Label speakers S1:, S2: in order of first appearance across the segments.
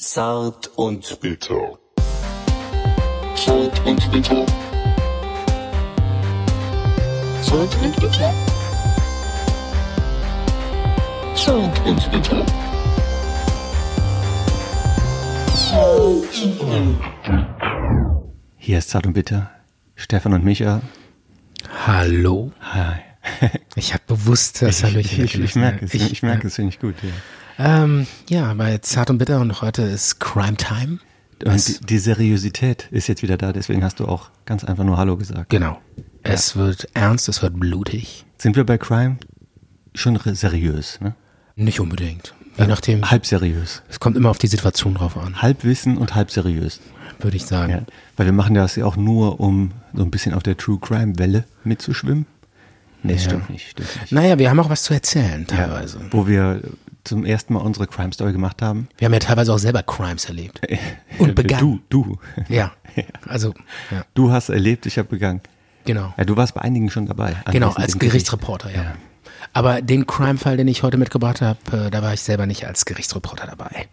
S1: Zart und bitter.
S2: Zart und bitter. Zart und bitter. Zart und bitter.
S3: Hier ist Zart und Bitter. Stefan und Micha.
S4: Hallo.
S3: Hi.
S4: Ich habe bewusst das
S3: ich,
S4: Hallöchen
S3: ich, ich
S4: weggelassen.
S3: merke es. ne? Ich,
S4: ne, Ich-
S3: merke es, finde ich gut. Ja.
S4: Ähm, ja, bei Zart und Bitter und heute ist Crime Time.
S3: Und die, die Seriosität ist jetzt wieder da, deswegen hast du auch ganz einfach nur Hallo gesagt.
S4: Genau. Es wird ernst, es wird blutig.
S3: Sind wir bei Crime schon re- seriös, ne?
S4: Nicht unbedingt. Je nachdem,
S3: Halb seriös.
S4: es kommt immer auf die Situation drauf an,
S3: Halbwissen und halb seriös.
S4: würde ich sagen.
S3: Ja. Weil wir machen das ja auch nur, um so ein bisschen auf der True Crime Welle mitzuschwimmen. Nee, stimmt nicht, stimmt nicht.
S4: Naja, wir haben auch was zu erzählen teilweise.
S3: Wo wir zum ersten Mal unsere Crime Story gemacht haben.
S4: Wir haben ja teilweise auch selber Crimes erlebt. Und
S3: Du,
S4: begangen.
S3: du.
S4: Ja. Also, ja,
S3: Du hast erlebt, ich habe begangen.
S4: genau.
S3: Ja, du warst bei einigen schon dabei.
S4: Genau,
S3: Anwesend
S4: als
S3: im
S4: Gerichtsreporter, ja. Aber den Crime-Fall, den ich heute mitgebracht habe, äh, da war ich selber nicht als Gerichtsreporter dabei.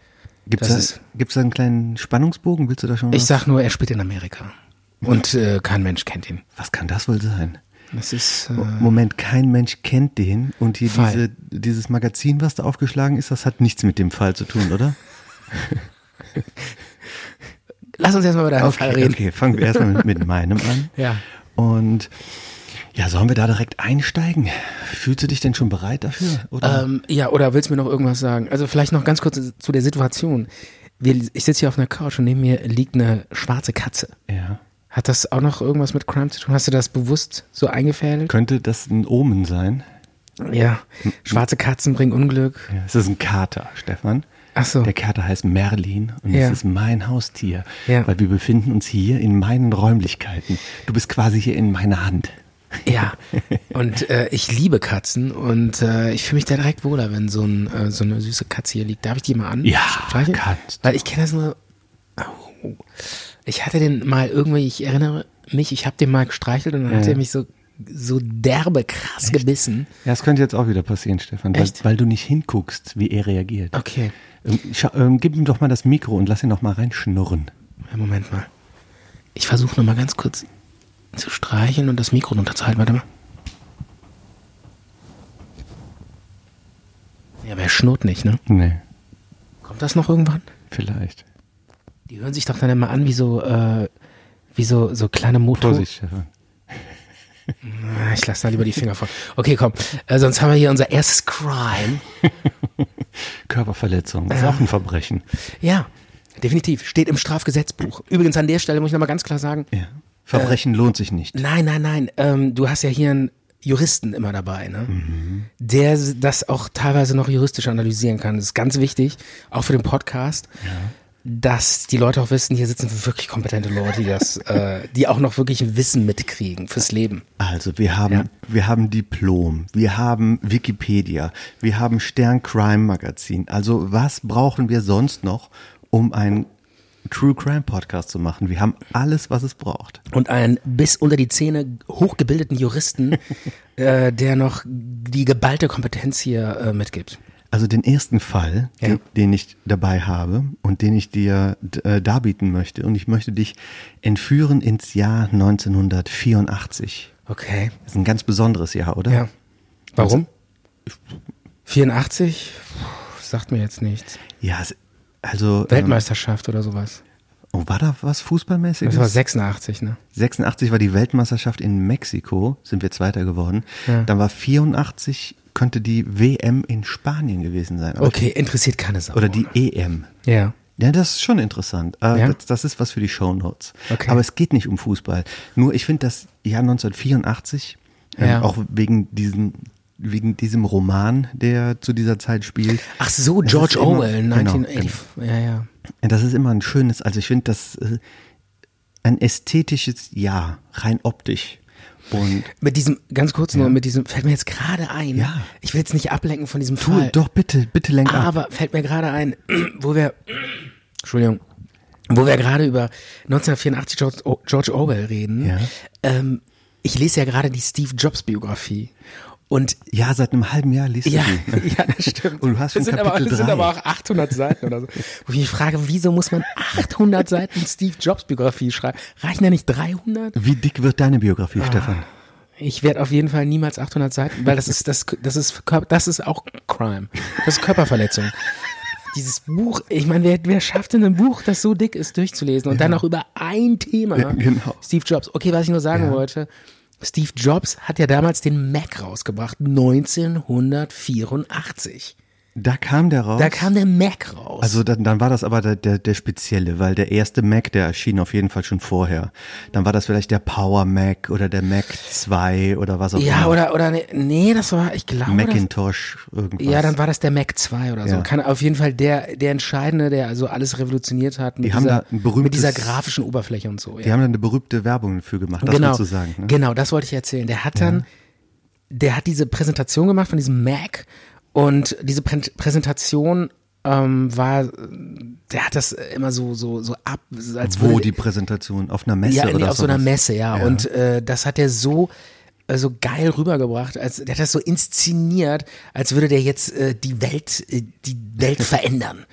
S3: Gibt's
S4: Das
S3: da,
S4: ist-
S3: gibt's da einen kleinen Spannungsbogen? Willst du da schon
S4: Ich
S3: was?
S4: sag nur, er spielt in Amerika. Und äh, kein Mensch kennt ihn.
S3: was kann das wohl sein?
S4: Das ist.
S3: Mo-
S4: Äh,
S3: Moment, kein Mensch kennt den und hier
S4: Fall.
S3: diese, dieses Magazin, was da aufgeschlagen ist, das hat nichts mit dem Fall zu tun, oder?
S4: lass uns erstmal über deinen Äh, Fall
S3: Okay,
S4: reden.
S3: okay fangen wir erstmal mit, mit meinem an.
S4: Ja.
S3: Und ja, sollen wir da direkt einsteigen? Fühlst du dich denn schon bereit dafür? Oder?
S4: Ähm, ja, oder willst du mir noch irgendwas sagen? Also, vielleicht noch ganz kurz zu der Situation. Wir, ich sitze hier auf einer Couch und neben mir liegt eine schwarze Katze.
S3: ja.
S4: Hat das auch noch irgendwas mit Crime zu tun? Hast du das bewusst so eingefädelt?
S3: Könnte das ein Omen sein?
S4: Ja. Schwarze Katzen bringen Unglück.
S3: Ja, es ist ein Kater, Stefan.
S4: Ach so.
S3: Der Kater heißt Merlin und
S4: Ja.
S3: es ist mein Haustier,
S4: Ja.
S3: weil wir befinden uns hier in meinen Räumlichkeiten. Du bist quasi hier in meiner Hand.
S4: Ja, und äh, ich liebe Katzen und äh, ich fühle mich da direkt wohler, wenn so, ein, äh, so eine süße Katze hier liegt. Darf ich die mal an?
S3: Ja,
S4: streicheln?
S3: kannst du.
S4: Weil ich kenne das nur. Au. Ich hatte den mal irgendwie, ich erinnere mich, ich habe den mal gestreichelt und dann hat er mich so, so derbe krass gebissen.
S3: Ja, es könnte jetzt auch wieder passieren, Stefan, weil,
S4: Echt?
S3: weil du nicht hinguckst, wie er reagiert.
S4: Okay,
S3: Ähm, scha- ähm, gib ihm doch mal das Mikro und lass ihn noch mal reinschnurren.
S4: ja, Moment mal. Ich versuche nochmal ganz kurz zu streicheln und das Mikro runterzuhalten. Warte mal. Ja, aber er schnurrt nicht, ne?
S3: Nee,
S4: Kommt das noch irgendwann?
S3: vielleicht.
S4: Die hören sich doch dann immer an wie so, äh, wie so, so kleine Motor.
S3: Vorsicht, Stefan.
S4: Ah, Ich lasse da lieber die Finger von. Okay, komm. Äh, sonst haben wir hier unser erstes Crime.
S3: Körperverletzung, das ist auch ein Verbrechen.
S4: Ja, definitiv. Steht im Strafgesetzbuch. Übrigens an der Stelle muss ich nochmal ganz klar sagen,
S3: Ja.
S4: Äh,
S3: Verbrechen lohnt sich nicht.
S4: nein, nein, nein. Ähm, du hast ja hier einen Juristen immer dabei, ne? Der s- das auch teilweise noch juristisch analysieren kann. Das ist ganz wichtig, auch für den Podcast. Dass die Leute auch wissen, hier sitzen wirklich kompetente Leute, die das, äh, die auch noch wirklich ein Wissen mitkriegen fürs Leben.
S3: Also wir haben, wir haben Diplom, wir haben Wikipedia, wir haben Stern Crime Magazin. Also was brauchen wir sonst noch, um einen True Crime Podcast zu machen? Wir haben alles, was es braucht.
S4: und einen bis unter die Zähne hochgebildeten Juristen, äh, der noch die geballte Kompetenz hier äh, mitgibt.
S3: Also den ersten Fall,
S4: Ja.
S3: den, den ich dabei habe und den ich dir d- äh, darbieten möchte, und ich möchte dich entführen ins Jahr 1984.
S4: Okay.
S3: Das ist ein ganz besonderes Jahr, oder?
S4: Ja. Warum? 84? Puh, sagt mir jetzt nichts.
S3: Ja, es- also.
S4: Weltmeisterschaft oder sowas.
S3: Ähm, oh, war da was Fußballmäßiges?
S4: Das war 86, ne?
S3: 86 war die Weltmeisterschaft in Mexiko, sind wir Zweiter geworden. Dann war 84, könnte die WM in Spanien gewesen sein. Aber-
S4: Okay, interessiert keine Sau.
S3: Oder die EM.
S4: Ja.
S3: Ja, das ist schon interessant. Äh,
S4: Ja?
S3: das, das ist was für die Shownotes.
S4: Okay.
S3: Aber es geht nicht um Fußball. Nur ich finde das Jahr 1984, ähm,
S4: Ja.
S3: auch wegen, diesen, wegen diesem Roman, der zu dieser Zeit spielt,
S4: Ach so,
S3: Es
S4: George
S3: ist immer-
S4: Orwell,
S3: genau,
S4: 1984. Ja, ja.
S3: das ist immer ein schönes, also ich finde das äh, ein ästhetisches Jahr, rein optisch. Und
S4: Mit diesem, ganz kurz nur, mit diesem, fällt mir jetzt gerade ein.
S3: Ja.
S4: Ich will jetzt nicht ablenken von diesem
S3: Du,
S4: Fall.
S3: doch bitte, bitte lenk ab.
S4: Ah, Aber fällt mir gerade ein, wo wir, Entschuldigung, wo wir gerade über 1984 George, O- George Orwell reden.
S3: Ja.
S4: Ähm, ich lese ja gerade die Steve Jobs Biografie. Und
S3: Ja, seit einem halben Jahr liest
S4: ja,
S3: du die.
S4: ja, das stimmt.
S3: Und du hast schon
S4: das sind, aber,
S3: Kapitel
S4: das sind
S3: drei.
S4: aber auch 800 Seiten oder so. Wo ich mich frage, wieso muss man 800 Seiten Steve Jobs Biografie schreiben? Reichen da nicht 300?
S3: Wie dick wird deine
S4: Ah.
S3: Biografie, Stefan?
S4: Ich werde auf jeden Fall niemals 800 Seiten, weil das ist das das ist Kör- das ist auch Crime. Das ist Körperverletzung. Dieses Buch, ich meine, wer, wer schafft denn ein Buch, das so dick ist, durchzulesen und dann auch über ein Thema?
S3: Ja, genau.
S4: Steve Jobs. Okay, was ich nur sagen wollte, Steve Jobs hat ja damals den Mac rausgebracht, 1984.
S3: Da kam der raus.
S4: Da kam der Mac raus.
S3: also dann, dann war das aber der, der, der spezielle, weil der erste Mac, der erschien auf jeden Fall schon vorher. Dann war das vielleicht der Power Mac oder der Mac 2 oder was auch
S4: ja,
S3: immer.
S4: oder, oder, nee, nee, das war, ich glaube, das,
S3: Macintosh irgendwas.
S4: Ja, dann war das der Mac 2 oder so.
S3: Ja.
S4: Kann auf jeden Fall der, der entscheidende, der also alles revolutioniert hat mit,
S3: Die haben
S4: dieser,
S3: da ein berühmtes-
S4: mit dieser grafischen Oberfläche und so.
S3: Die
S4: Ja.
S3: haben dann eine berühmte Werbung dafür gemacht, das
S4: genau,
S3: sozusagen. Ne?
S4: genau, das wollte ich erzählen. Der hat dann, der hat diese Präsentation gemacht von diesem Mac und diese Prä Präsentation ähm, war, der hat das immer so so so ab, als
S3: Wo
S4: würde-
S3: die Präsentation? Auf einer Messe
S4: ja, nee,
S3: oder
S4: auf so einer
S3: sowas?
S4: Messe, ja. Und äh, das hat er so äh, so geil rübergebracht, als der hat das so inszeniert, als würde der jetzt äh, die Welt, äh, die Welt verändern.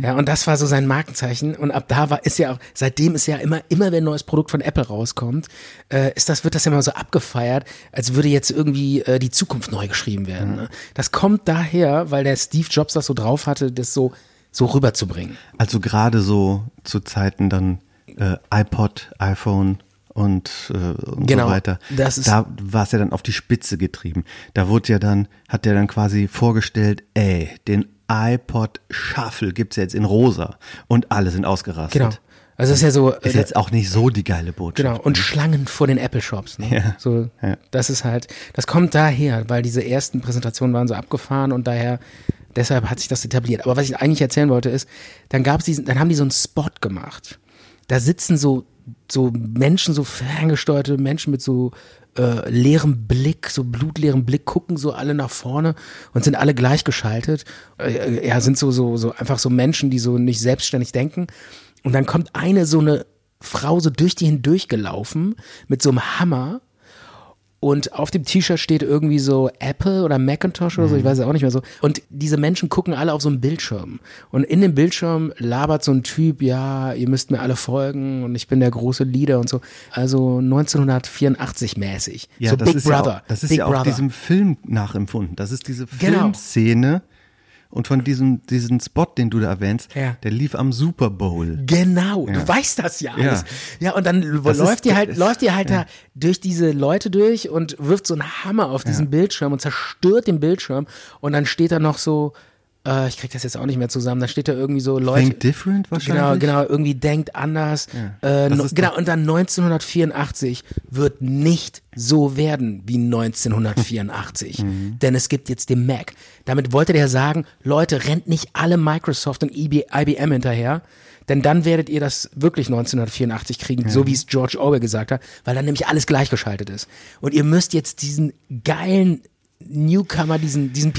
S4: Ja, und das war so sein Markenzeichen. Und ab da war ist ja auch, seitdem ist ja immer, immer wenn ein neues Produkt von Apple rauskommt, äh, ist das, wird das ja immer so abgefeiert, als würde jetzt irgendwie äh, die Zukunft neu geschrieben werden. Ne? Das kommt daher, weil der Steve Jobs das so drauf hatte, das so, so rüberzubringen.
S3: Also gerade so zu Zeiten dann äh, iPod, iPhone und, äh, und
S4: Genau,
S3: so weiter.
S4: das ist-
S3: da war es ja dann auf die Spitze getrieben. Da wurde ja dann, hat der dann quasi vorgestellt, ey, den iPod Shuffle gibt's ja jetzt in rosa und alle sind ausgerastet.
S4: Genau. Also das ist ja so. äh,
S3: Ist jetzt auch nicht so die geile Botschaft.
S4: Genau, und Schlangen vor den Apple-Shops. Ne?
S3: Ja,
S4: So,
S3: ja.
S4: Das ist halt, das kommt daher, weil diese ersten Präsentationen waren so abgefahren und daher, deshalb hat sich das etabliert. Aber was ich eigentlich erzählen wollte ist, dann gab's diesen, dann haben die so einen Spot gemacht. Da sitzen so, so Menschen, so ferngesteuerte Menschen mit so äh, leerem Blick, so blutleerem Blick, gucken so alle nach vorne und sind alle gleichgeschaltet. Äh, ja, sind so, so, so einfach so Menschen, die so nicht selbstständig denken. Und dann kommt eine so eine Frau so durch die hindurch gelaufen mit so einem Hammer und auf dem T-Shirt steht irgendwie so Apple oder Macintosh oder so, ich
S3: Mhm.
S4: weiß es auch nicht mehr so. Und diese Menschen gucken alle auf so einen Bildschirm. Und in dem Bildschirm labert so ein Typ, ja, ihr müsst mir alle folgen und ich bin der große Leader und so. Also 1984 mäßig.
S3: Ja,
S4: so
S3: das
S4: Big
S3: ist
S4: Brother.
S3: Ja auch, das ist
S4: Big
S3: ja auch
S4: Brother.
S3: diesem Film nachempfunden. Das ist diese
S4: Genau.
S3: Filmszene. Und von diesem diesen Spot, den du da erwähnst,
S4: Ja.
S3: der lief am Super Bowl.
S4: Genau, du weißt das ja alles. Ja, und dann
S3: Das
S4: läuft
S3: ist-
S4: ihr halt,
S3: ist-
S4: läuft ihr halt da durch diese Leute durch und wirft so einen Hammer auf diesen Bildschirm und zerstört den Bildschirm und dann steht da noch so, äh, ich krieg das jetzt auch nicht mehr zusammen, da steht da irgendwie so Leute.
S3: Think different wahrscheinlich.
S4: Genau, genau, irgendwie denkt anders. Äh,
S3: Das
S4: no,
S3: ist
S4: genau, und dann 1984 wird nicht so werden wie 1984.
S3: Mhm.
S4: Denn es gibt jetzt den Mac. Damit wollte der sagen, Leute, rennt nicht alle Microsoft und E IB, IBM hinterher, denn dann werdet ihr das wirklich 1984 kriegen, so wie es George Orwell gesagt hat, weil dann nämlich alles gleichgeschaltet ist. Und ihr müsst jetzt diesen geilen Newcomer, diesen, diesen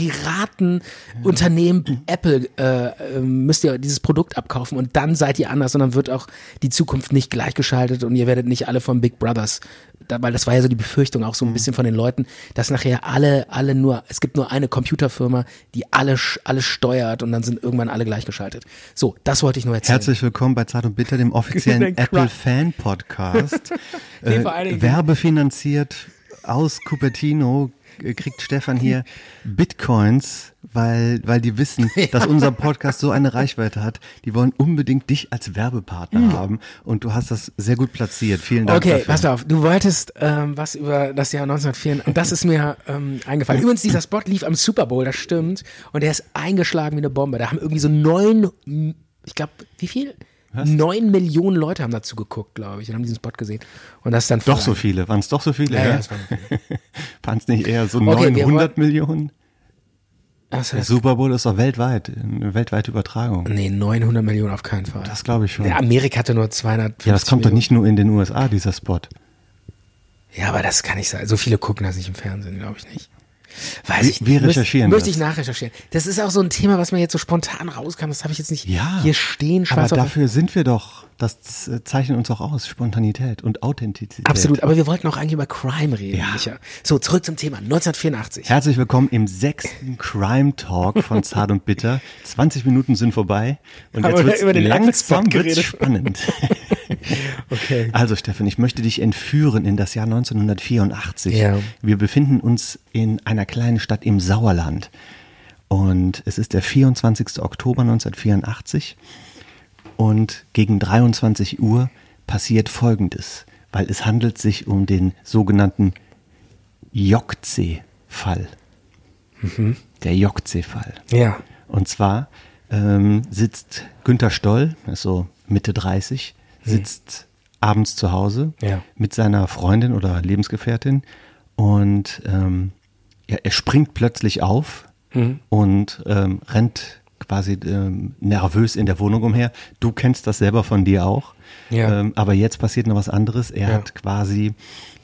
S4: Piratenunternehmen Apple, äh, äh, müsst ihr dieses Produkt abkaufen und dann seid ihr anders und dann wird auch die Zukunft nicht gleichgeschaltet und ihr werdet nicht alle von Big Brothers, da, weil das war ja so die Befürchtung auch so ein bisschen von den Leuten, dass nachher alle, alle nur, es gibt nur eine Computerfirma, die alle, sch- alles steuert und dann sind irgendwann alle gleichgeschaltet. So, das wollte ich nur erzählen.
S3: Herzlich willkommen bei Zart und Bitter, dem offiziellen
S4: Den
S3: Apple
S4: Crush.
S3: Fan Podcast.
S4: Nee,
S3: Äh,
S4: vor allen Dingen-
S3: Werbefinanziert aus Cupertino äh, kriegt Stefan hier Bitcoins, weil, weil die wissen, dass unser Podcast so eine Reichweite hat. Die wollen unbedingt dich als Werbepartner haben und du hast das sehr gut platziert. Vielen Dank
S4: Hm. Okay,
S3: dafür.
S4: pass auf, du wolltest ähm, was über das Jahr 1904 und das ist mir ähm, eingefallen. Übrigens, dieser Spot lief am Super Bowl, das stimmt, und der ist eingeschlagen wie eine Bombe. Da haben irgendwie so neun, m, ich glaube, wie viel? Neun Millionen Leute haben dazu geguckt, glaube ich, und haben diesen Spot gesehen. Und das ist dann
S3: Doch so viele, waren es doch so viele?
S4: Ja, ja,
S3: ja?
S4: das waren
S3: Waren es nicht eher so
S4: wir
S3: 900 Millionen?
S4: Achso,
S3: Der Super Bowl ist doch weltweit, eine weltweite Übertragung.
S4: nee, 900 Millionen auf keinen Fall.
S3: Das glaube ich schon.
S4: ja,
S3: Ja,
S4: Amerika hatte nur 250
S3: das kommt doch
S4: Millionen.
S3: nicht nur in den USA, dieser Spot.
S4: Ja, aber das kann nicht sein. So viele gucken das nicht im Fernsehen, glaube ich nicht.
S3: Wir-
S4: Weiß ich nicht.
S3: wir
S4: Müsst-
S3: recherchieren
S4: Möchte
S3: das.
S4: ich nachrecherchieren. Das ist auch so ein Thema, was mir jetzt so spontan rauskam. Das habe ich jetzt nicht
S3: Ja.
S4: hier stehen,
S3: Aber
S4: schwarz auf
S3: dafür sind wir doch. Das äh, zeichnet uns auch aus. Spontanität und Authentizität.
S4: Absolut, aber wir wollten auch eigentlich über Crime reden,
S3: Ja.
S4: Micha. So, zurück zum Thema. 1984.
S3: Herzlich willkommen im sechsten Crime Talk von Zart und Bitter. 20 Minuten sind vorbei und
S4: Haben
S3: jetzt
S4: wir
S3: wird's
S4: über den
S3: langsam
S4: Angstbot
S3: wird's
S4: geredet?
S3: spannend.
S4: Okay.
S3: Also Steffen, ich möchte dich entführen in das Jahr 1984.
S4: Ja.
S3: Wir befinden uns in einer kleinen Stadt im Sauerland und es ist der 24. Oktober 1984 und gegen 23 Uhr passiert Folgendes, weil es handelt sich um den sogenannten Jokze-Fall. Der Jokze-Fall.
S4: Ja.
S3: Und zwar ähm, sitzt Günter Stoll, ist so Mitte 30, sitzt abends zu Hause
S4: Hm. Ja.
S3: mit seiner Freundin oder Lebensgefährtin und ähm, ja, er springt plötzlich auf
S4: Hm.
S3: und ähm, rennt quasi ähm, nervös in der Wohnung umher. Du kennst das selber von dir auch.
S4: Ja.
S3: Ähm, aber jetzt passiert noch was anderes. Er
S4: Ja.
S3: hat quasi,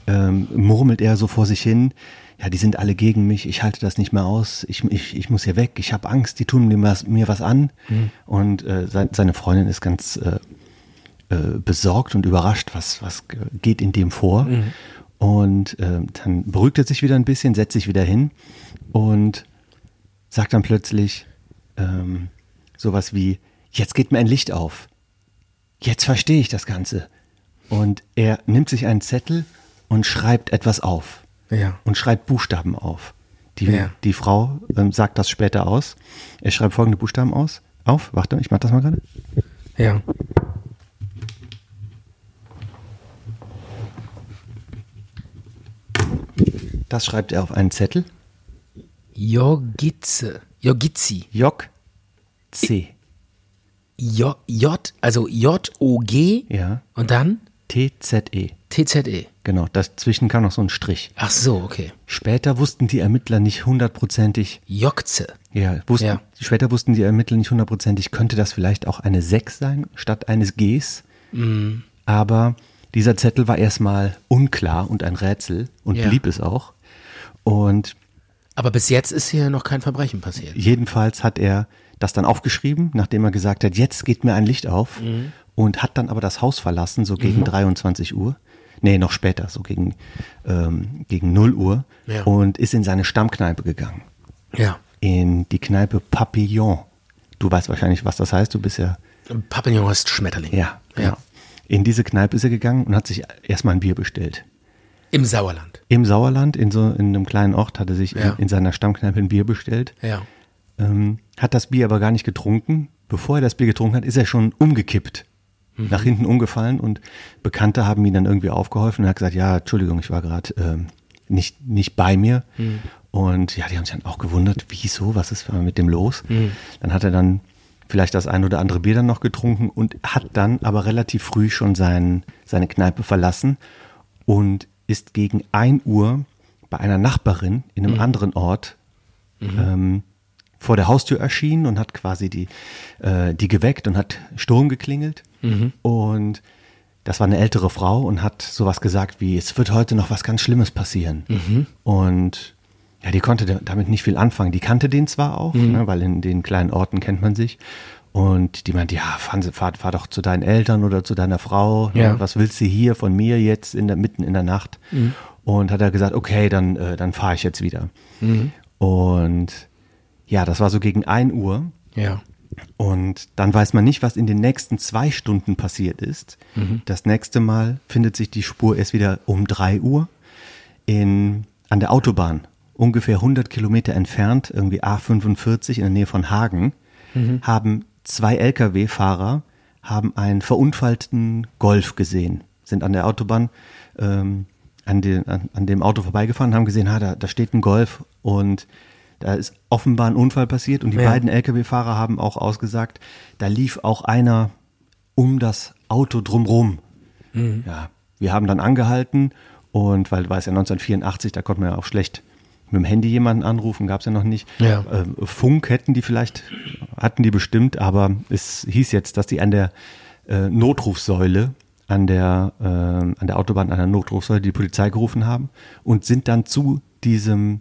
S3: ähm, murmelt er so vor sich hin, ja, die sind alle gegen mich, ich halte das nicht mehr aus, ich, ich, ich muss hier weg, ich habe Angst, die tun mir was, mir was an. Und äh, sein, seine Freundin ist ganz äh, äh, besorgt und überrascht, was, was ge- geht in dem vor. Und äh, dann beruhigt er sich wieder ein bisschen, setzt sich wieder hin und sagt dann plötzlich ähm, sowas wie, jetzt geht mir ein Licht auf. Jetzt verstehe ich das Ganze. Und er nimmt sich einen Zettel und schreibt etwas auf.
S4: Ja.
S3: Und schreibt Buchstaben auf. Die,
S4: Ja.
S3: die Frau ähm, sagt das später aus. Er schreibt folgende Buchstaben aus. Auf, warte, ich mach das mal gerade.
S4: Ja.
S3: Das schreibt er auf einen Zettel.
S4: Jogitze. Jogitzi.
S3: Jok C.
S4: J, J, also J-O-G.
S3: Ja.
S4: Und dann
S3: T Z E.
S4: T-Z-E.
S3: Genau, dazwischen kam noch so ein Strich.
S4: Ach so, okay.
S3: Später wussten die Ermittler nicht hundertprozentig,
S4: Jogze.
S3: Ja, wussten,
S4: Ja.
S3: später wussten die Ermittler nicht hundertprozentig, könnte das vielleicht auch eine 6 sein, statt eines Gs.
S4: Mhm.
S3: Aber dieser Zettel war erstmal unklar und ein Rätsel und
S4: Ja.
S3: blieb es auch. Und
S4: Aber bis jetzt ist hier noch kein Verbrechen passiert.
S3: jedenfalls hat er das dann aufgeschrieben, nachdem er gesagt hat, jetzt geht mir ein Licht auf
S4: Mhm.
S3: und hat dann aber das Haus verlassen, so gegen 23 Uhr. Nee, noch später, so gegen, ähm, gegen 0 Uhr
S4: Ja.
S3: und ist in seine Stammkneipe gegangen.
S4: Ja.
S3: in die Kneipe Papillon. Du weißt wahrscheinlich, was das heißt. Du bist ja.
S4: Papillon heißt Schmetterling.
S3: Ja, genau.
S4: ja.
S3: In diese Kneipe ist er gegangen und hat sich erstmal ein Bier bestellt.
S4: Im Sauerland.
S3: Im Sauerland, in so in einem kleinen Ort, hat er sich
S4: Ja.
S3: in, in seiner Stammkneipe ein Bier bestellt.
S4: Ja.
S3: Ähm, hat das Bier aber gar nicht getrunken. Bevor er das Bier getrunken hat, ist er schon umgekippt. Nach hinten umgefallen und Bekannte haben ihm dann irgendwie aufgeholfen und er hat gesagt, ja, Entschuldigung, ich war gerade ähm, nicht, nicht bei mir. Und ja, die haben sich dann auch gewundert, wieso, was ist mit dem los? Dann hat er dann vielleicht das ein oder andere Bier dann noch getrunken und hat dann aber relativ früh schon sein, seine Kneipe verlassen und ist gegen 1 Uhr bei einer Nachbarin in einem anderen Ort ähm, vor der Haustür erschienen und hat quasi die, äh, die geweckt und hat Sturm geklingelt. Und das war eine ältere Frau und hat sowas gesagt wie, es wird heute noch was ganz Schlimmes passieren. Und ja, die konnte da- damit nicht viel anfangen. Die kannte den zwar auch, ne, weil in den kleinen Orten kennt man sich. Und die meinte, ja, fahren Sie, fahr, fahr doch zu deinen Eltern oder zu deiner Frau.
S4: Ja.
S3: Ne, was willst du hier von mir jetzt in der, mitten in der Nacht? Und hat er gesagt, okay, dann, äh, dann fahre ich jetzt wieder. Und ja, das war so gegen 1 Uhr.
S4: Ja.
S3: Und dann weiß man nicht, was in den nächsten zwei Stunden passiert ist. Das nächste Mal findet sich die Spur erst wieder um 3 Uhr in, an der Autobahn, ungefähr 100 Kilometer entfernt, irgendwie A45 in der Nähe von Hagen, haben zwei Lkw-Fahrer haben einen verunfallten Golf gesehen, sind an der Autobahn ähm, an, den, an, an dem Auto vorbeigefahren, haben gesehen, ha, da, da steht ein Golf und da ist offenbar ein Unfall passiert und die
S4: Ja.
S3: beiden Lkw-Fahrer haben auch ausgesagt, da lief auch einer um das Auto drumrum.
S4: Mhm.
S3: Ja, wir haben dann angehalten und weil, weiß ja 1984, da konnte man ja auch schlecht mit dem Handy jemanden anrufen, gab es ja noch nicht.
S4: Ja.
S3: Ähm, Funk hätten die vielleicht, hatten die bestimmt, aber es hieß jetzt, dass die an der äh, Notrufsäule, an der, ähm, an der Autobahn, an der Notrufsäule die Polizei gerufen haben und sind dann zu diesem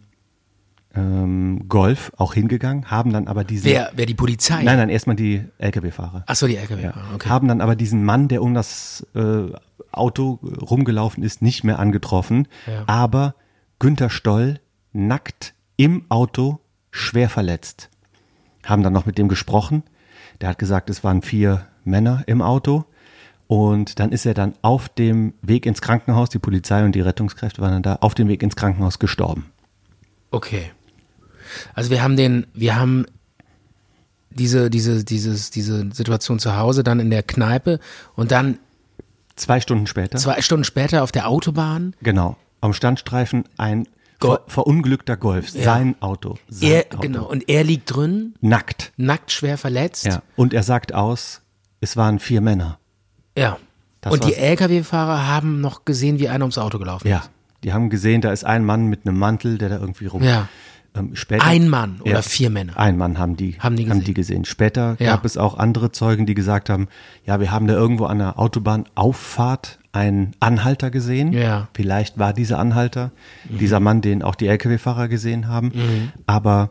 S3: ähm, Golf auch hingegangen, haben dann aber diesen.
S4: Wer, wer die Polizei?
S3: Nein, nein, erstmal die Lkw-Fahrer.
S4: Achso, die LKW.
S3: Ja.
S4: Ah, Okay.
S3: Haben dann aber diesen Mann, der um das äh, Auto rumgelaufen ist, nicht mehr angetroffen.
S4: Ja.
S3: Aber Günther Stoll nackt im Auto, schwer verletzt. Haben dann noch mit dem gesprochen. Der hat gesagt, es waren vier Männer im Auto. Und dann ist er dann auf dem Weg ins Krankenhaus, die Polizei und die Rettungskräfte waren dann da, auf dem Weg ins Krankenhaus gestorben.
S4: Okay. Also wir haben den, wir haben diese, diese, dieses, diese Situation zu Hause, dann in der Kneipe und dann
S3: Zwei Stunden später,
S4: zwei Stunden später auf der Autobahn.
S3: genau, am Standstreifen ein
S4: Gol-
S3: ver verunglückter Golf, sein Auto, sein
S4: Er,
S3: Auto.
S4: genau, und er liegt drin,
S3: nackt.
S4: nackt schwer verletzt.
S3: Ja. Und er sagt aus, es waren vier Männer.
S4: ja.
S3: Das
S4: Und die
S3: war's.
S4: Lkw-Fahrer haben noch gesehen, wie einer ums Auto gelaufen
S3: Ja.
S4: ist.
S3: Die haben gesehen, da ist ein Mann mit einem Mantel, der da irgendwie rum.
S4: Ja.
S3: Ähm, später,
S4: Ein Mann oder vier Männer?
S3: Ein Mann haben die,
S4: Haben die gesehen.
S3: Später
S4: Ja.
S3: gab es auch andere Zeugen, die gesagt haben, ja, wir haben da irgendwo an der Autobahnauffahrt einen Anhalter gesehen.
S4: Ja. Mhm.
S3: Vielleicht war dieser Anhalter dieser Mann, den auch die Lkw-Fahrer gesehen haben. Aber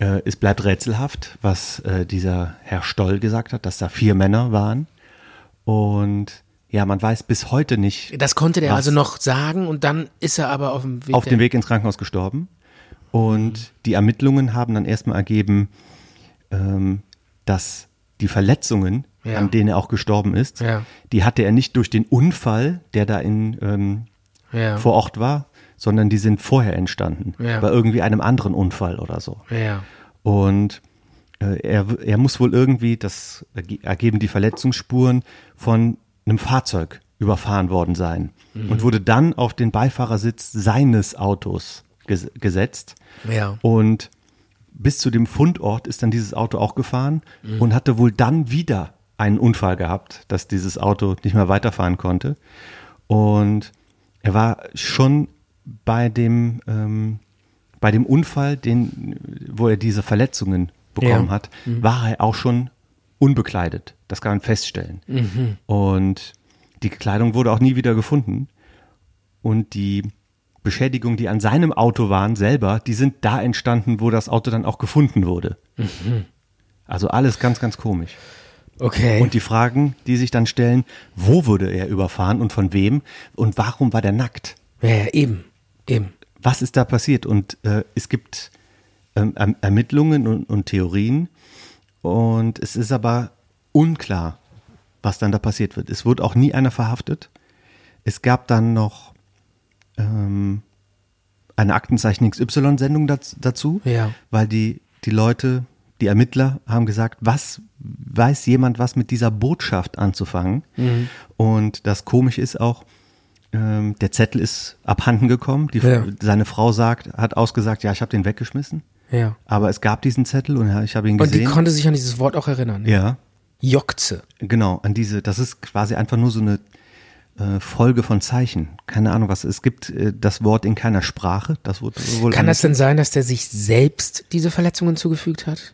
S3: äh, es bleibt rätselhaft, was äh, dieser Herr Stoll gesagt hat, dass da vier Männer waren. Und ja, man weiß bis heute nicht,
S4: Das konnte der
S3: Was?
S4: also noch sagen und dann ist er aber auf dem Weg.
S3: auf dem
S4: der-
S3: Weg ins Krankenhaus gestorben. Und
S4: Mhm.
S3: die Ermittlungen haben dann erstmal ergeben, ähm, dass die Verletzungen,
S4: Ja.
S3: an denen er auch gestorben ist,
S4: Ja.
S3: die hatte er nicht durch den Unfall, der da in, ähm,
S4: Ja.
S3: vor Ort war, sondern die sind vorher entstanden.
S4: Ja.
S3: Bei irgendwie einem anderen Unfall oder so.
S4: Ja.
S3: Und äh, er, er muss wohl irgendwie, das erge- ergeben die Verletzungsspuren, von einem Fahrzeug überfahren worden sein und wurde dann auf den Beifahrersitz seines Autos ges gesetzt.
S4: Ja.
S3: Und bis zu dem Fundort ist dann dieses Auto auch gefahren und hatte wohl dann wieder einen Unfall gehabt, dass dieses Auto nicht mehr weiterfahren konnte. Und er war schon bei dem, ähm, bei dem Unfall, den, wo er diese Verletzungen bekommen
S4: Ja.
S3: hat, war er auch schon unbekleidet. Das kann man feststellen. Und die Kleidung wurde auch nie wieder gefunden. Und die Beschädigungen, die an seinem Auto waren, selber, die sind da entstanden, wo das Auto dann auch gefunden wurde. Also alles ganz, ganz komisch.
S4: Okay.
S3: Und die Fragen, die sich dann stellen, wo wurde er überfahren und von wem und warum war der nackt?
S4: ja, ja, eben. Eben.
S3: was ist da passiert? Und äh, es gibt ähm, Erm- Ermittlungen und, und Theorien und es ist aber unklar, was dann da passiert wird. Es wurde auch nie einer verhaftet. Es gab dann noch ähm, eine Aktenzeichen XY-Sendung daz- dazu,
S4: Ja.
S3: weil die, die Leute, die Ermittler haben gesagt, was weiß jemand, was mit dieser Botschaft anzufangen?
S4: Mhm.
S3: Und das komisch ist auch, ähm, der Zettel ist abhanden gekommen. Die,
S4: Ja.
S3: Seine Frau sagt, hat ausgesagt, ja, ich habe den weggeschmissen.
S4: Ja.
S3: Aber es gab diesen Zettel und ja, ich habe ihn
S4: Und die
S3: gesehen.
S4: konnte sich an dieses Wort auch erinnern.
S3: ja,
S4: Jokze.
S3: genau. An diese, das ist quasi einfach nur so eine äh, Folge von Zeichen. Keine Ahnung was. Es gibt äh, das Wort in keiner Sprache. Das wurde wohl
S4: Kann das denn sein, dass der sich selbst diese Verletzungen zugefügt hat?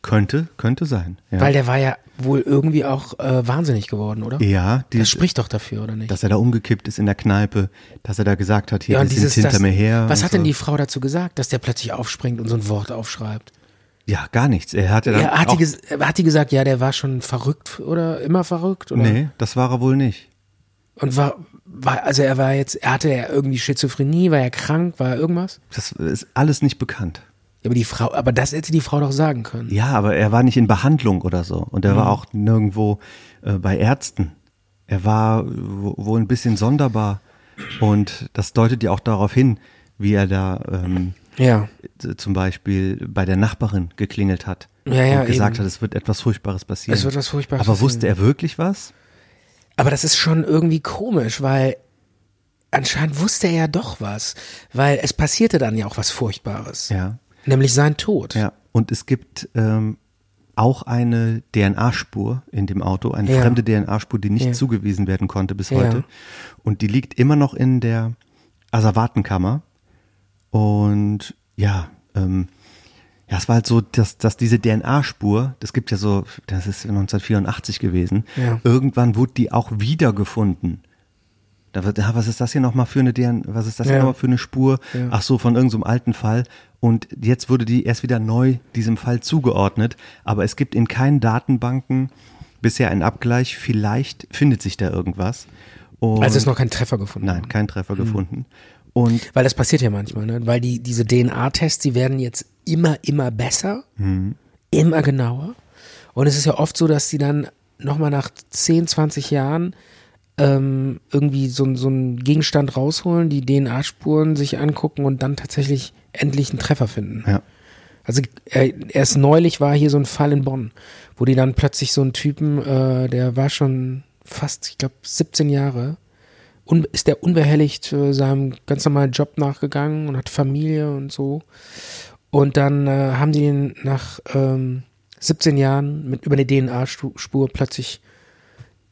S3: könnte könnte sein. Ja,
S4: Weil der war ja wohl irgendwie auch äh, wahnsinnig geworden, oder?
S3: ja die,
S4: Das spricht doch dafür, oder nicht?
S3: dass er da umgekippt ist in der Kneipe, dass er da gesagt hat, hier
S4: ja,
S3: die
S4: und
S3: sind
S4: dieses,
S3: hinter
S4: das,
S3: mir her.
S4: Was
S3: und
S4: hat denn
S3: so.
S4: die Frau dazu gesagt, dass der plötzlich aufspringt und so ein Wort aufschreibt?
S3: Ja, gar nichts. Er hatte dann
S4: Ja, hat, die
S3: auch,
S4: ges- hat die gesagt, ja, der war schon verrückt oder immer verrückt? Oder?
S3: nee, das war er wohl nicht.
S4: Und war, war, also er war jetzt, er hatte ja irgendwie Schizophrenie, war er krank, war er irgendwas?
S3: Das ist alles nicht bekannt.
S4: Ja, aber die Frau, aber das hätte die Frau doch sagen können.
S3: Ja, aber er war nicht in Behandlung oder so. Und er
S4: Mhm.
S3: war auch nirgendwo äh, bei Ärzten. Er war äh, wo- wohl ein bisschen sonderbar. Und das deutet ja auch darauf hin, wie er da ähm,
S4: Ja.
S3: z- zum Beispiel bei der Nachbarin geklingelt hat.
S4: Ja, ja,
S3: und gesagt
S4: eben.
S3: hat, es wird etwas Furchtbares passieren.
S4: Es wird was Furchtbares
S3: Aber wusste er wirklich was?
S4: Aber das ist schon irgendwie komisch, weil anscheinend wusste er ja doch was, weil es passierte dann ja auch was Furchtbares.
S3: Ja.
S4: Nämlich sein Tod.
S3: Ja, und es gibt ähm, auch eine DNA-Spur in dem Auto, eine
S4: Ja.
S3: fremde DNA-Spur, die nicht
S4: Ja.
S3: zugewiesen werden konnte bis
S4: Ja.
S3: heute. Und die liegt immer noch in der Asservatenkammer. Und ja, ähm, ja, es war halt so, dass, dass diese DNA-Spur, das gibt ja so, das ist 1984 gewesen,
S4: Ja.
S3: irgendwann wurde die auch wiedergefunden. Da wird, ah, was ist das hier nochmal für eine DNA, was ist das hier
S4: Ja.
S3: nochmal für eine Spur?
S4: Ja.
S3: Ach so, von irgendeinem alten Fall. Und jetzt wurde die erst wieder neu diesem Fall zugeordnet. Aber es gibt in keinen Datenbanken bisher einen Abgleich. Vielleicht findet sich da irgendwas. Und
S4: Also ist noch Hm. kein Treffer gefunden. worden.
S3: nein, kein Treffer gefunden. Und
S4: Weil das passiert ja manchmal, ne? Weil die, diese DNA-Tests, die werden jetzt immer, immer besser,
S3: Mhm.
S4: immer genauer. Und es ist ja oft so, dass sie dann nochmal nach 10, 20 Jahren ähm, irgendwie so, ein- so einen Gegenstand rausholen, die DNA-Spuren sich angucken und dann tatsächlich endlich einen Treffer finden.
S3: Ja.
S4: Also äh, erst neulich war hier so ein Fall in Bonn, wo die dann plötzlich so einen Typen, äh, der war schon fast, ich glaube, 17 Jahre, un ist der unbehelligt äh, seinem ganz normalen Job nachgegangen und hat Familie und so. Und dann äh, haben die ihn nach ähm, 17 Jahren mit über eine DNA-Spur plötzlich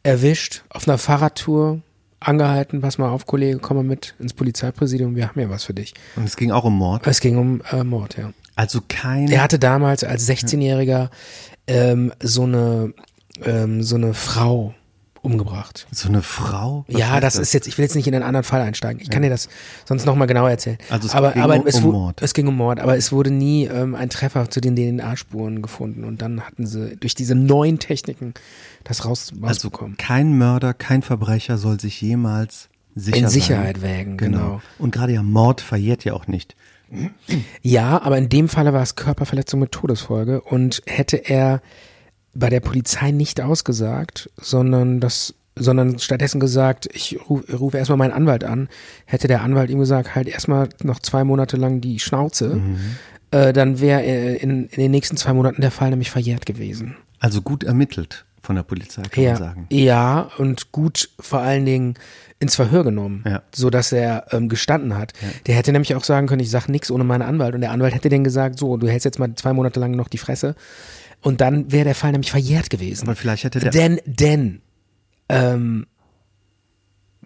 S4: erwischt, auf einer Fahrradtour angehalten, pass mal auf, Kollege, komm mal mit ins Polizeipräsidium, wir haben ja was für dich.
S3: Und es ging auch um Mord.
S4: Es ging um äh, Mord, ja.
S3: Also kein.
S4: Er hatte damals als 16-Jähriger ähm, so eine ähm, so eine Frau umgebracht.
S3: so eine Frau. Was
S4: ja,
S3: heißt
S4: das, ist jetzt. Ich will jetzt nicht in einen anderen Fall einsteigen. Ich kann dir das sonst noch mal genauer erzählen.
S3: Also es
S4: aber,
S3: ging
S4: aber
S3: um-
S4: es,
S3: um
S4: wu-
S3: Mord.
S4: Es ging um Mord, aber es wurde nie ähm, ein Treffer zu den DNA-Spuren gefunden und dann hatten sie durch diese neuen Techniken das raus,
S3: Also
S4: rausbekommen.
S3: kein Mörder, kein Verbrecher soll sich jemals sicher
S4: in Sicherheit
S3: sein.
S4: wägen, genau.
S3: Und gerade ja Mord verjährt ja auch nicht.
S4: Ja, aber in dem Falle war es Körperverletzung mit Todesfolge und hätte er bei der Polizei nicht ausgesagt, sondern das, sondern stattdessen gesagt, ich ruf, rufe erstmal meinen Anwalt an, hätte der Anwalt ihm gesagt, halt erstmal noch zwei Monate lang die Schnauze, äh, dann wäre äh, in, in den nächsten zwei Monaten der Fall nämlich verjährt gewesen.
S3: Also gut ermittelt von der Polizei, kann man sagen.
S4: Ja, und gut vor allen Dingen ins Verhör genommen,
S3: Ja.
S4: so dass er ähm, gestanden hat. Der hätte nämlich auch sagen können, ich sag nichts ohne meinen Anwalt. Und der Anwalt hätte dann gesagt, so, du hältst jetzt mal zwei Monate lang noch die Fresse. Und dann wäre der Fall nämlich verjährt gewesen.
S3: Aber vielleicht hätte der-
S4: Denn, denn,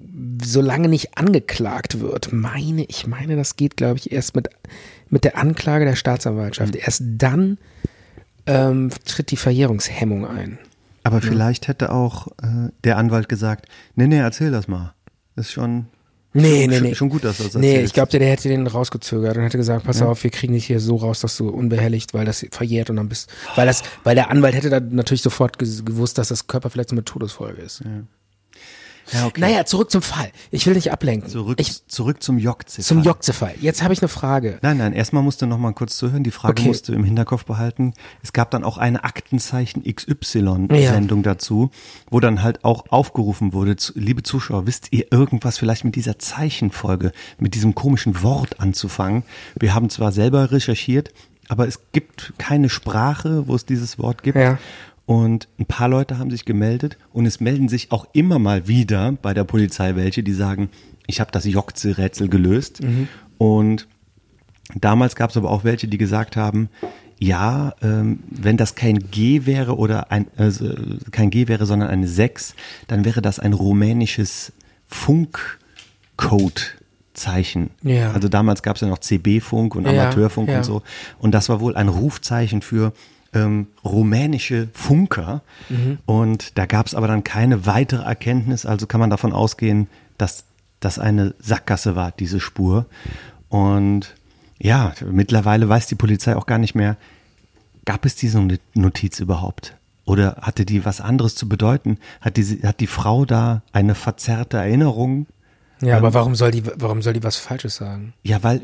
S4: ähm, solange nicht angeklagt wird, meine, ich meine, das geht, glaube ich, erst mit, mit der Anklage der Staatsanwaltschaft.
S3: Mhm.
S4: Erst dann ähm, tritt die Verjährungshemmung ein.
S3: Aber vielleicht hätte auch äh, der Anwalt gesagt, nee, nee, erzähl das mal. Ist schon,
S4: Nee,
S3: schon,
S4: nee,
S3: schon,
S4: nee.
S3: schon gut, dass du das
S4: Nee,
S3: erzählst.
S4: ich glaube, der, der hätte den rausgezögert und hätte gesagt, pass auf, wir kriegen dich hier so raus, dass du unbehelligt, weil das verjährt und dann bist,
S3: Oh.
S4: weil das, weil der Anwalt hätte dann natürlich sofort ges- gewusst, dass das Körperverletzung mit Todesfolge ist.
S3: Ja, okay.
S4: Naja, zurück zum Fall. Ich will nicht ablenken.
S3: zurück,
S4: ich,
S3: zurück zum Jokziffer.
S4: zum Jokze-Fall. Jetzt habe ich eine Frage.
S3: Nein, nein, erstmal musst du noch mal kurz zuhören. Die Frage
S4: Okay.
S3: musst du im Hinterkopf behalten. Es gab dann auch eine Aktenzeichen XY-Sendung dazu, wo dann halt auch aufgerufen wurde, zu, liebe Zuschauer, wisst ihr irgendwas vielleicht mit dieser Zeichenfolge, mit diesem komischen Wort anzufangen? Wir haben zwar selber recherchiert, aber es gibt keine Sprache, wo es dieses Wort gibt.
S4: Ja.
S3: Und ein paar Leute haben sich gemeldet und es melden sich auch immer mal wieder bei der Polizei welche, die sagen, ich habe das Jokze-Rätsel gelöst.
S4: Mhm.
S3: Und Damals gab es aber auch welche, die gesagt haben, ja, ähm, wenn das kein G wäre oder ein, also kein G wäre, sondern eine 6, dann wäre das ein rumänisches Funkcode-Zeichen.
S4: Ja.
S3: Also damals gab es ja noch CB-Funk und
S4: Ja,
S3: Amateurfunk
S4: ja.
S3: und so. Und das war wohl ein Rufzeichen für ähm, rumänische Funker.
S4: Mhm.
S3: Und da gab es aber dann keine weitere Erkenntnis. Also kann man davon ausgehen, dass das eine Sackgasse war, diese Spur. Und ja, mittlerweile weiß die Polizei auch gar nicht mehr, gab es diese Not- Notiz überhaupt? Oder hatte die was anderes zu bedeuten? Hat, diese, hat die Frau da eine verzerrte Erinnerung?
S4: Ja, aber warum soll die, warum soll die was Falsches sagen?
S3: Ja, weil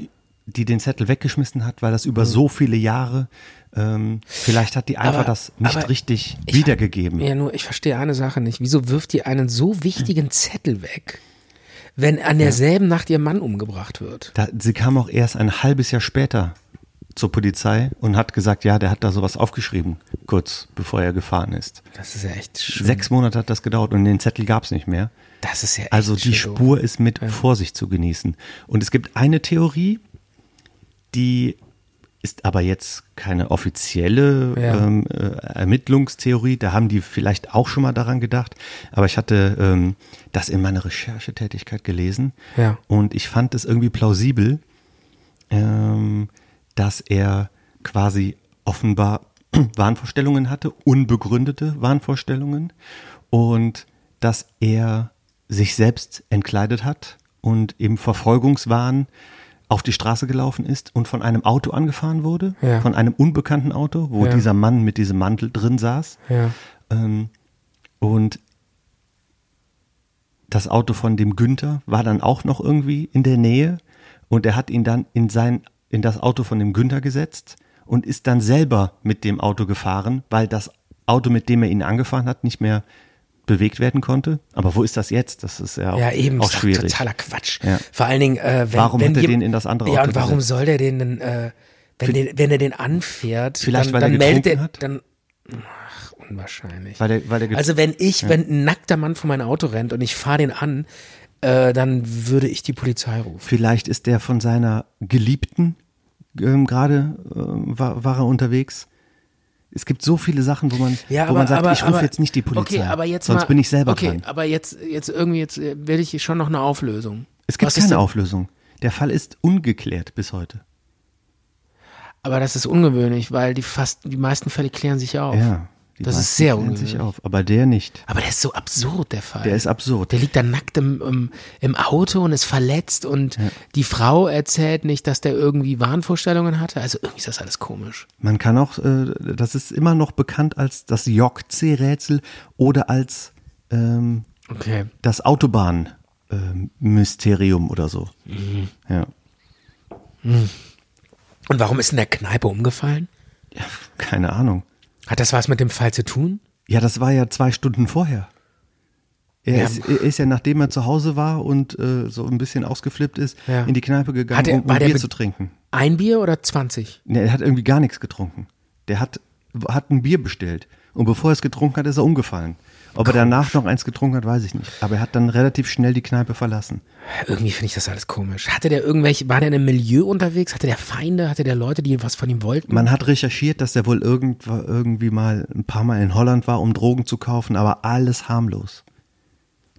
S3: die den Zettel weggeschmissen hat, weil das über so viele Jahre, ähm, vielleicht hat die einfach
S4: Mhm. Aber-
S3: das nicht
S4: aber
S3: richtig
S4: ich-
S3: wiedergegeben.
S4: Ja, nur ich verstehe eine Sache nicht. Wieso wirft ihr einen so wichtigen Zettel weg, wenn an derselben Nacht ihr Mann umgebracht wird?
S3: Da, sie kam auch erst ein halbes Jahr später zur Polizei und hat gesagt, ja, der hat da sowas aufgeschrieben, kurz bevor er gefahren ist.
S4: Das ist ja echt schlimm.
S3: Sechs Monate hat das gedauert und den Zettel gab's nicht mehr.
S4: Das ist ja echt
S3: Also die
S4: schön doof.
S3: Spur ist mit Vorsicht zu genießen. Und es gibt eine Theorie, die ist aber jetzt keine offizielle
S4: Ja.
S3: ähm, äh, Ermittlungstheorie. Da haben die vielleicht auch schon mal daran gedacht. Aber ich hatte ähm, das in meiner Recherchetätigkeit gelesen.
S4: Ja.
S3: Und ich fand es irgendwie plausibel, ähm, dass er quasi offenbar Wahnvorstellungen hatte, unbegründete Wahnvorstellungen und dass er sich selbst entkleidet hat und im Verfolgungswahn auf die Straße gelaufen ist und von einem Auto angefahren wurde,
S4: Ja.
S3: von einem unbekannten Auto, wo
S4: Ja.
S3: dieser Mann mit diesem Mantel drin saß.
S4: Ja.
S3: Ähm, und das Auto von dem Günther war dann auch noch irgendwie in der Nähe und er hat ihn dann in sein in das Auto von dem Günther gesetzt und ist dann selber mit dem Auto gefahren, weil das Auto, mit dem er ihn angefahren hat, nicht mehr bewegt werden konnte. Aber wo ist das jetzt? Das ist ja auch,
S4: Ja, eben.
S3: auch
S4: ist doch
S3: schwierig.
S4: Totaler Quatsch.
S3: Ja.
S4: Vor allen Dingen, äh, wenn,
S3: Warum
S4: wenn
S3: hat er
S4: jem-
S3: den in das andere
S4: Ja,
S3: Auto
S4: und warum
S3: gesetzt?
S4: soll der den denn, äh, wenn, den, wenn er den anfährt,
S3: Vielleicht,
S4: dann,
S3: weil er
S4: dann meldet
S3: getrunken
S4: er,
S3: hat?
S4: dann, ach, unwahrscheinlich.
S3: Weil er- weil er get-
S4: also wenn ich, wenn ein nackter Mann vor mein Auto rennt und ich fahre den an, äh, dann würde ich die Polizei rufen.
S3: Vielleicht ist der von seiner Geliebten ähm, gerade äh, war, war er unterwegs. Es gibt so viele Sachen, wo man, wo man sagt, ich rufe
S4: aber-
S3: jetzt nicht die Polizei.
S4: Okay, aber jetzt
S3: sonst
S4: mal,
S3: bin ich selber
S4: okay,
S3: dran.
S4: aber jetzt, jetzt irgendwie, jetzt äh, will ich schon noch eine Auflösung.
S3: Es gibt
S4: Was ist
S3: keine
S4: denn-
S3: Auflösung. Der Fall ist ungeklärt bis heute.
S4: Aber das ist ungewöhnlich, weil die fast, die meisten Fälle klären sich auf.
S3: Ja, die
S4: das
S3: meisten
S4: ist sehr
S3: klären sich
S4: ungewöhnlich.
S3: auf, aber der nicht.
S4: Aber der ist so absurd, der Fall.
S3: Der ist absurd.
S4: Der liegt da nackt im, im, im Auto und ist verletzt und die Frau erzählt nicht, dass der irgendwie Wahnvorstellungen hatte. Also irgendwie ist das alles komisch.
S3: Man kann auch, äh, das ist immer noch bekannt als das JC-Rätsel oder als ähm,
S4: Okay.
S3: das Autobahn-Mysterium oder so.
S4: Mhm.
S3: Ja.
S4: Und warum ist in der Kneipe umgefallen?
S3: ja, keine Ahnung.
S4: Hat das was mit dem Fall zu tun?
S3: Ja, das war ja zwei Stunden vorher. Er,
S4: Ja.
S3: ist, er ist ja, nachdem er zu Hause war und äh, so ein bisschen ausgeflippt ist,
S4: Ja.
S3: in die Kneipe gegangen,
S4: Hat er-
S3: um, um
S4: war der
S3: Bier
S4: be-
S3: zu trinken.
S4: Ein Bier oder 20?
S3: Ne, er hat irgendwie gar nichts getrunken. Der hat, hat ein Bier bestellt. Und bevor er es getrunken hat, ist er umgefallen. Ob er danach noch eins getrunken hat, weiß ich nicht. Aber er hat dann relativ schnell die Kneipe verlassen.
S4: Irgendwie finde ich das alles komisch. Hatte der irgendwelche, war der in einem Milieu unterwegs? Hatte der Feinde? Hatte der Leute, die was von ihm wollten?
S3: Man hat recherchiert, dass er wohl irgend, irgendwie mal ein paar Mal in Holland war, um Drogen zu kaufen, aber alles harmlos.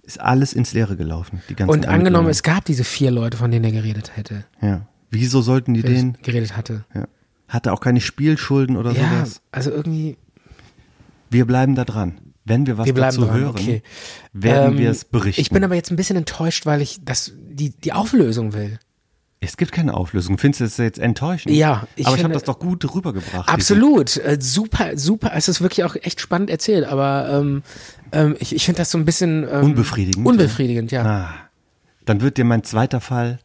S3: Ist alles ins Leere gelaufen. Die ganzen
S4: und angenommen,
S3: Ermittlungen.
S4: es gab diese vier Leute, von denen er geredet hätte.
S3: Ja. Wieso sollten die den?
S4: geredet hatte.
S3: Ja. Hat er auch keine Spielschulden oder
S4: Ja,
S3: sowas?
S4: also irgendwie.
S3: Wir bleiben da dran. Wenn wir was
S4: Wir bleiben
S3: dazu
S4: dran,
S3: hören,
S4: okay.
S3: werden
S4: Ähm,
S3: wir es berichten.
S4: Ich bin aber jetzt ein bisschen enttäuscht, weil ich das, die, die Auflösung will.
S3: es gibt keine Auflösung. Findest du das jetzt enttäuschend?
S4: Ja, ich
S3: aber ich habe
S4: finde-
S3: das doch gut rübergebracht.
S4: Absolut. Äh, super, super. Es ist wirklich auch echt spannend erzählt, aber ähm, ähm, ich, ich finde das so ein bisschen. Ähm,
S3: Unbefriedigend,
S4: Unbefriedigend, ja.
S3: Ah, dann wird dir mein zweiter Fall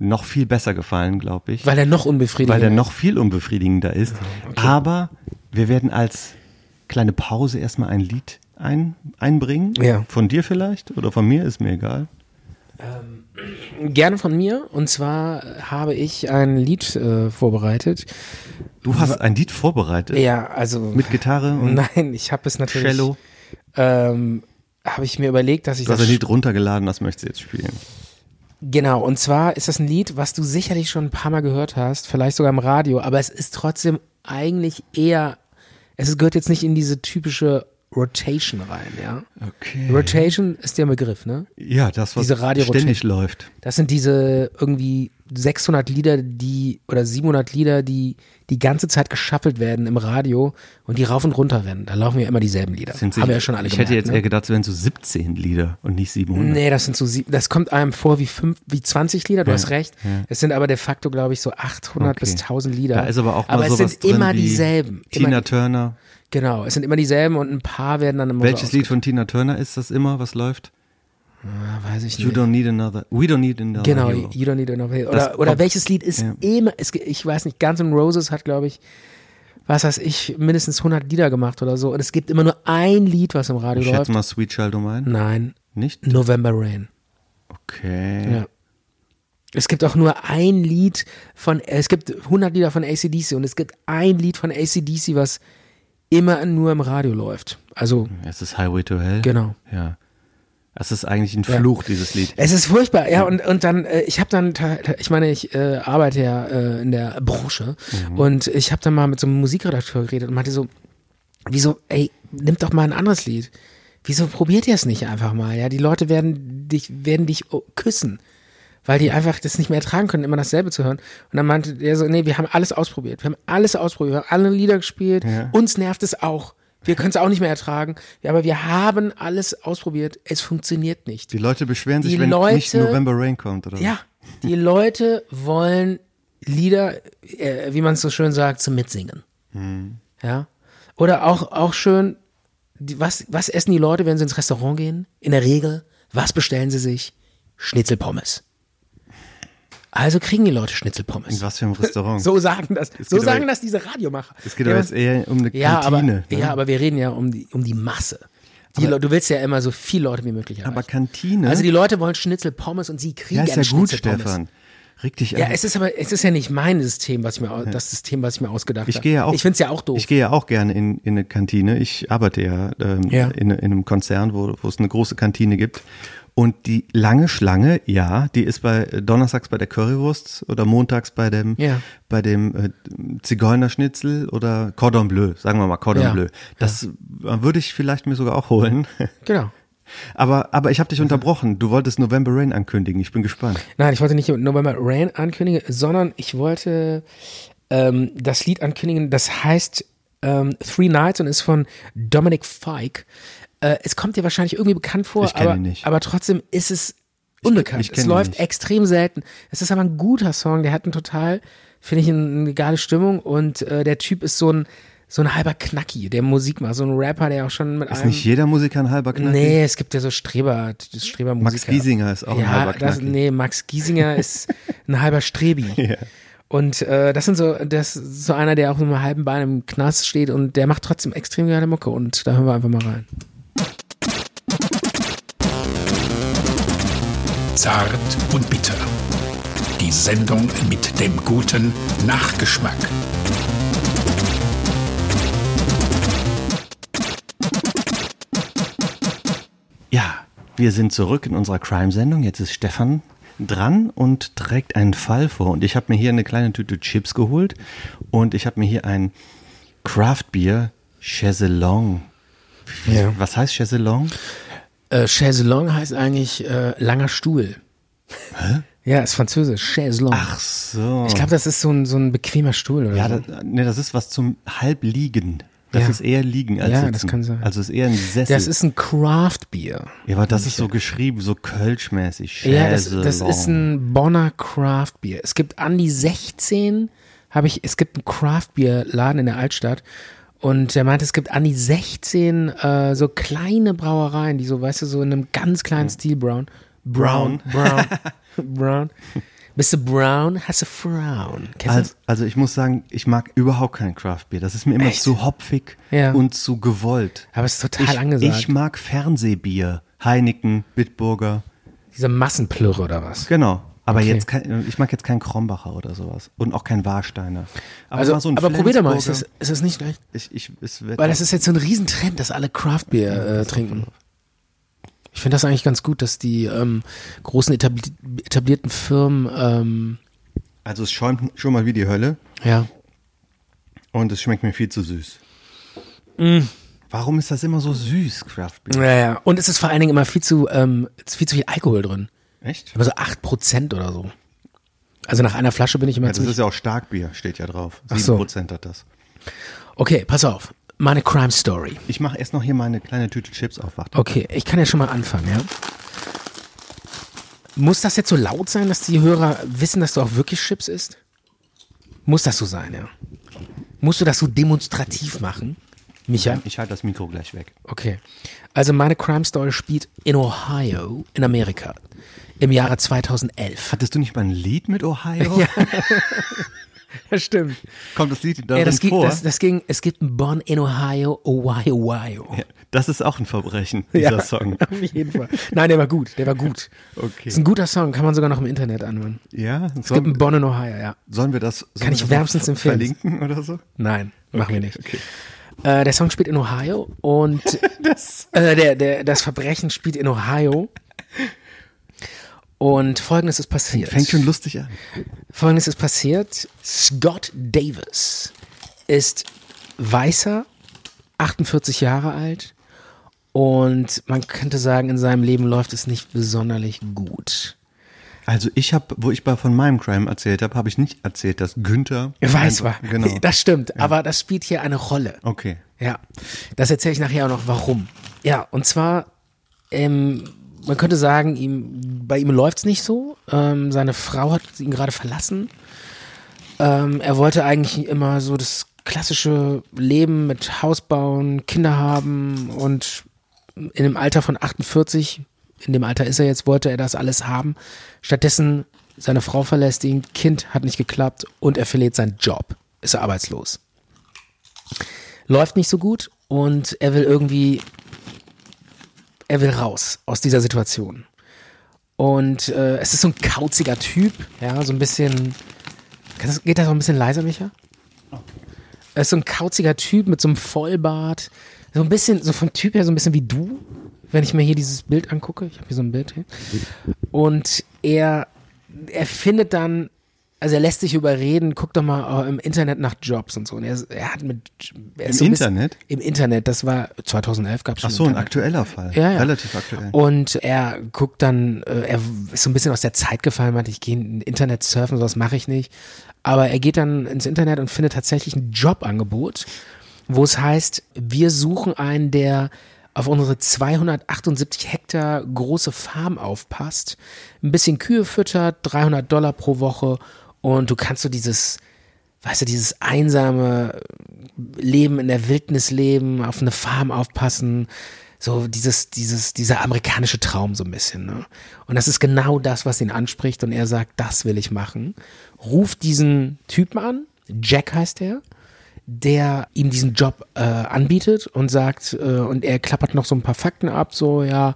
S3: noch viel besser gefallen, glaube ich.
S4: Weil er noch unbefriedigender
S3: weil der
S4: ist.
S3: noch viel unbefriedigender ist. Aber wir werden als kleine Pause erstmal ein Lied ein, einbringen.
S4: Ja.
S3: Von dir vielleicht oder von mir, ist mir egal.
S4: Gerne von mir. Und zwar habe ich ein Lied äh, vorbereitet.
S3: Du hast ein Lied vorbereitet.
S4: Ja, also.
S3: Mit Gitarre und
S4: Nein, ich habe es natürlich.
S3: Cello.
S4: Ähm, habe ich mir überlegt, dass ich
S3: Du hast
S4: das
S3: ein Lied runtergeladen, das möchtest du jetzt spielen.
S4: Genau, und zwar ist das ein Lied, was du sicherlich schon ein paar Mal gehört hast, vielleicht sogar im Radio, aber es ist trotzdem eigentlich eher, es gehört jetzt nicht in diese typische Rotation rein, ja.
S3: Okay.
S4: Rotation ist der Begriff, ne?
S3: Ja, das, was
S4: Diese Radio-
S3: ständig läuft.
S4: Das sind diese irgendwie 600 Lieder, die, oder 700 Lieder, die die ganze Zeit geschaffelt werden im Radio und die rauf und runter rennen. Da laufen ja immer dieselben Lieder.
S3: Sind
S4: Haben
S3: sicher-
S4: wir ja schon alle
S3: ich
S4: gemerkt,
S3: hätte jetzt
S4: ne?
S3: eher gedacht, es wären so 17 Lieder und nicht 700.
S4: Nee, das sind so sieben, das kommt einem vor wie fünf, wie 20 Lieder, du
S3: Ja,
S4: hast recht.
S3: ja.
S4: Es sind aber de facto, glaube ich, so 800
S3: Okay.
S4: bis 1000 Lieder.
S3: Da ist aber auch mal
S4: aber es
S3: sowas
S4: sind
S3: drin
S4: immer
S3: wie
S4: dieselben.
S3: Tina
S4: immer,
S3: Turner.
S4: genau, es sind immer dieselben und ein paar werden dann im
S3: Welches Lied von Tina Turner ist das immer, was läuft?
S4: Ah, weiß ich
S3: You
S4: nicht.
S3: don't need another, we don't need another
S4: Genau,
S3: hero.
S4: You Don't Need Another Hero.
S3: Das
S4: Oder, oder
S3: kommt-
S4: welches Lied ist
S3: ja.
S4: immer, es, ge- ich weiß nicht, Guns N' Roses hat, glaube ich, was weiß ich, mindestens 100 Lieder gemacht oder so. Und es gibt immer nur ein Lied, was im Radio
S3: Ich
S4: läuft. Mhm.
S3: schätze mal Sweet Child O' Mine.
S4: Nein,
S3: Nicht?
S4: November Rain.
S3: Okay.
S4: Ja. Es gibt auch nur ein Lied von, äh, es gibt 100 Lieder von ACDC und es gibt ein Lied von ACDC, was immer nur im Radio läuft. Also,
S3: Es ist Highway to Hell.
S4: Genau.
S3: Ja. Es ist eigentlich ein Fluch, dieses Lied.
S4: es ist furchtbar. Ja, und, und dann, äh, ich habe dann, ta- ta- ich meine, ich äh, arbeite ja äh, in der Branche und ich habe dann mal mit so einem Musikredakteur geredet und meinte so, wieso, ey, nimmt doch mal ein anderes Lied. Wieso probiert ihr es nicht einfach mal? Ja, die Leute werden dich, werden dich oh, küssen, weil die einfach das nicht mehr ertragen können, immer dasselbe zu hören. Und dann meinte der so, nee, wir haben alles ausprobiert. Wir haben alles ausprobiert, wir haben alle Lieder gespielt. Uns nervt es auch. Wir können es auch nicht mehr ertragen. Ja, aber wir haben alles ausprobiert. Es funktioniert nicht.
S3: Die Leute beschweren sich,
S4: Die
S3: wenn
S4: Leute-
S3: nicht November Rain kommt, oder?
S4: Ja, Die Leute wollen Lieder, äh, wie man es so schön sagt, zum Mitsingen.
S3: Hm.
S4: Ja. Oder auch, auch schön, die, was, was essen die Leute, wenn sie ins Restaurant gehen? In der Regel, was bestellen sie sich? Schnitzelpommes. Also kriegen die Leute
S3: In
S4: Schnitzelpommes.
S3: was für einem Restaurant?
S4: So sagen das, so
S3: geht aber-
S4: sagen das diese Radiomacher.
S3: Es geht aber jetzt eher um eine
S4: Ja, aber,
S3: Kantine. ne?
S4: ja, aber wir reden ja um die, um die Masse. Die Leute, du willst ja immer so viele Leute wie möglich erreichen.
S3: Aber Kantine?
S4: Also die Leute wollen Schnitzelpommes und sie kriegen
S3: ja, ist ja gut,
S4: Schnitzelpommes.
S3: Stefan. Reg dich
S4: Ja,
S3: an.
S4: es ist aber es ist ja nicht mein System, was ich mir au- das System, was ich mir ausgedacht habe.
S3: Ich gehe ja auch.
S4: Ich finde es ja auch doof.
S3: Ich gehe ja auch gerne in, in eine Kantine. Ich arbeite ja, ähm,
S4: Ja.
S3: In, in einem Konzern, wo, wo es eine große Kantine gibt. Und die lange Schlange, ja, die ist bei äh, donnerstags bei der Currywurst oder montags bei dem
S4: Ja.
S3: bei dem äh, Zigeunerschnitzel oder Cordon Bleu, sagen wir mal Cordon
S4: Ja.
S3: Bleu. Das äh, würde ich vielleicht mir sogar auch holen.
S4: genau.
S3: aber aber ich habe dich unterbrochen. Du wolltest November Rain ankündigen. Ich bin gespannt.
S4: Nein, ich wollte nicht November Rain ankündigen, sondern ich wollte ähm, das Lied ankündigen, das heißt ähm, Three Nights und ist von Dominic Fike. Äh, es kommt dir wahrscheinlich irgendwie bekannt vor,
S3: Ich kenn
S4: aber,
S3: ihn nicht.
S4: aber trotzdem ist es unbekannt.
S3: ich kenn
S4: es
S3: ihn
S4: läuft
S3: nicht.
S4: extrem selten. Es ist aber ein guter Song, der hat einen total, finde ich, eine, eine geile Stimmung und äh, der Typ ist so ein so ein halber Knacki, der Musik macht, so ein Rapper, der auch schon mit
S3: Ist
S4: einem
S3: nicht jeder Musiker ein halber Knacki?
S4: Ähm, Nee, es gibt ja so Streber, das Strebermusiker.
S3: Hm? Max Giesinger ist auch ein
S4: ja,
S3: halber
S4: das,
S3: Knacki.
S4: Nee, Max Giesinger ist ein halber Strebi. Und äh, das sind so, das ist so einer, der auch mit einem halben Bein im Knast steht und der macht trotzdem extrem geile Mucke und da hören wir einfach mal rein.
S5: Zart und bitter. Die Sendung mit dem guten Nachgeschmack.
S3: Ja, wir sind zurück in unserer Crime-Sendung. Jetzt ist Stefan dran und trägt einen Fall vor. Und ich habe mir hier eine kleine Tüte Chips geholt und ich habe mir hier ein Craft Beer Chaiselong.
S4: Ja.
S3: Was heißt Chaiselong?
S4: Äh, Chaiselong heißt eigentlich äh, langer Stuhl. Hä? Ja, ist französisch. Chaiselong.
S3: Ach so.
S4: Ich glaube, das ist so ein, so ein bequemer Stuhl oder
S3: ja,
S4: so.
S3: das, nee, das ist was zum Halbliegen. Das
S4: Ja.
S3: ist eher liegen als
S4: Ja,
S3: sitzen.
S4: das kann sein.
S3: Also es ist eher ein Sessel.
S4: Das ist ein Craft Bier.
S3: ja, aber das ist so geschrieben, so kölschmäßig.
S4: Ja, das, das
S3: Chaiselong.
S4: ist ein Bonner Craft Beer. Es gibt an die 16, habe ich, es gibt einen Craft Beer Laden in der Altstadt und der meinte, es gibt an die 16 äh, so kleine Brauereien, die so, weißt du, so in einem ganz kleinen Stil brown. Brown. Brown. brown. Bist du brown, hast du Frauen. Kennst du
S3: Also, also ich muss sagen, ich mag überhaupt kein Craft Beer. Das ist mir immer
S4: Echt?
S3: zu hopfig
S4: Ja.
S3: und zu gewollt.
S4: Aber es ist total
S3: ich,
S4: angesagt.
S3: Ich mag Fernsehbier, Heineken, Bitburger,
S4: das? Diese Massenplürre oder was?
S3: genau. Aber
S4: Okay.
S3: jetzt kein, ich mag jetzt keinen Krombacher oder sowas und auch keinen Warsteiner. Aber,
S4: Also,
S3: mal so ein
S4: aber probier doch mal, ist das,
S3: Flensburger.
S4: ist das nicht schlecht?
S3: Ich, ich, es wird
S4: Weil das ist jetzt so ein Riesentrend, dass alle Craft Beer äh, trinken. Ich finde das eigentlich ganz gut, dass die ähm, großen etabli etablierten Firmen, ähm,
S3: also es schäumt schon mal wie die Hölle
S4: ja,
S3: und es schmeckt mir viel zu süß.
S4: Mm.
S3: Warum ist das immer so süß, Craft Beer?
S4: ja, ja. Und es ist vor allen Dingen immer viel zu, ähm, viel zu viel Alkohol drin.
S3: Echt?
S4: Immer so 8% oder so. Also nach einer Flasche bin ich immer
S3: Ja, das
S4: ziemlich-
S3: ist ja auch Starkbier, steht ja drauf.
S4: Ach so.
S3: 7% hat das.
S4: Okay, pass auf. Meine Crime Story.
S3: Ich mache erst noch hier meine kleine Tüte Chips auf. Warte.
S4: Okay, ich kann ja schon mal anfangen, ja? Muss das jetzt so laut sein, dass die Hörer wissen, dass du auch wirklich Chips isst? Muss das so sein, ja? Musst du das so demonstrativ machen, Micha?
S3: Ich halte das Mikro gleich weg.
S4: Okay. Also meine Crime Story spielt in Ohio, in Amerika, im Jahre 2011.
S3: Hattest du nicht mal ein Lied mit Ohio?
S4: Ja. Das stimmt.
S3: Kommt das Lied da
S4: Ja, Äh, das, ging,
S3: vor?
S4: das, das ging, es gibt ein Bonn in Ohio, Ohio, Ohio.
S3: Ja, das ist auch ein Verbrechen, dieser
S4: Ja,
S3: Song.
S4: Auf jeden Fall. Nein, der war gut, der war gut.
S3: Okay.
S4: Ist ein guter Song, kann man sogar noch im Internet anhören.
S3: Ja,
S4: Es gibt
S3: sollen,
S4: einen Bonn in Ohio, ja.
S3: sollen wir das sollen
S4: Kann
S3: wir
S4: ich
S3: das
S4: wärmstens
S3: ver-
S4: empfehlen.
S3: Verlinken oder so?
S4: Nein, machen wir nicht.
S3: okay.
S4: Äh, der Song spielt in Ohio und äh, der, der, das Verbrechen spielt in Ohio. Und folgendes ist passiert.
S3: Fängt schon lustig an.
S4: Folgendes ist passiert. Scott Davis ist weißer, 48 Jahre alt und man könnte sagen, in seinem Leben läuft es nicht besonders gut.
S3: Also ich habe, wo ich bei von meinem Crime erzählt habe, habe ich nicht erzählt, dass Günther
S4: Weiß war.
S3: Genau.
S4: Das stimmt, aber das spielt hier eine Rolle.
S3: okay.
S4: Ja, das erzähle ich nachher auch noch, warum. Ja, und zwar ähm, man könnte sagen, ihm, bei ihm läuft's nicht so. Ähm, seine Frau hat ihn gerade verlassen. Ähm, er wollte eigentlich immer so das klassische Leben mit Haus bauen, Kinder haben und in dem Alter von 48, in dem Alter ist er jetzt, wollte er das alles haben. Stattdessen, seine Frau verlässt ihn, Kind hat nicht geklappt und er verliert seinen Job, ist er arbeitslos. Läuft nicht so gut und er will irgendwie, er will raus aus dieser Situation. Und äh, es ist so ein kauziger Typ, ja, so ein bisschen. Kannst, geht das noch ein bisschen leiser, Micha? Er ist so ein kauziger Typ mit so einem Vollbart. So ein bisschen, so vom Typ her so ein bisschen wie du, wenn ich mir hier dieses Bild angucke. Ich habe hier so ein Bild. Hier. Und er, er findet dann, also er lässt sich überreden, guck doch mal äh, im Internet nach Jobs und so. Und er, er hat mit.
S3: Im
S4: Er ein bisschen-
S3: Internet?
S4: Im Internet, das war 2011 gab es schon.
S3: Ach so, ein
S4: Internet.
S3: aktueller Fall.
S4: Ja, Oh. ja.
S3: Relativ aktuell.
S4: Und er guckt dann, äh, er ist so ein bisschen aus der Zeit gefallen, meinte, ich gehe in Internet surfen, sowas mache ich nicht. Aber er geht dann ins Internet und findet tatsächlich ein Jobangebot, wo es heißt, wir suchen einen, der auf unsere 278 Hektar große Farm aufpasst, ein bisschen Kühe füttert, 300 Dollar pro Woche und du kannst so dieses, weißt du, dieses einsame Leben in der Wildnis leben, auf eine Farm aufpassen, so dieses, dieses, dieser amerikanische Traum so ein bisschen. Ne? Und das ist genau das, was ihn anspricht und er sagt, das will ich machen. Ruft diesen Typen an, Jack heißt er, der ihm diesen Job äh, anbietet und sagt, äh, und er klappert noch so ein paar Fakten ab, so ja,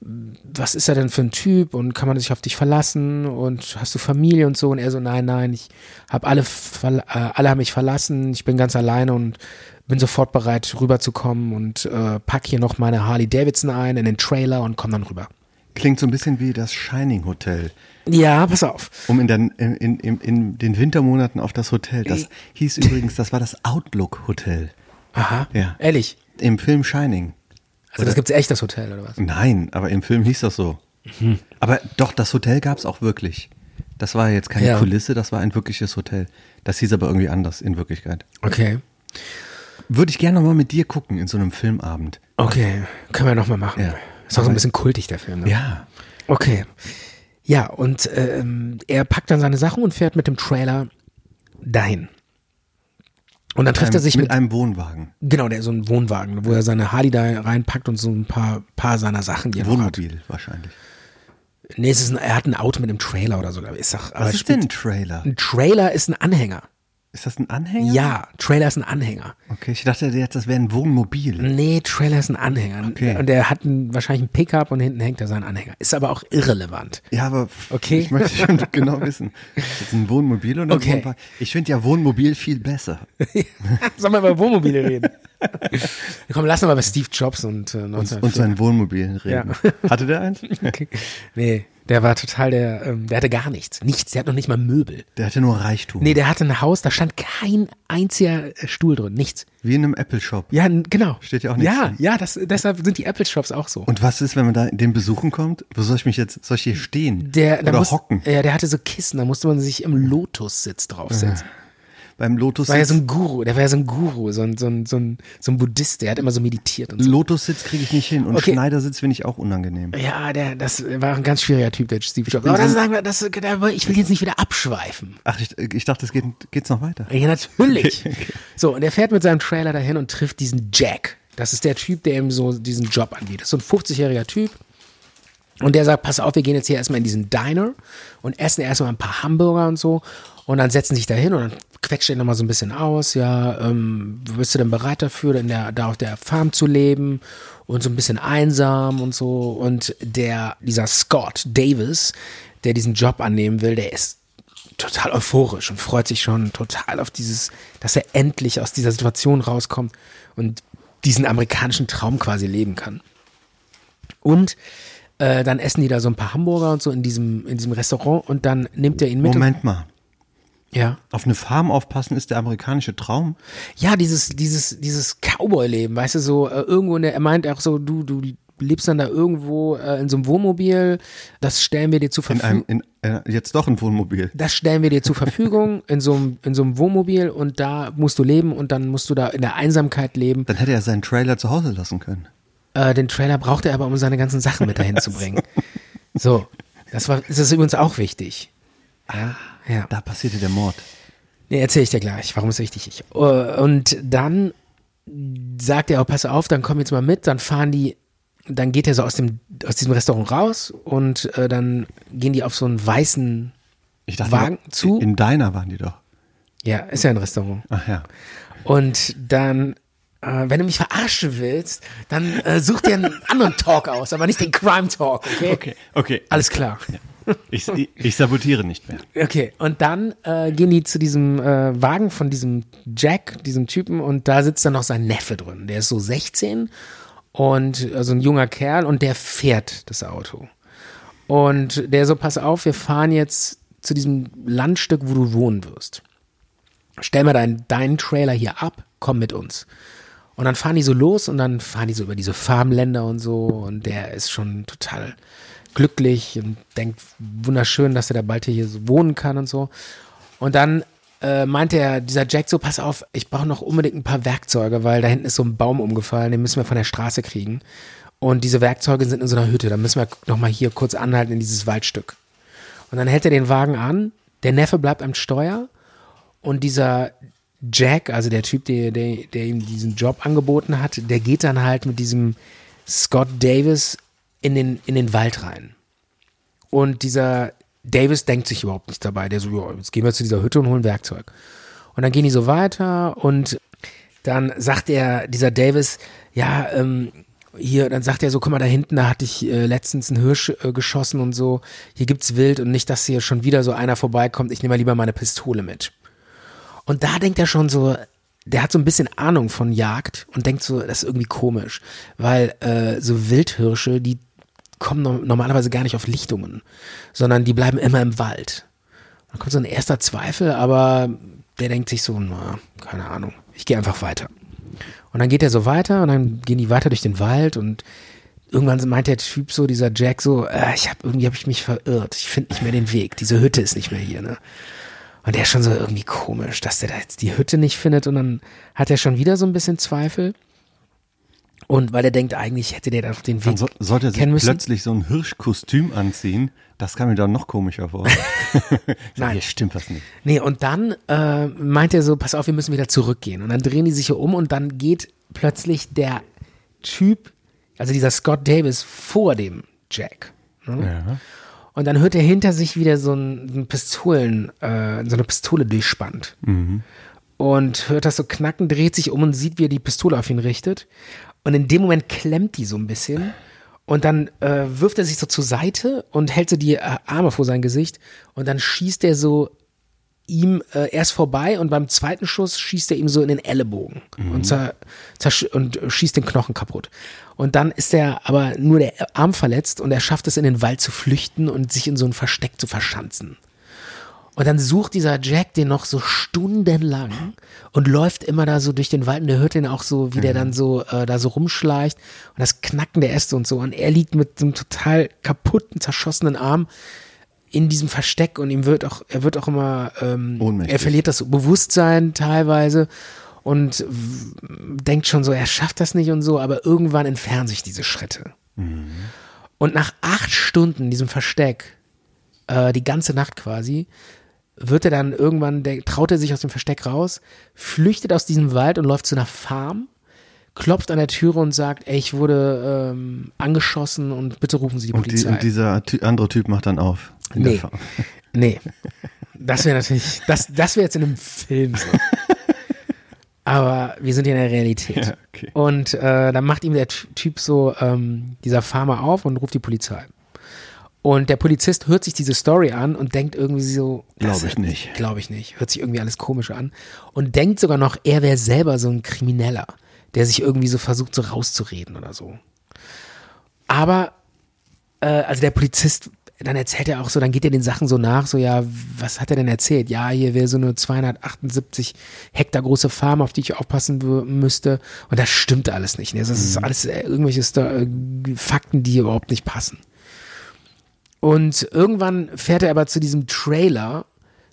S4: was ist er denn für ein Typ und kann man sich auf dich verlassen und hast du Familie und so und er so nein nein ich habe alle verla- äh, alle haben mich verlassen ich bin ganz alleine und bin sofort bereit rüberzukommen und äh, pack hier noch meine Harley Davidson ein in den Trailer und komm dann rüber
S3: Klingt so ein bisschen wie das Shining Hotel.
S4: ja pass auf
S3: Um in, den, in, in, in- in den Wintermonaten auf das Hotel. Das hieß übrigens, das war das Outlook Hotel.
S4: aha
S3: Ja.
S4: ehrlich
S3: Im Film Shining.
S4: also das gibt's echt das Hotel oder was
S3: Nein, aber im Film hieß das so.
S4: Mhm.
S3: Aber doch, das Hotel gab es auch wirklich. Das war jetzt keine
S4: Ja.
S3: Kulisse, das war ein wirkliches Hotel. Das hieß aber irgendwie anders in Wirklichkeit.
S4: okay
S3: Würde ich gerne nochmal mit dir gucken in so einem Filmabend.
S4: okay können wir noch mal machen
S3: Ja.
S4: ist auch so ein bisschen kultig der Film ne?
S3: Ja.
S4: Okay. Ja, und ähm, er packt dann seine Sachen und fährt mit dem Trailer dahin. Und dann trifft er sich Ähm, mit,
S3: mit einem Wohnwagen.
S4: genau, der so einen Wohnwagen, wo er seine Harley da reinpackt und so ein paar, paar seiner Sachen. Die er noch hat.
S3: Wohnmobil wahrscheinlich.
S4: Nee, es ist ein, er hat ein Auto mit einem Trailer oder so. glaub ich. Ist doch, aber
S3: Was ist
S4: spielt-
S3: denn ein Trailer?
S4: Ein Trailer ist ein Anhänger.
S3: Ist das ein Anhänger?
S4: Ja, Trailer ist ein Anhänger.
S3: Okay, ich dachte jetzt, das wäre ein Wohnmobil.
S4: Nee, Trailer ist ein Anhänger.
S3: Okay.
S4: Und er hat einen, wahrscheinlich einen Pickup und hinten hängt er seinen Anhänger. Ist aber auch irrelevant.
S3: Ja, aber f-
S4: Okay.
S3: ich möchte schon genau wissen. Ist das ein Wohnmobil oder ein
S4: Okay.
S3: Wohnwagen? Ich finde ja Wohnmobil viel besser.
S4: Sollen wir über Wohnmobile reden? Komm, lass mal über Steve Jobs und äh, 1904.
S3: Und sein Wohnmobil reden. Hatte der eins?
S4: Okay. Nee, der war total der, ähm, der hatte gar nichts. Nichts, der hat noch nicht mal Möbel.
S3: Der hatte nur Reichtum.
S4: Nee, der hatte ein Haus, da stand kein einziger äh, Stuhl drin, nichts.
S3: Wie in einem Apple-Shop.
S4: Ja, n- genau.
S3: Steht ja auch nichts
S4: Ja,
S3: drin.
S4: ja, das, deshalb sind die Apple Shops auch so.
S3: Und was ist, wenn man da den besuchen kommt? Wo soll ich mich jetzt, soll ich hier stehen?
S4: der, da
S3: Oder
S4: muss, äh,
S3: hocken?
S4: Ja, der hatte so Kissen, da musste man sich im Lotus-Sitz draufsetzen.
S3: Beim Lotus
S4: War ja so ein Guru, der war ja so ein Guru, so ein, so ein, so ein, so ein Buddhist, der hat immer so meditiert und so.
S3: Lotus-Sitz kriege ich nicht hin. Und
S4: Okay.
S3: Schneidersitz finde ich auch unangenehm.
S4: Ja, der, das war ein ganz schwieriger Typ, der Steve Jobs. Aber das sagen wir, das, ich will jetzt nicht wieder abschweifen.
S3: Ach, ich, äh, ich dachte, es geht, geht's noch weiter.
S4: Ja, natürlich. So, und er fährt mit seinem Trailer dahin und trifft diesen Jack. Das ist der Typ, der ihm so diesen Job anbietet. So ein 50-jähriger Typ. Und der sagt, pass auf, wir gehen jetzt hier erstmal in diesen Diner und essen erstmal ein paar Hamburger und so. Und dann setzen sich da hin und dann quetscht er nochmal so ein bisschen aus. Ja, ähm, bist du denn bereit dafür, denn der, da auf der Farm zu leben und so ein bisschen einsam und so. Und der, dieser Scott Davis, der diesen Job annehmen will, der ist total euphorisch und freut sich schon total auf dieses, dass er endlich aus dieser Situation rauskommt und diesen amerikanischen Traum quasi leben kann. Und äh, dann essen die da so ein paar Hamburger und so in diesem, in diesem Restaurant und dann nimmt er ihn mit.
S3: Moment mal.
S4: Und, ja.
S3: Auf eine Farm aufpassen ist der amerikanische Traum.
S4: Ja, dieses, dieses, dieses Cowboy-Leben, weißt du, so äh, irgendwo in der, er meint auch so, du, du lebst dann da irgendwo äh, in so einem Wohnmobil, das stellen wir dir zur
S3: In
S4: Verfügung.
S3: einem, in, äh, jetzt doch ein Wohnmobil.
S4: das stellen wir dir zur Verfügung in so einem, in so einem Wohnmobil und da musst du leben und dann musst du da in der Einsamkeit leben.
S3: Dann hätte er seinen Trailer zu Hause lassen können.
S4: Äh, den Trailer brauchte er aber, um seine ganzen Sachen mit dahin zu bringen. So, das war, das ist übrigens auch wichtig. Ja, ja.
S3: Da passierte der Mord.
S4: Nee, erzähl ich dir gleich, warum es wichtig ist. Äh, Und dann sagt er, oh, pass auf, dann komm jetzt mal mit, dann fahren die, dann geht er so aus, dem, aus diesem Restaurant raus und äh, dann gehen die auf so einen weißen,
S3: Ich
S4: Wagen
S3: die-
S4: zu?
S3: In deiner waren die doch.
S4: ja, ist ja ein Restaurant.
S3: Ach ja.
S4: Und dann, äh, wenn du mich verarschen willst, dann äh, such dir einen anderen Talk aus, aber nicht den Crime Talk, okay?
S3: Okay, okay.
S4: Alles klar.
S3: Ich, ich, ich sabotiere nicht mehr.
S4: Okay, und dann äh, gehen die zu diesem äh, Wagen von diesem Jack, diesem Typen, und da sitzt dann noch sein Neffe drin. Der ist so 16 und also ein junger Kerl und der fährt das Auto. Und der so, pass auf, wir fahren jetzt zu diesem Landstück, wo du wohnen wirst. Stell mal deinen deinen Trailer hier ab, komm mit uns. Und dann fahren die so los und dann fahren die so über diese Farmländer und so. Und der ist schon total glücklich und denkt, wunderschön, dass er da bald hier so wohnen kann und so. Und dann äh, meinte er, dieser Jack so, pass auf, ich brauche noch unbedingt ein paar Werkzeuge, weil da hinten ist so ein Baum umgefallen, den müssen wir von der Straße kriegen. Und diese Werkzeuge sind in so einer Hütte, da müssen wir nochmal hier kurz anhalten in dieses Waldstück. Und dann hält er den Wagen an, der Neffe bleibt am Steuer und dieser Jack, also der Typ, der, der, der ihm diesen Job angeboten hat, der geht dann halt mit diesem Scott Davis in den, in den Wald rein. Und dieser Davis denkt sich überhaupt nichts dabei. Der so, ja, jetzt gehen wir zu dieser Hütte und holen Werkzeug. Und dann gehen die so weiter und dann sagt er, dieser Davis, ja, ähm, hier, dann sagt er so, guck mal, da hinten, da hatte ich äh, letztens einen Hirsch äh, geschossen und so, hier gibt's Wild und nicht, dass hier schon wieder so einer vorbeikommt, ich nehme mal lieber meine Pistole mit. Und da denkt er schon so, der hat so ein bisschen Ahnung von Jagd und denkt so, das ist irgendwie komisch, weil äh, so Wildhirsche, die kommen no normalerweise gar nicht auf Lichtungen, sondern die bleiben immer im Wald. Dann kommt so ein erster Zweifel, aber der denkt sich so, na, keine Ahnung, ich gehe einfach weiter. Und dann geht er so weiter und dann gehen die weiter durch den Wald und irgendwann meint der Typ so, dieser Jack so, äh, ich habe irgendwie habe ich mich verirrt, ich finde nicht mehr den Weg, diese Hütte ist nicht mehr hier, ne? Und der ist schon so irgendwie komisch, dass der da jetzt die Hütte nicht findet und dann hat er schon wieder so ein bisschen Zweifel. Und weil er denkt, eigentlich hätte der da auf den Weg
S3: Dann so, sollte er sich
S4: kennen müssen.
S3: plötzlich so ein Hirschkostüm anziehen. Das kam mir dann noch komischer vor.
S4: Nein.
S3: Hier stimmt was nicht.
S4: Nee, und dann äh, meint er so, pass auf, wir müssen wieder zurückgehen. Und dann drehen die sich hier um und dann geht plötzlich der Typ, also dieser Scott Davis, vor dem Jack. Ne?
S3: Ja.
S4: Und dann hört er hinter sich wieder so ein, ein Pistolen, äh, so eine Pistole durchspannt. Und hört das so knacken, dreht sich um und sieht, wie er die Pistole auf ihn richtet. Und in dem Moment klemmt die so ein bisschen. Und dann äh, wirft er sich so zur Seite und hält so die äh, Arme vor sein Gesicht. Und dann schießt er so ihm äh, erst vorbei und beim zweiten Schuss schießt er ihm so in den Ellenbogen und, zer, zersch- und äh, schießt den Knochen kaputt. Und dann ist er aber nur der Arm verletzt und er schafft es in den Wald zu flüchten und sich in so ein Versteck zu verschanzen. Und dann sucht dieser Jack den noch so stundenlang und läuft immer da so durch den Wald und der hört den auch so, wie der dann so äh, da so rumschleicht und das Knacken der Äste und so. Und er liegt mit so einem total kaputten, zerschossenen Arm in diesem Versteck und ihm wird auch, er wird auch immer, ähm,
S3: Ohnmächtig.
S4: er verliert das Bewusstsein teilweise und w- denkt schon so, er schafft das nicht und so, aber irgendwann entfernen sich diese Schritte. Und nach acht Stunden in diesem Versteck, äh, die ganze Nacht quasi, wird er dann irgendwann, der, traut er sich aus dem Versteck raus, flüchtet aus diesem Wald und läuft zu einer Farm, klopft an der Türe und sagt, ey, ich wurde ähm, angeschossen und bitte rufen Sie die
S3: Und, die,
S4: Polizei.
S3: und dieser Ty andere Typ macht dann auf. In der
S4: Nee.
S3: Farm.
S4: Nee. Das wäre natürlich, das, das wäre jetzt in einem Film so. Aber wir sind ja in der Realität.
S3: Ja, okay.
S4: Und äh, dann macht ihm der Ty- Typ so, ähm, dieser Farmer auf und ruft die Polizei. Und der Polizist hört sich diese Story an und denkt irgendwie so.
S3: Glaub
S4: das
S3: ich
S4: hört-
S3: nicht.
S4: Glaube ich nicht. Hört sich irgendwie alles komisch an. Und denkt sogar noch, er wäre selber so ein Krimineller, der sich irgendwie so versucht, so rauszureden oder so. Aber äh, also der Polizist, dann erzählt er auch so, dann geht er den Sachen so nach, so, ja, was hat er denn erzählt? Ja, hier wäre so eine 278 Hektar große Farm, auf die ich aufpassen wü- müsste. Und das stimmt alles nicht. Ne? Das ist
S3: Mhm.
S4: alles äh, irgendwelche Sto äh, Fakten, die überhaupt nicht passen. Und irgendwann fährt er aber zu diesem Trailer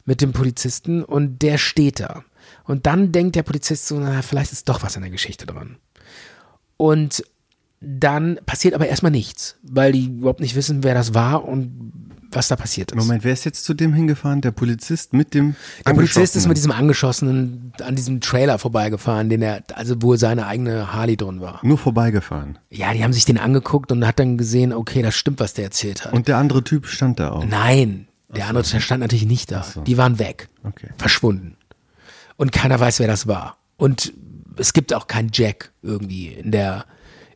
S4: mit dem Polizisten und der steht da. Und dann denkt der Polizist so, na, vielleicht ist doch was an der Geschichte dran. Und Dann passiert aber erstmal nichts, weil die überhaupt nicht wissen, wer das war und was da passiert ist.
S3: Moment, wer ist jetzt zu dem hingefahren? Der Polizist mit dem
S4: Der Polizist ist
S3: Angeschossenen.
S4: mit diesem angeschossenen, an diesem Trailer vorbeigefahren, den er, also wo seine eigene Harley drin war.
S3: nur vorbeigefahren.
S4: Ja, die haben sich den angeguckt und hat dann gesehen, okay, das stimmt, was der erzählt hat.
S3: Und der andere Typ stand da auch.
S4: Nein, der andere stand natürlich nicht da. Die waren weg.
S3: Okay.
S4: Verschwunden. Und keiner weiß, wer das war. Und es gibt auch keinen Jack irgendwie in der,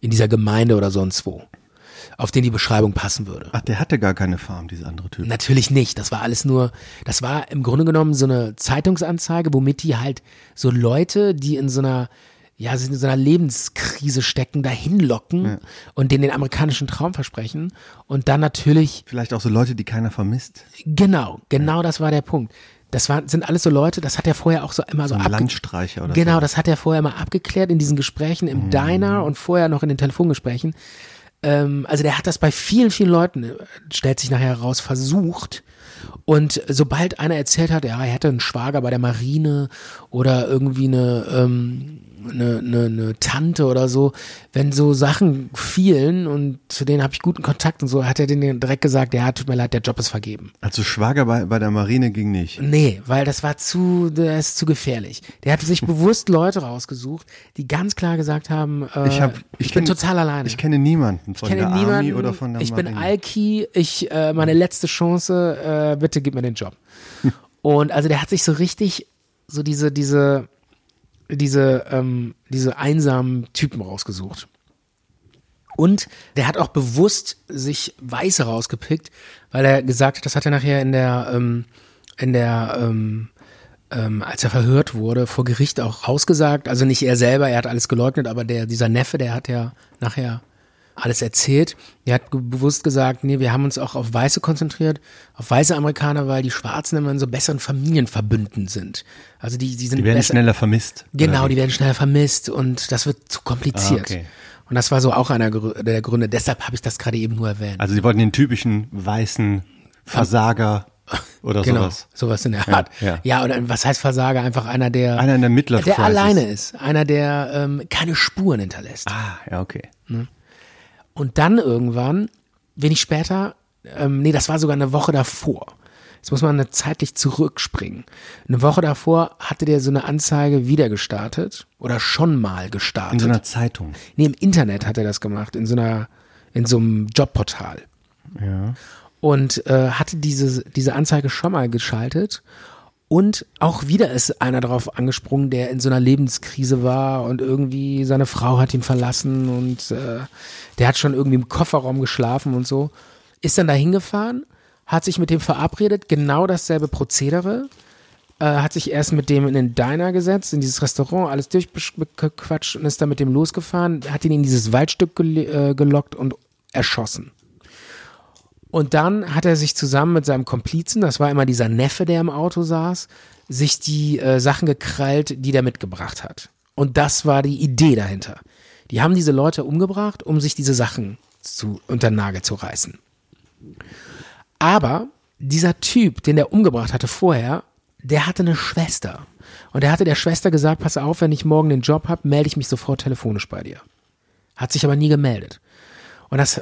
S4: in dieser Gemeinde oder sonst wo, auf den die Beschreibung passen würde.
S3: Ach, der hatte gar keine Farm, dieser andere Typ.
S4: Natürlich nicht. Das war alles nur, das war im Grunde genommen so eine Zeitungsanzeige, womit die halt so Leute, die in so einer, ja, in so einer Lebenskrise stecken, dahin locken und denen den amerikanischen Traum versprechen. Und dann natürlich,
S3: Vielleicht auch so Leute, die keiner vermisst.
S4: genau, genau das war der Punkt. Das war, sind alles so Leute, das hat er vorher auch so immer so,
S3: ein
S4: abge-
S3: Landstreicher oder
S4: Genau,
S3: so. Mhm.
S4: das hat er vorher immer abgeklärt in diesen Gesprächen im Diner und vorher noch in den Telefongesprächen. Ähm, also der hat das bei vielen, vielen Leuten, äh, stellt sich nachher heraus, versucht. Und sobald einer erzählt hat, ja, er hätte einen Schwager bei der Marine oder irgendwie eine, ähm, eine, eine, eine Tante oder so, wenn so Sachen fielen und zu denen habe ich guten Kontakt und so, hat er denen direkt gesagt, ja, tut mir leid, der Job ist vergeben.
S3: Also Schwager bei, bei der Marine ging nicht.
S4: Nee, weil das war zu, das ist zu gefährlich. Der hat sich bewusst Leute rausgesucht, die ganz klar gesagt haben, äh,
S3: Ich, hab,
S4: ich, bin
S3: kenn-
S4: total alleine.
S3: Ich kenne niemanden von
S4: Ich kenne
S3: der Army
S4: niemanden,
S3: oder von der
S4: ich
S3: Marine.
S4: bin Alki, ich, äh, meine letzte Chance, äh, bitte gib mir den Job. Und also der hat sich so richtig, so diese, diese, diese, ähm, diese einsamen Typen rausgesucht. Und der hat auch bewusst sich Weiße rausgepickt, weil er gesagt hat, das hat er nachher in der, ähm, in der, ähm, ähm, als er verhört wurde, vor Gericht auch ausgesagt. Also nicht er selber, er hat alles geleugnet, aber der, dieser Neffe, der hat ja nachher alles erzählt. Der hat ge- bewusst gesagt, nee, wir haben uns auch auf Weiße konzentriert, auf weiße Amerikaner, weil die Schwarzen immer in so besseren Familienverbünden sind. Also die, die sind
S3: Die werden
S4: besser-
S3: schneller vermisst.
S4: Genau,
S3: Oder
S4: die
S3: wie?
S4: werden schneller vermisst und das wird zu kompliziert.
S3: Ah, okay.
S4: Und das war so auch einer Grü- der Gründe. Deshalb habe ich das gerade eben nur erwähnt.
S3: Also sie wollten den typischen weißen Versager oder
S4: genau,
S3: Also sowas.
S4: in der Art.
S3: ja.
S4: und ein- was heißt Versager? Einfach einer, der,
S3: Einer in der Midlife
S4: der
S3: Crisis.
S4: alleine ist. Einer, der ähm, keine Spuren hinterlässt.
S3: Ah, ja, okay.
S4: Und dann irgendwann, wenig später, ähm, nee, das war sogar eine Woche davor. Jetzt muss man zeitlich zurückspringen. Eine Woche davor hatte der so eine Anzeige wieder gestartet oder schon mal gestartet.
S3: In so einer Zeitung.
S4: Nee, im Internet hat er das gemacht, in so einer, in so einem Jobportal. Ja. Und äh, hatte diese, diese Anzeige schon mal geschaltet. Und auch wieder ist einer drauf angesprungen, der in so einer Lebenskrise war und irgendwie seine Frau hat ihn verlassen und äh, der hat schon irgendwie im Kofferraum geschlafen und so. Ist dann da hingefahren, hat sich mit dem verabredet, genau dasselbe Prozedere, äh, hat sich erst mit dem in den Diner gesetzt, in dieses Restaurant, alles durchgequatscht und ist dann mit dem losgefahren, hat ihn in dieses Waldstück gele- äh, gelockt und erschossen. Und dann hat er sich zusammen mit seinem Komplizen, das war immer dieser Neffe, der im Auto saß, sich die äh, Sachen gekrallt, die der mitgebracht hat. Und das war die Idee dahinter. Die haben diese Leute umgebracht, um sich diese Sachen zu, unter den Nagel zu reißen. Aber dieser Typ, den der umgebracht hatte vorher, der hatte eine Schwester. Und er hatte der Schwester gesagt, pass auf, wenn ich morgen den Job habe, melde ich mich sofort telefonisch bei dir. Hat sich aber nie gemeldet. Und das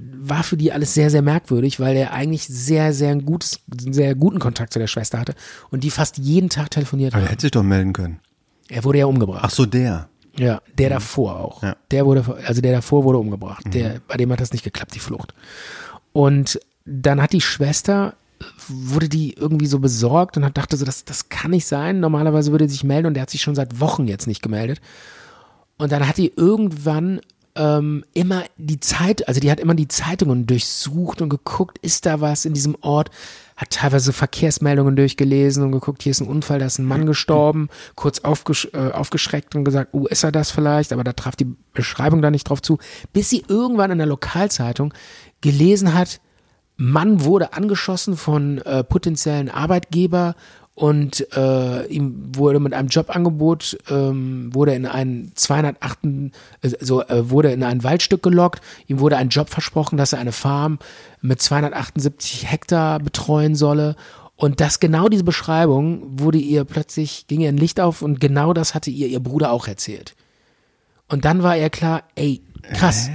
S4: war für die alles sehr, sehr merkwürdig, weil er eigentlich sehr, sehr, ein gutes, sehr guten Kontakt zu der Schwester hatte und die fast jeden Tag telefoniert
S3: Aber
S4: haben.
S3: er hätte sich doch melden können.
S4: Er wurde ja umgebracht.
S3: Ach so, der.
S4: Ja, der davor auch.
S3: Ja.
S4: Der wurde, also der davor wurde umgebracht. Der, bei dem hat das nicht geklappt, die Flucht. Und dann hat die Schwester, wurde die irgendwie so besorgt und hat dachte so, das, das kann nicht sein. Normalerweise würde sie sich melden und der hat sich schon seit Wochen jetzt nicht gemeldet. Und dann hat die irgendwann ähm, immer die Zeit, also die hat immer die Zeitungen durchsucht und geguckt, ist da was in diesem Ort, hat teilweise Verkehrsmeldungen durchgelesen und geguckt, hier ist ein Unfall, da ist ein Mann gestorben, kurz aufgesch äh, aufgeschreckt und gesagt, oh, ist er das vielleicht, aber da traf die Beschreibung da nicht drauf zu, bis sie irgendwann in der Lokalzeitung gelesen hat, Mann wurde angeschossen von äh, potenziellen Arbeitgeber und äh, ihm wurde mit einem Jobangebot ähm, wurde in einen 208 äh, so äh, wurde in ein Waldstück gelockt ihm wurde ein Job versprochen dass er eine Farm mit 278 Hektar betreuen solle und das genau diese Beschreibung wurde ihr plötzlich ging ihr ein Licht auf und genau das hatte ihr ihr Bruder auch erzählt und dann war ihr klar ey Krass.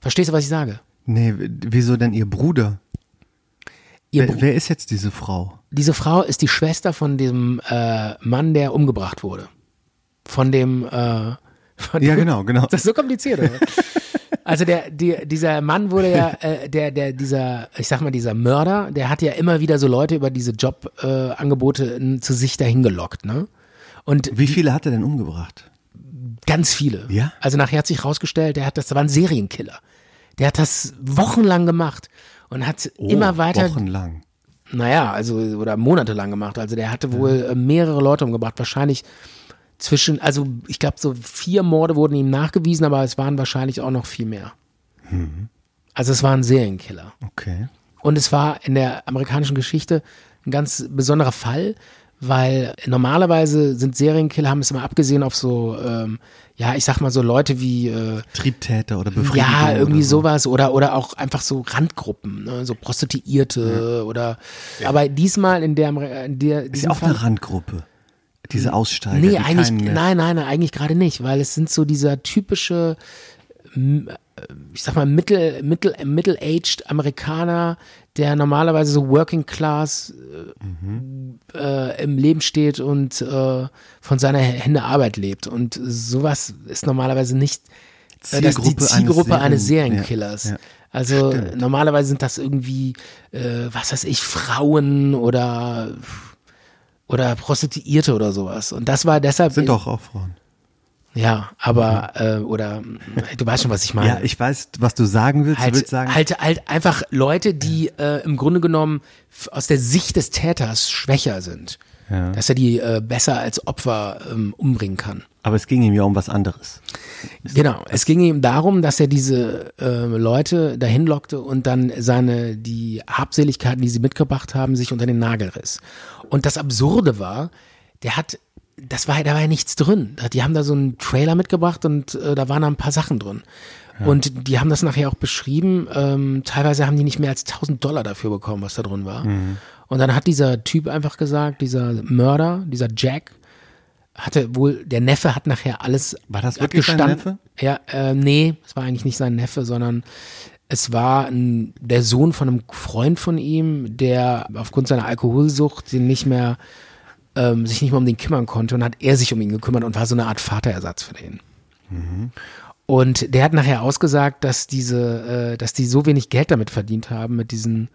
S4: Verstehst du, was ich sage?
S3: Nee, w- wieso denn ihr Bruder?
S4: Ihr
S3: wer,
S4: Br-
S3: wer ist jetzt diese Frau?
S4: diese Frau ist die Schwester von dem äh, Mann, der umgebracht wurde. Von dem. Äh, von
S3: Ja,
S4: dem-
S3: genau, genau.
S4: Das ist so kompliziert. Oder? also der, die, dieser Mann wurde ja, äh, der, der, dieser, ich sag mal, dieser Mörder, der hat ja immer wieder so Leute über diese Jobangebote äh, Angebote, n, zu sich dahin gelockt, ne? Und
S3: Wie viele hat er denn umgebracht?
S4: ganz viele.
S3: Ja?
S4: Also nachher hat sich rausgestellt, der hat das, das war ein Serienkiller. Der hat das wochenlang gemacht und hat
S3: Oh,
S4: immer weiter
S3: Wochenlang.
S4: naja, also oder monatelang gemacht. Also der hatte wohl äh, mehrere Leute umgebracht. Wahrscheinlich zwischen, also ich glaube, so vier Morde wurden ihm nachgewiesen, aber es waren wahrscheinlich auch noch viel mehr. Also es war ein Serienkiller.
S3: Okay.
S4: Und es war in der amerikanischen Geschichte ein ganz besonderer Fall, weil normalerweise sind Serienkiller, haben es immer abgesehen auf so, ähm, ja, ich sag mal so Leute wie äh,
S3: Triebtäter oder Befriedigung.
S4: ja, irgendwie
S3: oder so.
S4: sowas oder oder auch einfach so Randgruppen, ne? so Prostituierte oder. Aber diesmal in der Ameri- in der
S3: Ist ja
S4: diesem
S3: auch
S4: Fall,
S3: eine Randgruppe. Diese Aussteiger.
S4: nee
S3: die
S4: eigentlich
S3: keinen mehr-
S4: nein nein nein, eigentlich gerade nicht, weil es sind so dieser typische, m, äh, ich sag mal mittel mittel middle aged Amerikaner, der normalerweise so Working Class äh, im Leben steht und äh, von seiner Hände Arbeit lebt und sowas ist normalerweise nicht äh, das ist die
S3: Zielgruppe eines
S4: Zielgruppe eines
S3: Serien-
S4: Serienkillers.
S3: Ja, ja.
S4: Also normalerweise sind das irgendwie, äh, was weiß ich, Frauen oder oder Prostituierte oder sowas. Und das war deshalb
S3: Sind doch auch Frauen.
S4: ja, aber äh, oder äh, du weißt schon, was ich meine.
S3: Mhm. Ja, ich weiß, was du sagen willst.
S4: halt,
S3: du willst sagen,
S4: halt halt einfach Leute, die äh, im Grunde genommen f- aus der Sicht des Täters schwächer sind,
S3: Ja.
S4: dass er die äh, besser als Opfer ähm, umbringen kann.
S3: aber es ging ihm ja um was anderes.
S4: Genau, es ging ihm darum, dass er diese äh, Leute dahin lockte und dann seine, die Habseligkeiten, die sie mitgebracht haben, sich unter den Nagel riss. Und das Absurde war, der hat, das war, da war ja nichts drin. Da- Die haben da so einen Trailer mitgebracht und äh, da waren da ein paar Sachen drin. Und die haben das nachher auch beschrieben. Ähm, teilweise haben die nicht mehr als 1000 Dollar dafür bekommen, was da drin war. Und dann hat dieser Typ einfach gesagt, dieser Mörder, dieser Jack, hatte wohl, der Neffe hat nachher alles.
S3: War das
S4: hat
S3: wirklich sein
S4: gestan-
S3: Neffe?
S4: Ja, äh, nee, es war eigentlich nicht sein Neffe, sondern es war ein, der Sohn von einem Freund von ihm, der aufgrund seiner Alkoholsucht den nicht mehr, ähm, sich nicht mehr um den kümmern konnte und hat er sich um ihn gekümmert und war so eine Art Vaterersatz für den.
S3: Mhm.
S4: Und der hat nachher ausgesagt, dass diese, äh, dass die so wenig Geld damit verdient haben, mit diesen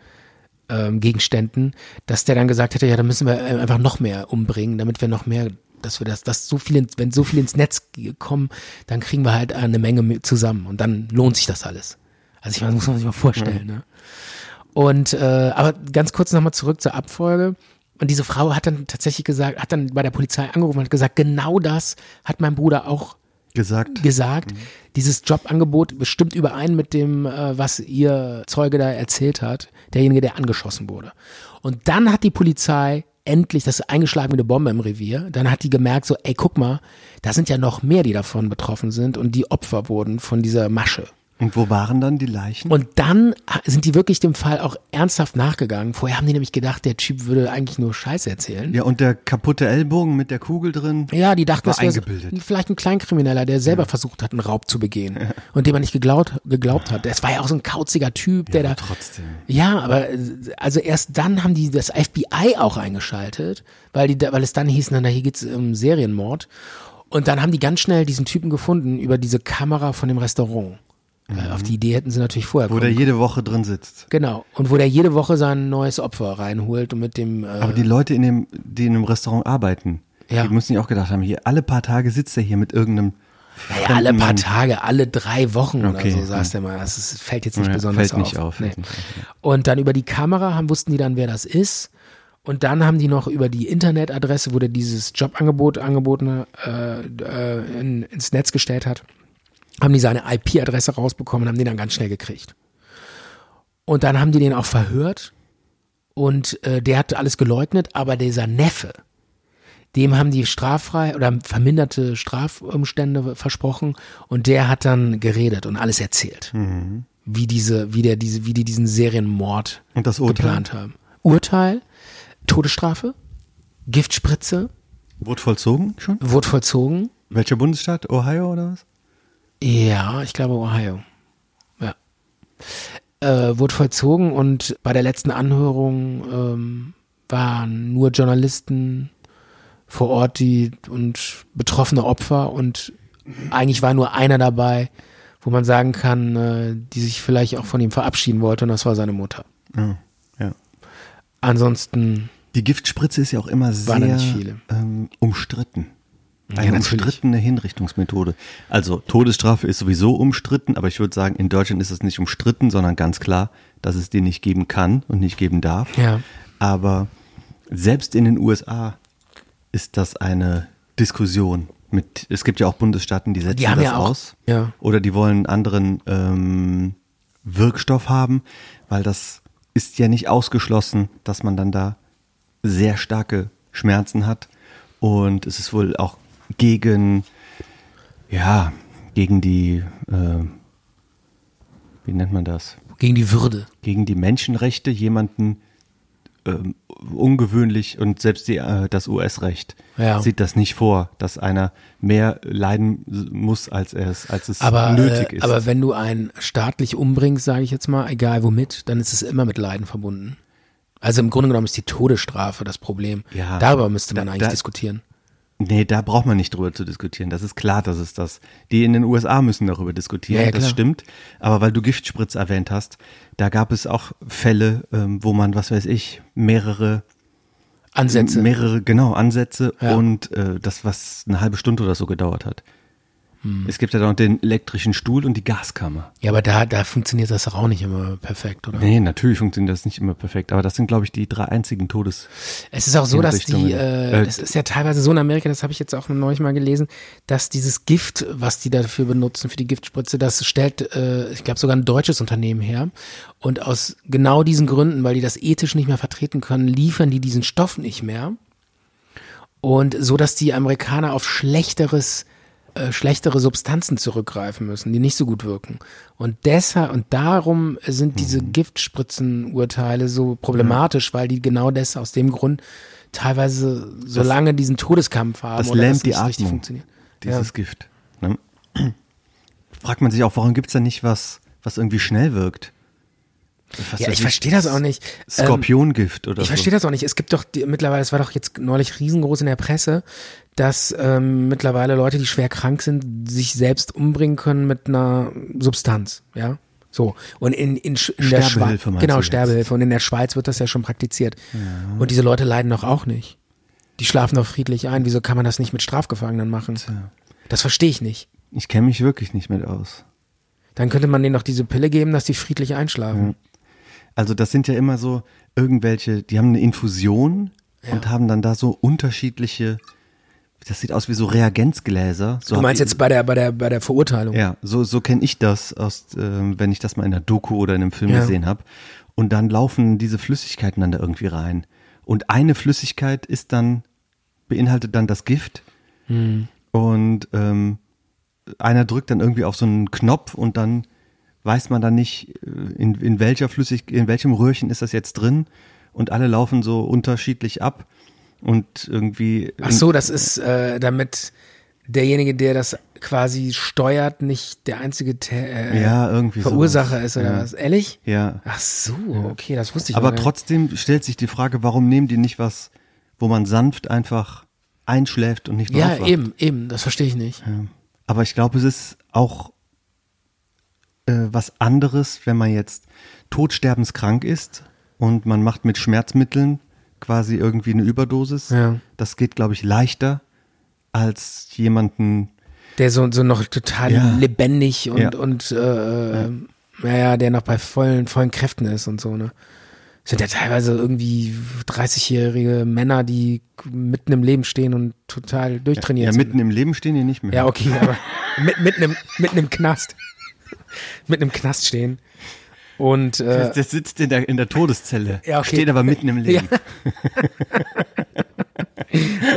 S4: ähm, Gegenständen, dass der dann gesagt hätte, ja, dann müssen wir äh, einfach noch mehr umbringen, damit wir noch mehr, dass wir das, dass so viel, ins, wenn so viel ins Netz ge- kommen, dann kriegen wir halt eine Menge mit zusammen und dann lohnt sich das alles. Also ich meine, das muss man sich mal vorstellen, ne? Und äh, aber ganz kurz nochmal zurück zur Abfolge. Und diese Frau hat dann tatsächlich gesagt, hat dann bei der Polizei angerufen und hat gesagt, genau das hat mein Bruder auch
S3: Gesagt.
S4: gesagt, dieses Jobangebot bestimmt überein mit dem, äh, was ihr Zeuge da erzählt hat, derjenige, der angeschossen wurde. Und dann hat die Polizei endlich, das ist eingeschlagen wie eine Bombe im Revier, dann hat die gemerkt, so, ey, guck mal, da sind ja noch mehr, die davon betroffen sind und die Opfer wurden von dieser Masche.
S3: Und wo waren dann die Leichen?
S4: Und dann sind die wirklich dem Fall auch ernsthaft nachgegangen. Vorher haben die nämlich gedacht, der Typ würde eigentlich nur Scheiße erzählen.
S3: ja, und der kaputte Ellbogen mit der Kugel drin.
S4: Ja, die dachten,
S3: War
S4: das wäre so-
S3: eingebildet.
S4: vielleicht ein Kleinkrimineller, der selber versucht hat, einen Raub zu begehen und dem man nicht geglaubt, geglaubt hat. Das war ja auch so ein kauziger Typ, der
S3: aber
S4: da.
S3: trotzdem.
S4: Ja, aber äh, also erst dann haben die das FBI auch eingeschaltet, weil die, da- weil es dann hieß, na, na, hier geht's um Serienmord. Und dann haben die ganz schnell diesen Typen gefunden über diese Kamera von dem Restaurant. Äh, Auf die Idee hätten sie natürlich vorher
S3: Mhm. Wo
S4: kommen
S3: der jede Woche drin sitzt.
S4: Genau. Und wo der jede Woche sein neues Opfer reinholt und mit dem. Äh,
S3: Aber die Leute, in dem, die in einem Restaurant arbeiten,
S4: Ja.
S3: die müssen ja auch gedacht haben, hier alle paar Tage sitzt er hier mit irgendeinem.
S4: naja, alle
S3: fremden
S4: paar
S3: Mann.
S4: Tage, alle drei Wochen
S3: Okay,
S4: oder so saß der mal. Das ist, fällt jetzt nicht
S3: Ja,
S4: besonders
S3: fällt nicht
S4: auf.
S3: auf, fällt nicht
S4: Und dann über die Kamera haben, wussten die dann, wer das ist. Und dann haben die noch über die Internetadresse, wo der dieses Jobangebot angeboten, äh, äh, in, ins Netz gestellt hat, haben die seine IP-Adresse rausbekommen und haben den dann ganz schnell gekriegt. Und dann haben die den auch verhört und äh, der hat alles geleugnet, aber dieser Neffe, dem haben die straffrei oder verminderte Strafumstände versprochen und der hat dann geredet und alles erzählt,
S3: Mhm.
S4: wie diese, wie der diese, wie die diesen Serienmord
S3: Und das Urteil?
S4: geplant haben. Urteil, Todesstrafe, Giftspritze,
S3: Wurde vollzogen schon?
S4: wurde vollzogen.
S3: Welcher Bundesstaat? Ohio oder was?
S4: Ja, ich glaube Ohio. Ja. Äh, wurde vollzogen und bei der letzten Anhörung ähm, waren nur Journalisten vor Ort die und betroffene Opfer und eigentlich war nur einer dabei, wo man sagen kann, äh, die sich vielleicht auch von ihm verabschieden wollte und das war seine Mutter.
S3: Ja, ja.
S4: Ansonsten
S3: Die Giftspritze ist ja auch immer
S4: Waren da
S3: sehr
S4: nicht viele.
S3: ähm, umstritten. Eine
S4: natürlich.
S3: umstrittene Hinrichtungsmethode. Also Todesstrafe ist sowieso umstritten, aber ich würde sagen, in Deutschland ist es nicht umstritten, sondern ganz klar, dass es die nicht geben kann und nicht geben darf.
S4: Ja.
S3: Aber selbst in den USA ist das eine Diskussion. Mit, es gibt ja auch Bundesstaaten, die setzen
S4: Die haben
S3: das
S4: ja auch-
S3: aus.
S4: ja.
S3: Oder die wollen einen anderen ähm, Wirkstoff haben, weil das ist ja nicht ausgeschlossen, dass man dann da sehr starke Schmerzen hat. Und es ist wohl auch gegen, ja, gegen die, äh, wie nennt man das?
S4: gegen die Würde.
S3: gegen die Menschenrechte jemanden ähm, ungewöhnlich und selbst die, äh, das US-Recht
S4: Ja.
S3: sieht das nicht vor, dass einer mehr leiden muss, als, er es, als es
S4: Aber,
S3: nötig
S4: äh,
S3: ist.
S4: aber wenn du einen staatlich umbringst, sage ich jetzt mal, egal womit, dann ist es immer mit Leiden verbunden. Also im Grunde genommen ist die Todesstrafe das Problem.
S3: Ja.
S4: Darüber müsste man
S3: Da-
S4: eigentlich
S3: da-
S4: diskutieren.
S3: nee, da braucht man nicht drüber zu diskutieren. Das ist klar, dass es das. Die in den USA müssen darüber diskutieren,
S4: Ja, ja,
S3: das
S4: klar.
S3: stimmt. Aber weil du Giftspritz erwähnt hast, da gab es auch Fälle, ähm, wo man, was weiß ich, mehrere
S4: Ansätze.
S3: Mehrere, genau, Ansätze
S4: Ja.
S3: und äh, das, was eine halbe Stunde oder so gedauert hat.
S4: Hm.
S3: Es gibt ja dann noch den elektrischen Stuhl und die Gaskammer.
S4: ja, aber da, da funktioniert das doch auch nicht immer perfekt, oder?
S3: Nee, natürlich funktioniert das nicht immer perfekt, aber das sind, glaube ich, die drei einzigen Todes.
S4: Es ist auch so, dass die,
S3: Hinrichtungen.
S4: äh,
S3: Äh,
S4: das ist ja teilweise so in Amerika, das habe ich jetzt auch neulich mal gelesen, dass dieses Gift, was die dafür benutzen, für die Giftspritze, das stellt, äh, ich glaube, sogar ein deutsches Unternehmen her. Und aus genau diesen Gründen, weil die das ethisch nicht mehr vertreten können, liefern die diesen Stoff nicht mehr. Und so, dass die Amerikaner auf schlechteres, äh, schlechtere Substanzen zurückgreifen müssen, die nicht so gut wirken. Und deshalb, und darum sind diese
S3: Mhm.
S4: Giftspritzenurteile so problematisch, weil die genau das aus dem Grund teilweise so lange diesen Todeskampf haben
S3: Das
S4: oder
S3: lähmt
S4: das
S3: die
S4: nicht richtig
S3: Atmung,
S4: funktioniert.
S3: Dieses
S4: ja.
S3: Gift. Ne? Fragt man sich auch, warum gibt es da nicht was, was irgendwie schnell wirkt? Was
S4: Ja,
S3: weiß
S4: ich verstehe das auch nicht. Ähm,
S3: Skorpiongift oder
S4: Ich
S3: so.
S4: verstehe das auch nicht. Es gibt doch die, mittlerweile, es war doch jetzt neulich riesengroß in der Presse, dass ähm, mittlerweile Leute, die schwer krank sind, sich selbst umbringen können mit einer Substanz, ja. So. Und in, in, Sch- in der Schweiz.
S3: Sterbehilfe meinst du
S4: Genau,
S3: jetzt?
S4: Sterbehilfe. Und in der Schweiz wird das ja schon praktiziert. Und diese Leute leiden doch auch nicht. Die schlafen doch friedlich ein. Wieso kann man das nicht mit Strafgefangenen machen? Das verstehe ich nicht.
S3: Ich kenne mich wirklich nicht mit aus.
S4: Dann könnte man denen doch diese Pille geben, dass die friedlich
S3: Hm.
S4: einschlafen.
S3: Also das sind ja immer so irgendwelche, die haben eine Infusion und haben dann da so unterschiedliche, das sieht aus wie so Reagenzgläser. So
S4: Du
S3: hab
S4: meinst
S3: ich-
S4: jetzt bei der, bei der, bei der Verurteilung?
S3: Ja, so, so kenne ich das, aus, ähm, wenn ich das mal in einer Doku oder in einem Film
S4: Ja.
S3: gesehen habe. Und dann laufen diese Flüssigkeiten dann da irgendwie rein. Und eine Flüssigkeit ist dann, beinhaltet dann das Gift.
S4: Hm.
S3: Und ähm, einer drückt dann irgendwie auf so einen Knopf und dann weiß man dann nicht, äh, in, in welcher Flüssig, in welchem Röhrchen ist das jetzt drin. Und alle laufen so unterschiedlich ab. Und irgendwie.
S4: Ach so, das ist, äh, damit derjenige, der das quasi steuert, nicht der einzige Tä- äh,
S3: Ja, irgendwie
S4: Verursacher
S3: sowas.
S4: ist oder
S3: Ja.
S4: was. Ehrlich?
S3: Ja.
S4: Ach so, okay, das wusste ich
S3: Aber
S4: noch gar
S3: trotzdem stellt sich die Frage, warum nehmen die nicht was, wo man sanft einfach einschläft und nicht
S4: nicht. Ja,
S3: aufwacht?
S4: eben, eben, das verstehe ich nicht.
S3: Ja. Aber ich glaube, es ist auch äh, was anderes, wenn man jetzt todsterbenskrank ist und man macht mit Schmerzmitteln quasi irgendwie eine Überdosis.
S4: Ja.
S3: Das geht, glaube ich, leichter als jemanden,
S4: Der so, so noch total
S3: Ja.
S4: lebendig und,
S3: Ja.
S4: und äh, äh, naja, der noch bei vollen, vollen Kräften ist und so, ne? Sind ja teilweise irgendwie 30-jährige Männer, die mitten im Leben stehen und total durchtrainiert
S3: ja
S4: sind.
S3: mitten im Leben stehen, die nicht mehr.
S4: Ja, okay, aber mit, mit, einem, mit einem Knast. Mit einem Knast stehen. Und äh,
S3: Der, der sitzt in der, in der Todeszelle,
S4: Ja, okay.
S3: steht aber mitten im Leben.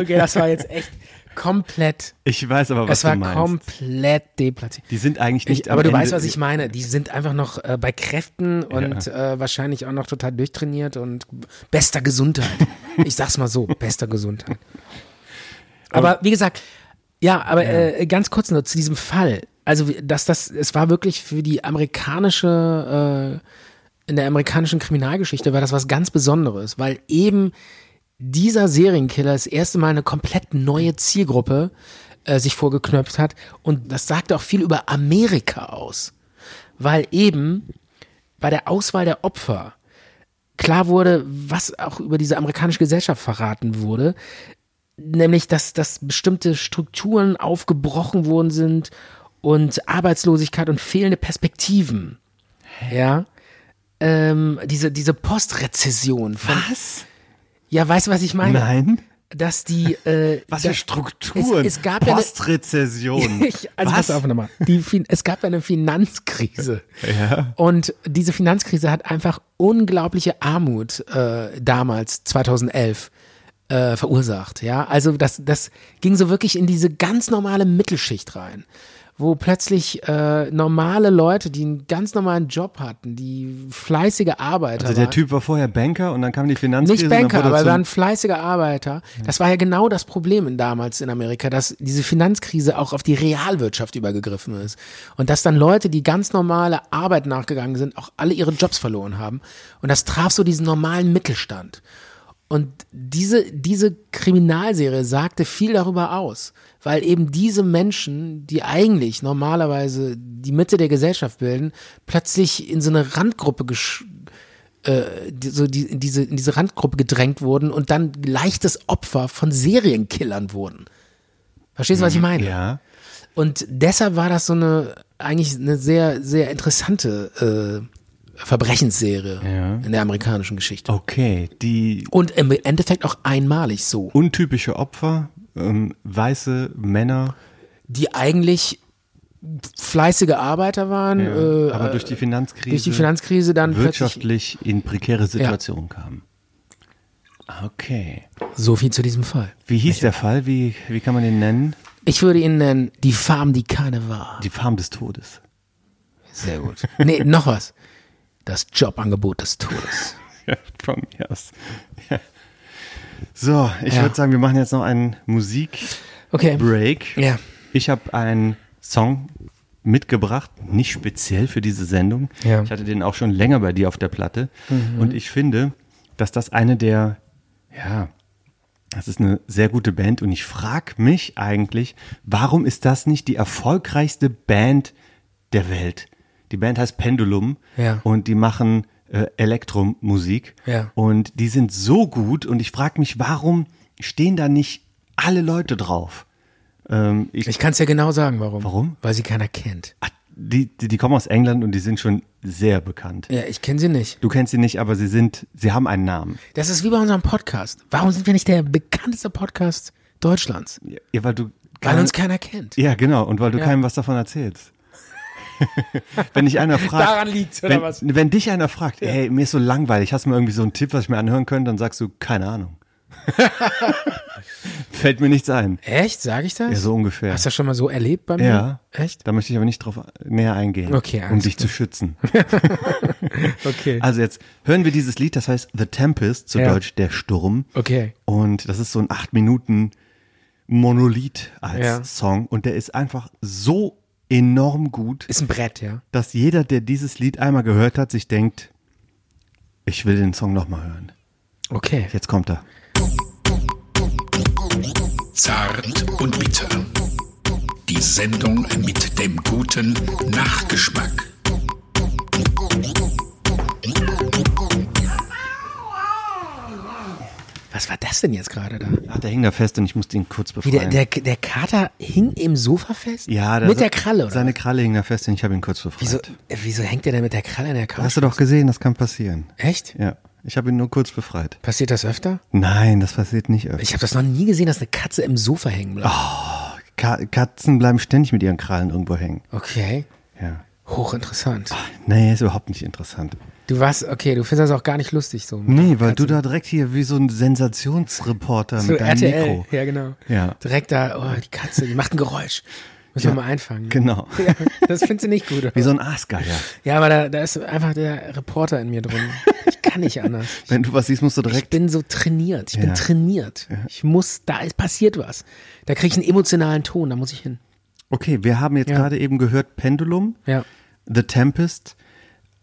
S4: okay, das war jetzt echt komplett.
S3: Ich weiß aber, was
S4: Es war
S3: du meinst.
S4: komplett deplatziert.
S3: Die sind eigentlich nicht
S4: Ich,
S3: am
S4: aber du
S3: Ende-
S4: weißt, was ich meine. Die sind einfach noch äh, bei Kräften und äh, wahrscheinlich auch noch total durchtrainiert und bester Gesundheit. ich sag's mal so, bester Gesundheit. Aber wie gesagt, ja, aber Äh, ganz kurz nur zu diesem Fall. also dass das, es war wirklich für die amerikanische, äh, in der amerikanischen Kriminalgeschichte war das was ganz Besonderes, weil eben dieser Serienkiller das erste Mal eine komplett neue Zielgruppe äh, sich vorgeknöpft hat und das sagt auch viel über Amerika aus, weil eben bei der Auswahl der Opfer klar wurde, was auch über diese amerikanische Gesellschaft verraten wurde, nämlich dass, dass bestimmte Strukturen aufgebrochen worden sind und Arbeitslosigkeit und fehlende Perspektiven. Ja. Ähm, diese, diese Postrezession von.
S3: Was?
S4: Ja, weißt du, was ich meine?
S3: Ah. Nein.
S4: Dass die. Äh,
S3: Was
S4: da-
S3: für Strukturen?
S4: Es, es gab ja eine-
S3: Postrezession.
S4: Ich, also pass auf nochmal. Die, Fin- es gab ja eine Finanzkrise.
S3: Ja.
S4: Und diese Finanzkrise hat einfach unglaubliche Armut äh, damals, 2011, äh, verursacht. Ja, also das, das ging so wirklich in diese ganz normale Mittelschicht rein, wo plötzlich äh, normale Leute, die einen ganz normalen Job hatten, die fleißige Arbeiter
S3: Also der
S4: waren,
S3: Typ war vorher Banker und dann kam die Finanzkrise.
S4: nicht Banker,
S3: und dann
S4: aber
S3: wurde
S4: er
S3: er
S4: war
S3: zum-
S4: ein fleißiger Arbeiter. Das war ja genau das Problem in damals in Amerika, dass diese Finanzkrise auch auf die Realwirtschaft übergegriffen ist. Und dass dann Leute, die ganz normale Arbeit nachgegangen sind, auch alle ihre Jobs verloren haben. Und das traf so diesen normalen Mittelstand. Und diese, diese Kriminalserie sagte viel darüber aus, weil eben diese Menschen, die eigentlich normalerweise die Mitte der Gesellschaft bilden, plötzlich in so eine Randgruppe gesch die, so die, in, diese, in diese Randgruppe gedrängt wurden und dann leichtes Opfer von Serienkillern wurden. Verstehst du, was ich meine?
S3: Mhm, ja.
S4: Und deshalb war das so eine, eigentlich eine sehr, sehr interessante äh, Verbrechensserie
S3: Ja.
S4: in der amerikanischen Geschichte.
S3: Okay, die
S4: Und im Endeffekt auch einmalig so.
S3: untypische Opfer, ähm, weiße Männer,
S4: Die eigentlich fleißige Arbeiter waren, äh,
S3: aber durch die Finanzkrise,
S4: durch die Finanzkrise dann plötzlich.
S3: wirtschaftlich in prekäre Situationen kamen. Okay.
S4: So viel zu diesem Fall.
S3: Wie hieß der Fall? Wie, wie kann man den nennen?
S4: Ich würde ihn nennen, die Farm, die keine war.
S3: Die Farm des Todes.
S4: Sehr gut. Nee, noch was. Das Jobangebot des Todes.
S3: Ja, von mir aus. Ja. So, ich
S4: Ja.
S3: würde sagen, wir machen jetzt noch einen Musikbreak.
S4: Okay. Ja.
S3: Ich habe einen Song mitgebracht, nicht speziell für diese Sendung.
S4: Ja. Mhm.
S3: Ich hatte den auch schon länger bei dir auf der Platte. Und ich finde, dass das eine der, ja, das ist eine sehr gute Band. Und ich frage mich eigentlich, warum ist das nicht die erfolgreichste Band der Welt? Die Band heißt Pendulum
S4: Ja.
S3: und die machen äh, Elektromusik.
S4: Ja.
S3: Und die sind so gut. Und ich frage mich, warum stehen da nicht alle Leute drauf? Ähm, ich,
S4: Ich kann es ja genau sagen, warum.
S3: Warum?
S4: Weil sie keiner kennt.
S3: Ach, die, die, die kommen aus England und die sind schon sehr bekannt.
S4: Ja, ich kenne sie nicht.
S3: Du kennst sie nicht, aber sie sind, sie haben einen Namen.
S4: Das ist wie bei unserem Podcast. Warum sind wir nicht der bekannteste Podcast Deutschlands?
S3: Ja, weil du
S4: Weil
S3: kein-
S4: uns keiner kennt.
S3: ja, genau, und weil du keinem was davon erzählst. wenn dich einer fragt.
S4: Daran liegt's, oder
S3: wenn,
S4: was?
S3: Wenn dich einer fragt, hey, mir ist so langweilig, hast du mir irgendwie so einen Tipp, was ich mir anhören könnte, dann sagst du, keine Ahnung. Fällt mir nichts ein.
S4: Echt? Sage ich das?
S3: Ja, so ungefähr.
S4: Hast du das schon mal so erlebt bei mir?
S3: Ja.
S4: Echt?
S3: Da möchte ich aber nicht drauf näher eingehen,
S4: Okay,
S3: um
S4: alles
S3: dich zu schützen.
S4: Okay.
S3: Also jetzt hören wir dieses Lied, das heißt The Tempest, zu
S4: Ja.
S3: Deutsch der Sturm.
S4: Okay.
S3: Und das ist so ein 8 Minuten Monolith als
S4: Ja.
S3: Song und der ist einfach so enorm gut,
S4: Ist ein Brett, ja.
S3: dass jeder, der dieses Lied einmal gehört hat, sich denkt, ich will den Song nochmal hören.
S4: Okay.
S3: Jetzt kommt er.
S5: Zart und bitter. Die Sendung mit dem guten Nachgeschmack.
S4: Was war das denn jetzt gerade da?
S3: Ach, der hing da fest und ich musste ihn kurz
S4: Wie
S3: befreien.
S4: der, der, der Kater hing im Sofa fest?
S3: ja,
S4: Mit der Kralle, oder?
S3: Seine Kralle hing da fest und ich habe ihn kurz befreit.
S4: Wieso, äh, wieso hängt der denn mit der Kralle in der Couch?
S3: Hast du doch gesehen, das kann passieren.
S4: Echt?
S3: Ja, ich habe ihn nur kurz befreit.
S4: Passiert das öfter?
S3: Nein, das passiert nicht öfter.
S4: Ich habe das noch nie gesehen, dass eine Katze im Sofa hängen bleibt.
S3: Ah. Ka Katzen bleiben ständig mit ihren Krallen irgendwo hängen.
S4: Okay.
S3: Ja.
S4: Hochinteressant.
S3: Nee, ist überhaupt nicht interessant.
S4: Du warst, okay, du findest das auch gar nicht lustig so.
S3: Nee, weil du da direkt hier wie so ein Sensationsreporter
S4: so
S3: mit deinem
S4: RTL.
S3: Mikro.
S4: Ja, genau.
S3: Ja.
S4: Direkt da, oh, die Katze, die macht ein Geräusch. Müssen wir mal einfangen. ne?
S3: Genau.
S4: Ja, das findest du nicht gut. Oder?
S3: Wie so ein Aasgeier.
S4: Ja, aber da, da ist einfach der Reporter in mir drin. Ich kann nicht anders.
S3: Wenn du was siehst, musst du
S4: Ich
S3: direkt.
S4: bin so trainiert. Ich bin
S3: Ja.
S4: trainiert. Ich muss, da ist passiert was. Da kriege ich einen emotionalen Ton, da muss ich hin.
S3: Okay, wir haben jetzt
S4: Ja.
S3: gerade eben gehört Pendulum,
S4: Ja.
S3: The Tempest,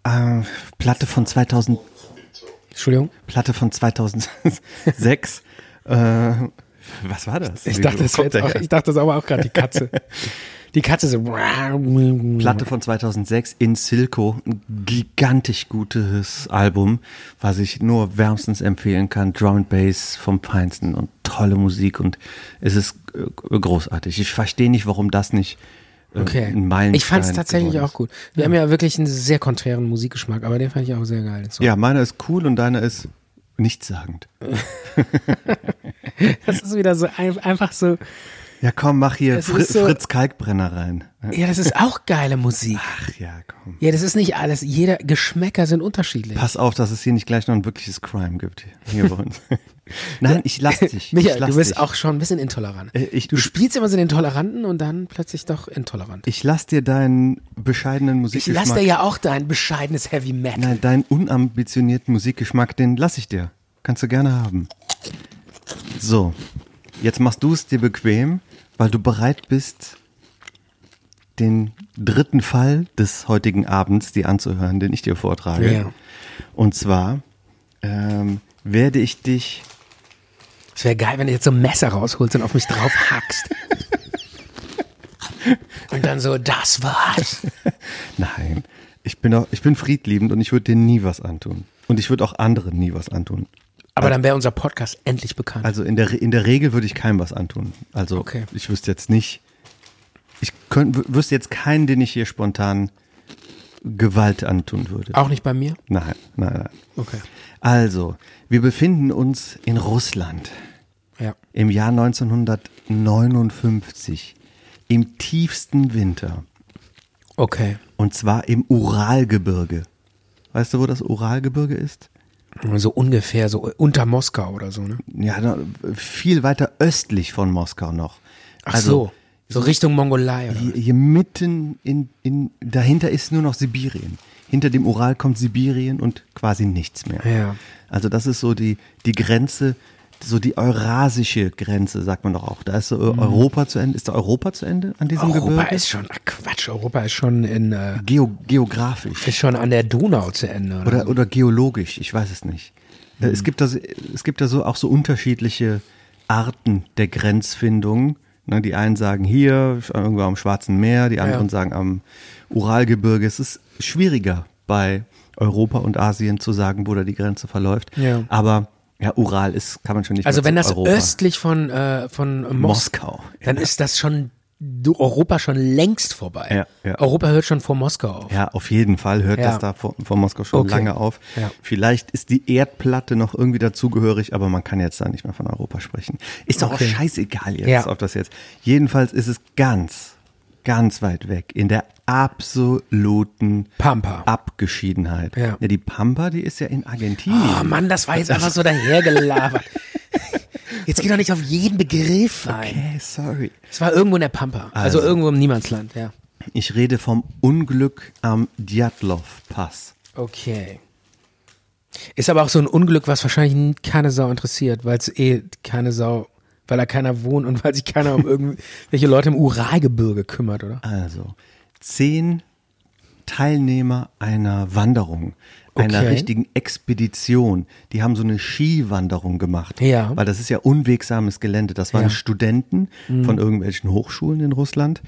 S3: äh, Platte von 2000,
S4: Entschuldigung.
S3: Platte von 2006. äh, was war das?
S4: Ich dachte, das
S3: Wo
S4: wär
S3: kommt
S4: jetzt auch,
S3: der her?
S4: ich dachte das aber auch gerade die Katze. Die Katze so.
S3: Platte von 2006 in Silco, ein gigantisch gutes Album, was ich nur wärmstens empfehlen kann. Drum and Bass vom Feinsten und tolle Musik und es ist äh, großartig. Ich verstehe nicht, warum das nicht äh,
S4: Okay.
S3: ein Meilenstein
S4: Ich fand es tatsächlich
S3: geworden
S4: auch
S3: ist.
S4: gut. Wir haben ja wirklich einen sehr konträren Musikgeschmack, aber den fand ich auch sehr geil. den Song.
S3: Ja, meiner ist cool und deiner ist nichtssagend.
S4: Das ist wieder so ein, einfach so.
S3: Ja, komm, mach hier
S4: Es
S3: Fri
S4: ist so-
S3: Fritz Kalkbrenner rein.
S4: Ja, das ist auch geile Musik.
S3: Ach ja, komm.
S4: Ja, das ist nicht alles. Jeder Geschmäcker sind unterschiedlich.
S3: Pass auf, dass es hier nicht gleich noch ein wirkliches Crime gibt. Hier bei uns. Nein, ich lass dich. ich
S4: Michael,
S3: lass
S4: du bist
S3: dich.
S4: auch schon ein bisschen intolerant.
S3: Äh, ich-
S4: du
S3: ich-
S4: spielst immer so den Toleranten und dann plötzlich doch intolerant.
S3: Ich lass dir deinen bescheidenen
S4: Ich lass dir
S3: Musikgeschmack.
S4: ja auch dein bescheidenes Heavy Metal.
S3: Nein, deinen unambitionierten Musikgeschmack, den lass ich dir. Kannst du gerne haben. So, jetzt machst du es dir bequem, weil du bereit bist, den dritten Fall des heutigen Abends dir anzuhören, den ich dir vortrage.
S4: Ja.
S3: Und zwar ähm, werde ich dich
S4: Es wäre geil, wenn du jetzt so ein Messer rausholst und auf mich drauf hackst. und dann so, das war's.
S3: Nein, ich bin, auch, ich bin friedliebend und ich würde dir nie was antun. Und ich würde auch anderen nie was antun.
S4: Aber dann wäre unser Podcast endlich bekannt.
S3: Also in der, Re- in der Regel würde ich keinem was antun. Also
S4: Okay.
S3: ich wüsste jetzt nicht, ich könnt, wü- wüsste jetzt keinen, den ich hier spontan Gewalt antun würde.
S4: auch nicht bei mir?
S3: Nein, nein, nein.
S4: Okay.
S3: Also, wir befinden uns in Russland
S4: Ja.
S3: im Jahr 1959, im tiefsten Winter.
S4: Okay.
S3: Und zwar im Uralgebirge. Weißt du, wo das Uralgebirge ist?
S4: So ungefähr, so unter Moskau oder so, ne?
S3: Ja, da- viel weiter östlich von Moskau noch. Also
S4: Ach so. So Richtung Mongolei. Oder?
S3: Hier, hier mitten in, in, dahinter ist nur noch Sibirien. Hinter dem Ural kommt Sibirien und quasi nichts mehr.
S4: Ja.
S3: Also das ist so die, die Grenze, so die eurasische Grenze, sagt man doch auch. Da ist so Europa zu Ende. Ist da Europa zu Ende an diesem
S4: Europa
S3: Gebirge?
S4: ist schon, ach Quatsch, Europa ist schon in, äh,
S3: Geo, geografisch.
S4: ist schon an der Donau zu Ende. Oder? Mhm.
S3: Oder, oder geologisch, ich weiß es nicht. Äh, Es gibt da, so- es gibt da so auch so unterschiedliche Arten der Grenzfindung. Ne, die einen sagen hier, irgendwo am Schwarzen Meer, die anderen
S4: Ja.
S3: sagen am Uralgebirge. Es ist schwieriger bei Europa und Asien zu sagen, wo da die Grenze verläuft.
S4: Ja.
S3: Aber ja, Ural ist, kann man schon nicht
S4: also
S3: mehr
S4: wenn
S3: zu
S4: das
S3: Europa.
S4: östlich von, äh, von Mos
S3: Moskau.
S4: dann ist das schon, Europa schon längst vorbei.
S3: Ja, ja.
S4: Europa hört schon vor Moskau auf.
S3: Ja, auf jeden Fall hört
S4: Ja.
S3: das da von, von Moskau schon
S4: Okay.
S3: lange auf.
S4: Ja.
S3: Vielleicht ist die Erdplatte noch irgendwie dazugehörig, aber man kann jetzt da nicht mehr von Europa sprechen. Ist doch
S4: Okay.
S3: auch scheißegal jetzt,
S4: Ja.
S3: ob das jetzt. Jedenfalls ist es ganz, ganz weit weg in der absoluten
S4: Pampa.
S3: Abgeschiedenheit.
S4: Ja.
S3: die Pampa, die ist ja in Argentinien.
S4: Oh Mann, das war jetzt einfach so dahergelabert. Jetzt geh doch nicht auf jeden Begriff ein.
S3: Okay, Äh, sorry.
S4: Es war irgendwo in der Pampa.
S3: Also.
S4: Also, irgendwo im Niemandsland, ja.
S3: Ich rede vom Unglück am Djatlov-Pass.
S4: Okay. Ist aber auch so ein Unglück, was wahrscheinlich n- keine Sau interessiert, weil es eh keine Sau, weil da keiner wohnt und weil sich keiner um irgendwelche Leute im Uralgebirge kümmert, oder?
S3: Also, zehn Teilnehmer einer Wanderung, einer
S4: Okay.
S3: richtigen Expedition. Die haben so eine Skiwanderung gemacht.
S4: Ja.
S3: Weil das ist ja unwegsames Gelände. Das waren
S4: Ja. Mhm.
S3: Studenten von irgendwelchen Hochschulen in Russland,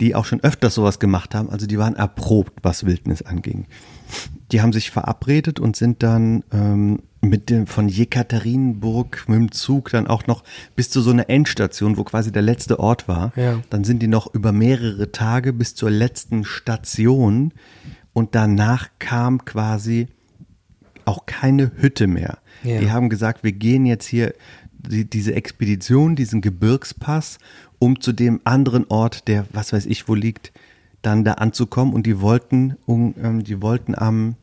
S3: die auch schon öfters sowas gemacht haben. Also die waren erprobt, was Wildnis anging. Die haben sich verabredet und sind dann ähm, mit dem von Jekaterinburg mit dem Zug dann auch noch bis zu so einer Endstation, wo quasi der letzte Ort war.
S4: Ja.
S3: Dann sind die noch über mehrere Tage bis zur letzten Station und danach kam quasi auch keine Hütte mehr.
S4: Ja.
S3: Die haben gesagt, wir gehen jetzt hier die, diese Expedition, diesen Gebirgspass, um zu dem anderen Ort, der was weiß ich wo liegt, dann da anzukommen und die wollten, um, ähm, die wollten am,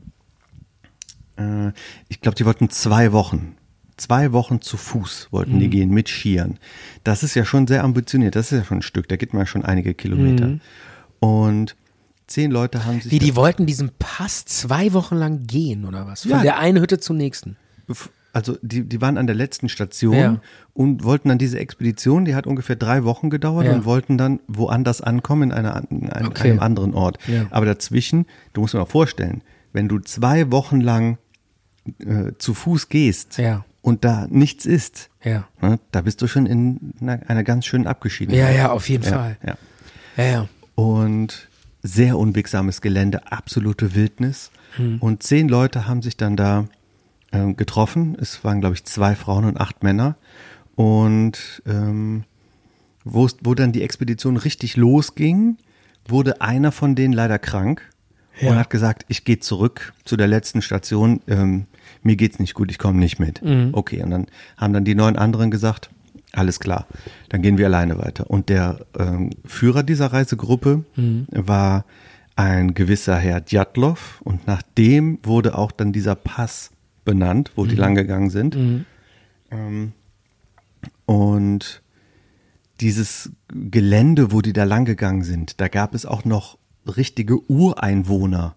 S3: äh, ich glaube, die wollten zwei Wochen. Zwei Wochen zu Fuß wollten die gehen mit Skiern. Das ist ja schon sehr ambitioniert. Das ist ja schon ein Stück. Da geht man ja schon einige Kilometer. Und zehn Leute haben sich.
S4: Wie, die wollten diesen Pass zwei Wochen lang gehen, oder was? Von
S3: Ja.
S4: der einen Hütte zur nächsten.
S3: bef- also die, die waren an der letzten Station
S4: Ja.
S3: und wollten dann diese Expedition, die hat ungefähr drei Wochen gedauert
S4: Ja.
S3: und wollten dann woanders ankommen, in, einer, an- in einem,
S4: Okay.
S3: einem anderen Ort.
S4: Ja.
S3: Aber dazwischen, du musst dir mal vorstellen, wenn du zwei Wochen lang äh, zu Fuß gehst
S4: Ja.
S3: und da nichts isst,
S4: Ja.
S3: ne, da bist du schon in einer, einer ganz schönen Abgeschiedenheit.
S4: Ja, ja, auf jeden
S3: Ja,
S4: Fall.
S3: Ja.
S4: Ja, ja.
S3: Und sehr unwegsames Gelände, absolute Wildnis. Und zehn Leute haben sich dann da ähm, getroffen. Es waren, glaube ich, zwei Frauen und acht Männer. Und ähm, wo, es- wo dann die Expedition richtig losging, wurde einer von denen leider krank und hat gesagt, ich gehe zurück zu der letzten Station, ähm, mir geht's nicht gut, ich komme nicht mit. Okay, und dann haben dann die neun anderen gesagt, alles klar, dann gehen wir alleine weiter. Und der ähm, Führer dieser Reisegruppe war ein gewisser Herr Djatlov und nach dem wurde auch dann dieser Pass benannt, wo die langgegangen sind. Ähm, und dieses Gelände, wo die da lang gegangen sind, da gab es auch noch richtige Ureinwohner.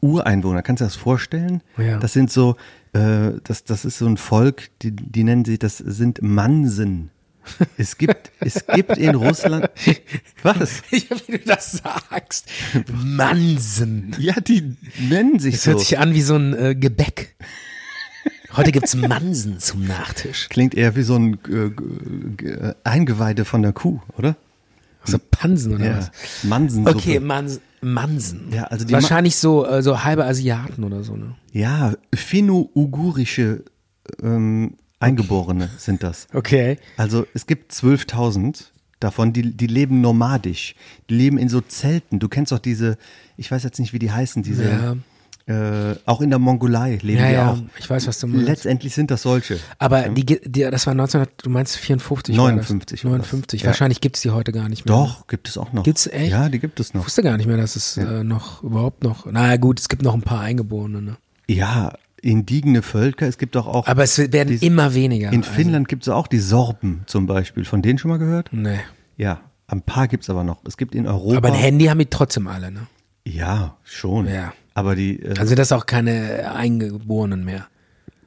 S3: Ureinwohner, kannst du dir das vorstellen?
S4: Mhm. Oh Ja.
S3: Das sind so, äh, das, das ist so ein Volk, die, die nennen sie, das sind Mansen. Es gibt, es gibt in Russland. Was?
S4: Wie du das sagst. Mansen.
S3: Ja, die nennen sich
S4: Das
S3: so.
S4: hört sich an wie so ein äh, Gebäck. Heute gibt's Mansen zum Nachtisch.
S3: Klingt eher wie so ein äh, g- g- Eingeweide von der Kuh, oder?
S4: So Pansen oder
S3: Ja.
S4: was?
S3: Mansensuppe.
S4: Okay, Mans Mansen.
S3: Ja, also die Ma-
S4: Wahrscheinlich so, äh, so halbe Asiaten oder so, ne?
S3: Ja, finno-ugurische ähm, Eingeborene sind das.
S4: Okay.
S3: Also es gibt 12.000 davon, die, die leben nomadisch. Die leben in so Zelten. Du kennst doch diese, ich weiß jetzt nicht, wie die heißen, diese. Äh, auch in der Mongolei leben
S4: Ja,
S3: die
S4: ja,
S3: auch.
S4: ich weiß, was du meinst.
S3: Letztendlich sind das solche.
S4: Aber die, ge- die, das war 1900, du meinst 54? war das?
S3: 59 war das.
S4: 59.
S3: Ja.
S4: Wahrscheinlich gibt's die heute gar nicht mehr.
S3: Doch, gibt es auch noch.
S4: Gibt's echt?
S3: Ja, die gibt es
S4: Ich
S3: noch.
S4: wusste gar nicht mehr, dass es äh, noch überhaupt noch. Naja, gut, es gibt noch ein paar Eingeborene, ne?
S3: Ja, indigene Völker, es gibt doch auch.
S4: Aber es werden
S3: diese-
S4: immer Also weniger.
S3: In Finnland gibt es auch die Sorben zum Beispiel. Von denen schon mal gehört?
S4: Also, nee.
S3: Ja, ein paar gibt es aber noch. Es gibt in Europa.
S4: Aber ein Handy haben die trotzdem alle, ne?
S3: Ja, schon.
S4: Ja. Also,
S3: Aber die äh,
S4: Dann sind das auch keine Eingeborenen mehr.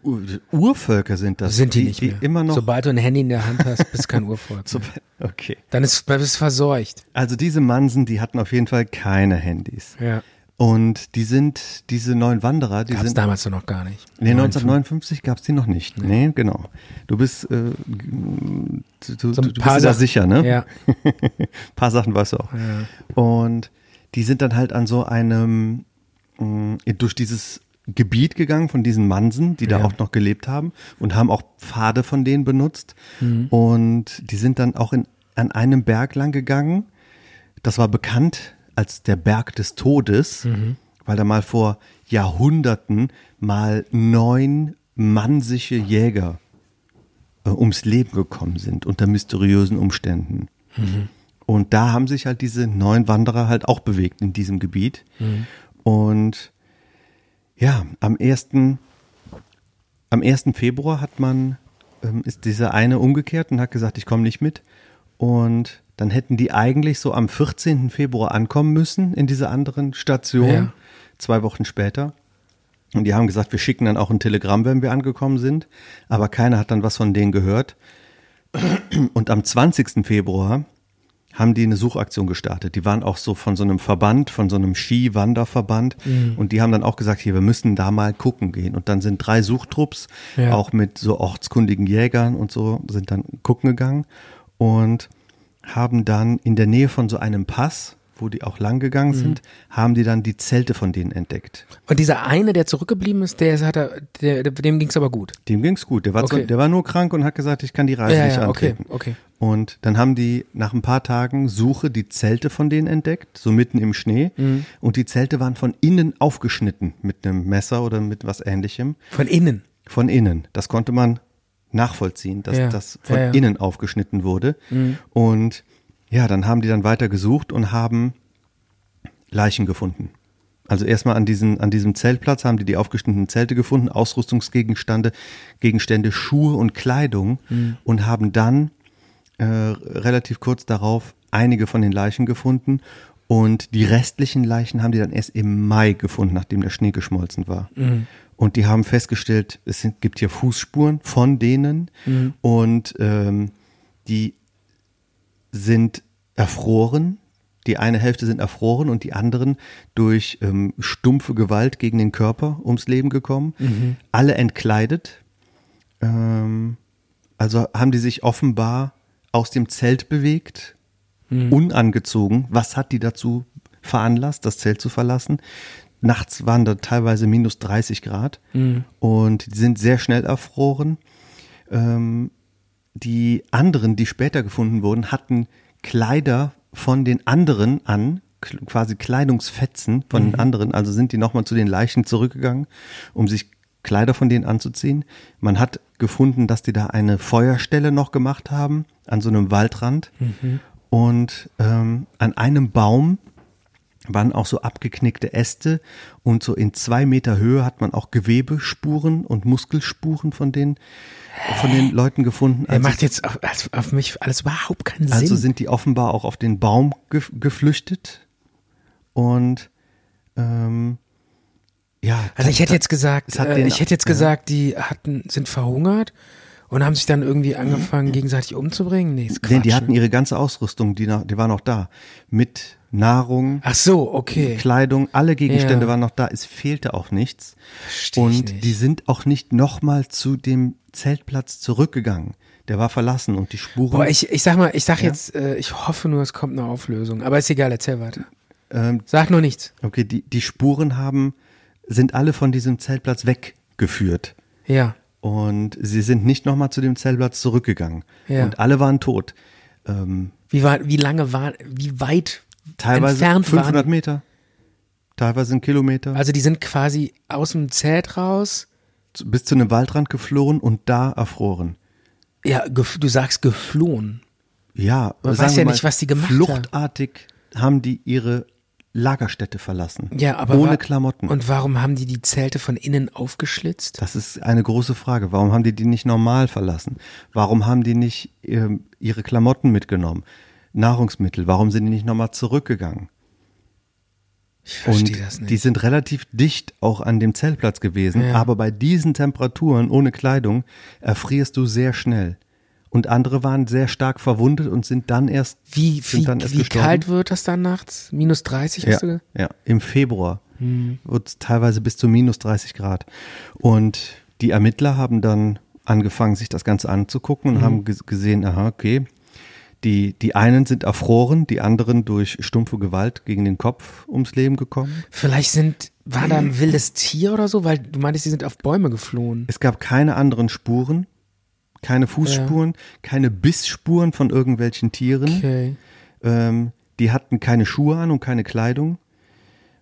S3: Ur Urvölker sind das.
S4: Sind die, nicht mehr.
S3: immer noch.
S4: Sobald du ein Handy in der Hand hast, bist du kein Urvolk. mehr.
S3: okay.
S4: Dann ist bist du verseucht.
S3: Also diese Mansen, die hatten auf jeden Fall keine Handys.
S4: Ja.
S3: Und die sind, diese neuen Wanderer, die
S4: Gab es
S3: sind.
S4: damals doch noch gar nicht.
S3: Nee, 1959 gab es die noch nicht. Nee, genau. Du bist, äh, g- du, du, du bist dir da
S4: Sachen-
S3: sicher, ne?
S4: Ja.
S3: Ein paar Sachen weißt du auch. Und die sind dann halt an so einem, mh, durch dieses Gebiet gegangen von diesen Mansen, die da auch noch gelebt haben und haben auch Pfade von denen benutzt.
S4: Mhm.
S3: Und die sind dann auch in, an einem Berg lang gegangen. Das war bekannt als der Berg des Todes,
S4: Mhm.
S3: weil da mal vor Jahrhunderten mal neun mansische Jäger äh, ums Leben gekommen sind unter mysteriösen Umständen. Und da haben sich halt diese neun Wanderer halt auch bewegt in diesem Gebiet. Und ja, am 1. Am 1. Februar hat man, ähm, ist dieser eine umgekehrt und hat gesagt, ich komme nicht mit. Und dann hätten die eigentlich so am 14. Februar ankommen müssen in dieser anderen Station,
S4: Ja.
S3: zwei Wochen später. Und die haben gesagt, wir schicken dann auch ein Telegramm, wenn wir angekommen sind. Aber keiner hat dann was von denen gehört. Und am 20. Februar haben die eine Suchaktion gestartet. Die waren auch so von so einem Verband, von so einem Skiwanderverband. Und die haben dann auch gesagt, hier, wir müssen da mal gucken gehen. Und dann sind drei Suchtrupps,
S4: Ja.
S3: auch mit so ortskundigen Jägern und so, sind dann gucken gegangen und haben dann in der Nähe von so einem Pass, wo die auch lang gegangen sind, haben die dann die Zelte von denen entdeckt.
S4: Und dieser eine, der zurückgeblieben ist, der hat er, der, dem ging's aber gut.
S3: Dem ging's gut. Der war,
S4: Okay.
S3: zu, der war nur krank und hat gesagt, ich kann die Reise
S4: Ja,
S3: nicht
S4: ja, okay,
S3: antreten.
S4: okay.
S3: Und dann haben die nach ein paar Tagen Suche die Zelte von denen entdeckt, so mitten im Schnee.
S4: Mhm.
S3: Und die Zelte waren von innen aufgeschnitten mit einem Messer oder mit was ähnlichem.
S4: Von innen.
S3: Von innen. Das konnte man nachvollziehen, dass
S4: Ja,
S3: das von
S4: ja, Mhm. ja.
S3: innen aufgeschnitten wurde. Und ja, dann haben die dann weiter gesucht und haben Leichen gefunden. Also erstmal an, diesen, an diesem Zeltplatz haben die die aufgeschnittenen Zelte gefunden, Ausrüstungsgegenstände, Gegenstände, Schuhe und Kleidung
S4: Mhm.
S3: und haben dann äh, relativ kurz darauf einige von den Leichen gefunden Und die restlichen Leichen haben die dann erst im Mai gefunden, nachdem der Schnee geschmolzen war. Und die haben festgestellt, es sind, gibt hier Fußspuren von denen und ähm, die sind erfroren. Die eine Hälfte sind erfroren und die anderen durch ähm, stumpfe Gewalt gegen den Körper ums Leben gekommen. Alle entkleidet. Ähm, also haben die sich offenbar aus dem Zelt bewegt, unangezogen. Was hat die dazu veranlasst, das Zelt zu verlassen? Nachts waren da teilweise minus 30 Grad und die sind sehr schnell erfroren die anderen, die später gefunden wurden, hatten Kleider von den anderen an, kl- quasi Kleidungsfetzen von den anderen. Also sind die nochmal zu den Leichen zurückgegangen, um sich Kleider von denen anzuziehen. Man hat gefunden, dass die da eine Feuerstelle noch gemacht haben, an so einem Waldrand. Und ähm, an einem Baum waren auch so abgeknickte Äste und so in zwei Meter Höhe hat man auch Gewebespuren und Muskelspuren von den, von den Leuten gefunden.
S4: Er macht jetzt auf, also auf mich alles überhaupt keinen Sinn.
S3: Also sind die offenbar auch auf den Baum ge geflüchtet. Und ähm, ja,
S4: Also ich hätte jetzt gesagt,
S3: Es hat
S4: äh,
S3: den-
S4: ich hätte jetzt
S3: ja.
S4: gesagt, die hatten, sind verhungert und haben sich dann irgendwie angefangen, gegenseitig umzubringen. Nee, ist Quatsch.
S3: denn Mhm. die
S4: ne?
S3: hatten ihre ganze Ausrüstung, die, noch, die war noch da. Mit Nahrung,
S4: Ach so, okay.
S3: Kleidung, alle Gegenstände
S4: Ja.
S3: waren noch da. Es fehlte auch nichts.
S4: Versteh ich
S3: Und
S4: nicht.
S3: die sind auch nicht nochmal zu dem Zeltplatz zurückgegangen. Der war verlassen und die Spuren.
S4: Boah, ich, ich sag mal, ich sag jetzt, äh, ich hoffe nur, es kommt eine Auflösung. Aber ist egal, erzähl weiter. sag nur nichts.
S3: ähm, okay, die, die Spuren haben, sind alle von diesem Zeltplatz weggeführt.
S4: Ja.
S3: Und sie sind nicht nochmal zu dem Zeltplatz zurückgegangen.
S4: Ja.
S3: Und alle waren tot. Ähm,
S4: Wie, war, wie lange war, wie weit
S3: teilweise
S4: entfernt
S3: 500
S4: waren?
S3: Meter, teilweise ein Kilometer,
S4: Also die sind quasi aus dem Zelt raus.
S3: zu- bis zu einem Waldrand geflohen und da erfroren.
S4: Ja, gef- du sagst geflohen.
S3: Ja,
S4: Man
S3: sagen
S4: weiß
S3: wir
S4: ja
S3: mal,
S4: nicht, was die gemacht haben.
S3: Fluchtartig haben die ihre Lagerstätte verlassen.
S4: Ja, aber
S3: ohne
S4: wa-
S3: Klamotten.
S4: Und warum haben die die Zelte von innen aufgeschlitzt?
S3: Das ist eine große Frage. Warum haben die die nicht normal verlassen? Warum haben die nicht ähm, ihre Klamotten mitgenommen? Nahrungsmittel? Warum sind die nicht nochmal zurückgegangen?
S4: Ich
S3: Und
S4: verstehe das nicht.
S3: die sind relativ dicht auch an dem Zeltplatz gewesen.
S4: Ja.
S3: Aber bei diesen Temperaturen ohne Kleidung erfrierst du sehr schnell. Und andere waren sehr stark verwundet und sind dann erst
S4: Wie,
S3: sind
S4: wie,
S3: dann erst
S4: wie
S3: gestorben.
S4: kalt wird das dann nachts? Minus 30 hast du Hm.
S3: ja,
S4: gesagt?
S3: ja, im Februar wird es teilweise bis zu minus 30 Grad. Und die Ermittler haben dann angefangen, sich das Ganze anzugucken
S4: Mhm.
S3: und haben ges- gesehen, aha, okay, die, die einen sind erfroren, die anderen durch stumpfe Gewalt gegen den Kopf ums Leben gekommen.
S4: Vielleicht sind, war da
S3: Mhm.
S4: ein wildes Tier oder so, weil du meintest, die sind auf Bäume geflohen.
S3: Es gab keine anderen Spuren, keine Fußspuren, keine Bissspuren von irgendwelchen Tieren.
S4: Okay.
S3: Ähm, die hatten keine Schuhe an und keine Kleidung.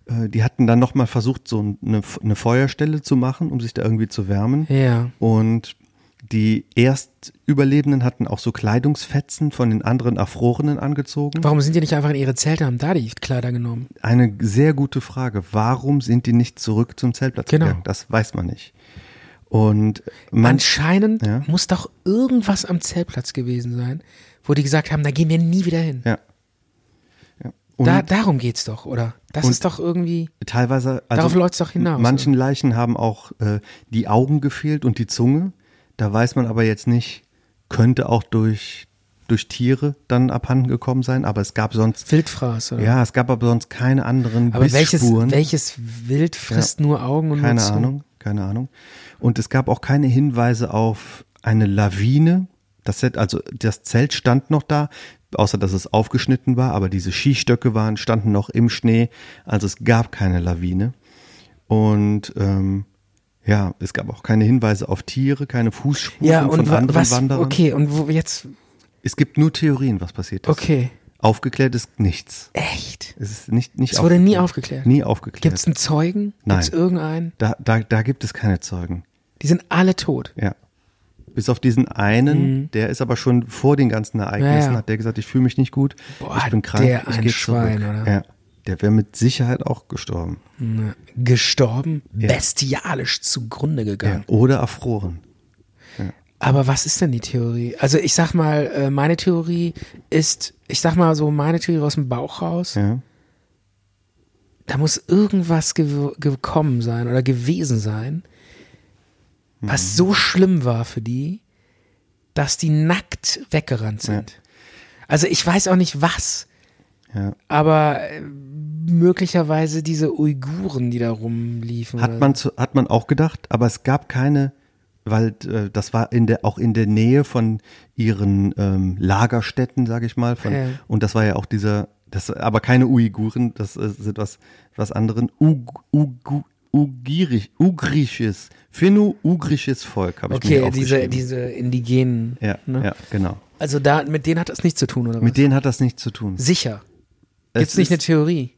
S3: Äh, die hatten dann nochmal versucht, so eine, eine Feuerstelle zu machen, um sich da irgendwie zu wärmen.
S4: Ja.
S3: Und die Erstüberlebenden hatten auch so Kleidungsfetzen von den anderen Erfrorenen angezogen.
S4: Warum sind die nicht einfach in ihre Zelte, haben da die Kleider genommen?
S3: Eine sehr gute Frage. Warum sind die nicht zurück zum Zeltplatz
S4: Genau.
S3: gegangen? Das weiß man nicht. Und man,
S4: Anscheinend
S3: Ja.
S4: muss doch irgendwas am Zeltplatz gewesen sein, wo die gesagt haben, da gehen wir nie wieder hin.
S3: ja. ja. Und
S4: da, darum geht's doch, oder? Das
S3: Und-
S4: ist doch irgendwie.
S3: teilweise. Also
S4: Darauf läuft's doch hinaus,
S3: Manchen Leichen haben auch äh, die Augen gefehlt und die Zunge. Da weiß man aber jetzt nicht, könnte auch durch, durch Tiere dann abhanden gekommen sein, aber es gab sonst.
S4: Wildfraß, oder?
S3: Ja, es gab aber sonst keine anderen
S4: Aber welches,
S3: Bissspuren.
S4: welches Wild frisst nur Augen und
S3: keine
S4: nur Zungen?
S3: Ahnung, keine Ahnung. Und es gab auch keine Hinweise auf eine Lawine. Das hätte, also das Zelt stand noch da, außer dass es aufgeschnitten war, aber diese Skistöcke waren, standen noch im Schnee, also es gab keine Lawine. Und ähm, ja, es gab auch keine Hinweise auf Tiere, keine Fußspuren
S4: Ja,
S3: von
S4: und wa
S3: anderen
S4: was?
S3: Wanderern.
S4: Okay, und wo jetzt.
S3: Es gibt nur Theorien, was passiert ist.
S4: Okay.
S3: Aufgeklärt ist nichts.
S4: Echt?
S3: Es ist nicht, nicht
S4: Es wurde nie aufgeklärt.
S3: Nie aufgeklärt.
S4: Gibt's einen Zeugen?
S3: Nein.
S4: Gibt's irgendeinen?
S3: da, da, da gibt es keine Zeugen.
S4: Die sind alle tot.
S3: Ja. Bis auf diesen einen, der ist aber schon vor den ganzen Ereignissen,
S4: Mhm. Ja, ja.
S3: hat der gesagt, ich fühle mich nicht gut,
S4: Boah,
S3: ich bin
S4: hat
S3: krank,
S4: der
S3: ich
S4: ein
S3: gehe
S4: Schwein,
S3: zurück.
S4: oder?
S3: Ja. Der wäre mit Sicherheit auch gestorben.
S4: Na, Gestorben, bestialisch zugrunde
S3: Ja.
S4: gegangen.
S3: Oder erfroren.
S4: Aber was ist denn die Theorie? Also ich sag mal, äh, meine Theorie ist, ich sag mal so meine Theorie aus dem Bauch raus,
S3: Ja.
S4: da muss irgendwas ge gekommen sein oder gewesen sein, was
S3: Mhm.
S4: so schlimm war für die, dass die nackt weggerannt sind. Also ich weiß auch nicht was,
S3: Ja.
S4: aber äh, möglicherweise diese Uiguren, die da rumliefen. oder
S3: Hat man, zu, hat man auch gedacht, aber es gab keine, weil äh, das war in der, auch in der Nähe von ihren ähm, Lagerstätten, sage ich mal. Von,
S4: Ja.
S3: Und das war ja auch dieser, das, aber keine Uiguren, das äh, sind was, was anderen. Ug, Ugu- Ugirisch, ugrisches, finno-ugrisches Volk, habe ich mir
S4: Okay, diese,
S3: aufgeschrieben.
S4: diese Indigenen.
S3: ja,
S4: ne?
S3: ja, genau.
S4: Also da, mit denen hat das nichts zu tun, oder
S3: Mit
S4: was?
S3: denen hat das nichts zu tun.
S4: Sicher.
S3: Es
S4: Gibt es nicht
S3: ist-
S4: eine Theorie?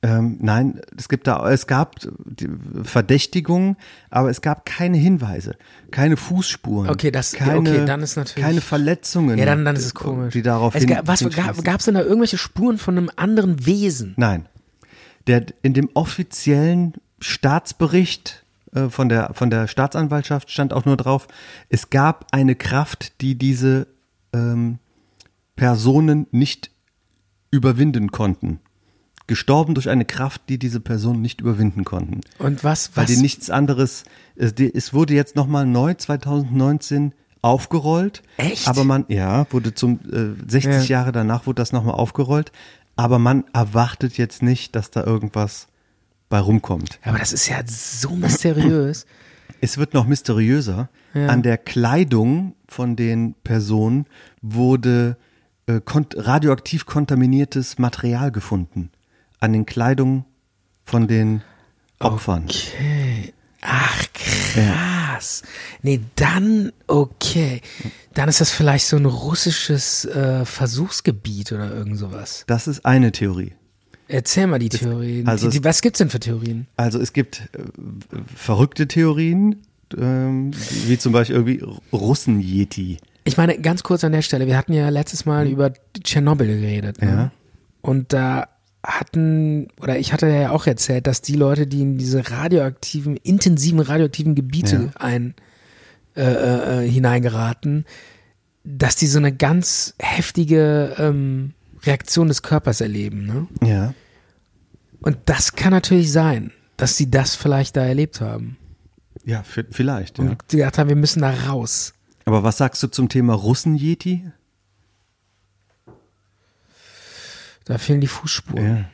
S3: Ähm, nein, es gibt da, es gab die Verdächtigungen, aber es gab keine Hinweise, keine Fußspuren,
S4: Okay, das-
S3: keine,
S4: okay, dann ist natürlich-
S3: keine Verletzungen,
S4: Ja, dann, dann ist es komisch.
S3: die darauf
S4: es
S3: hin,
S4: gab, was,
S3: hinschließen.
S4: gab, gab's denn da irgendwelche Spuren von einem anderen Wesen?
S3: Nein, der in dem offiziellen Staatsbericht äh, von der von der Staatsanwaltschaft stand auch nur drauf, es gab eine Kraft, die diese ähm, Personen nicht überwinden konnten. Gestorben durch eine Kraft, die diese Personen nicht überwinden konnten.
S4: Und was,
S3: weil
S4: was?
S3: die nichts anderes. Es, die, es wurde jetzt nochmal neu 2019 aufgerollt.
S4: Echt?
S3: Aber man, ja, wurde zum äh, 60 Jahre danach wurde das nochmal aufgerollt. Aber man erwartet jetzt nicht, dass da irgendwas bei rumkommt.
S4: aber das ist ja so mysteriös.
S3: Es wird noch mysteriöser. An der Kleidung von den Personen wurde äh, kont radioaktiv kontaminiertes Material gefunden. An den Kleidungen von den Opfern.
S4: Ach, krass. Nee, dann, okay. Dann ist das vielleicht so ein russisches äh, Versuchsgebiet oder irgend sowas.
S3: Das ist eine Theorie.
S4: Erzähl mal die Theorien.
S3: also
S4: die,
S3: es-
S4: die, was gibt's denn für Theorien?
S3: Also es gibt äh, w- verrückte Theorien, ähm, wie zum Beispiel irgendwie R- Russen-Yeti.
S4: Ich meine, ganz kurz an der Stelle, wir hatten ja letztes Mal über Tschernobyl geredet. Ne? Und da hatten, oder ich hatte ja auch erzählt, dass die Leute, die in diese radioaktiven, intensiven radioaktiven Gebiete ein, äh, äh, äh, hineingeraten, dass die so eine ganz heftige ähm, Reaktion des Körpers erleben. Ne?
S3: Ja.
S4: Und das kann natürlich sein, dass sie das vielleicht da erlebt haben.
S3: Ja, vi- vielleicht. Ja.
S4: Und die gedacht haben, wir müssen da raus.
S3: Aber was sagst du zum Thema Russen-Yeti?
S4: Da fehlen die Fußspuren.
S3: ja.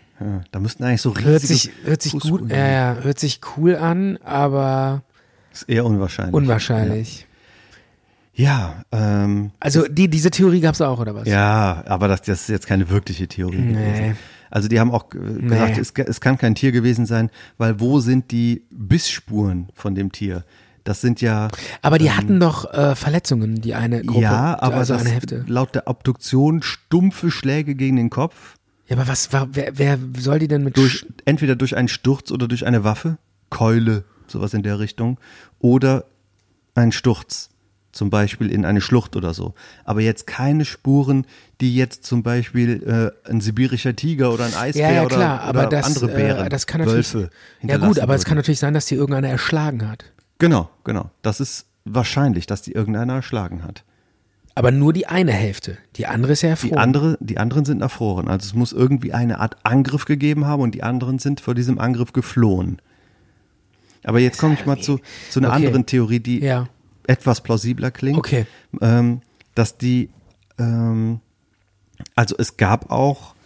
S3: Da müssten eigentlich so riesige
S4: Hört sich, hört sich
S3: Fußspuren
S4: gut, ja, ja, hört sich cool an, aber
S3: Ist eher unwahrscheinlich.
S4: unwahrscheinlich.
S3: Ja, ähm,
S4: Also die, diese Theorie gab es auch, oder was?
S3: ja aber das, das ist jetzt keine wirkliche Theorie gewesen. Also die haben auch äh, gesagt, es, es kann kein Tier gewesen sein, weil wo sind die Bissspuren von dem Tier? Das sind ja
S4: Aber die hatten doch äh, Verletzungen, die eine Gruppe.
S3: Ähm, Ja, aber
S4: also
S3: das
S4: eine Hälfte.
S3: laut der Abduktion stumpfe Schläge gegen den Kopf,
S4: Ja, aber was war, wer, wer soll die denn mit
S3: durch,
S4: Sch-
S3: entweder durch einen Sturz oder durch eine Waffe, Keule, sowas in der Richtung, oder ein Sturz, zum Beispiel in eine Schlucht oder so. Aber jetzt keine Spuren, die jetzt zum Beispiel äh, ein sibirischer Tiger oder ein Eisbär
S4: ja, ja,
S3: oder,
S4: klar, aber
S3: oder
S4: das,
S3: andere Bären,
S4: äh, das kann natürlich.
S3: Wölfe
S4: ja, gut,
S3: hinterlassen
S4: aber es
S3: würden.
S4: kann natürlich sein, dass die irgendeiner erschlagen hat.
S3: Genau, genau. Das ist wahrscheinlich, dass die irgendeiner erschlagen hat.
S4: Aber nur die eine Hälfte. Die andere ist ja
S3: Die,
S4: erfroren.
S3: andere, die anderen sind erfroren. Also es muss irgendwie eine Art Angriff gegeben haben und die anderen sind vor diesem Angriff geflohen. Aber jetzt komme ich mal zu, zu einer
S4: Okay.
S3: anderen Theorie, die
S4: Ja.
S3: etwas plausibler klingt.
S4: Okay.
S3: Ähm, dass die, ähm, also es gab auch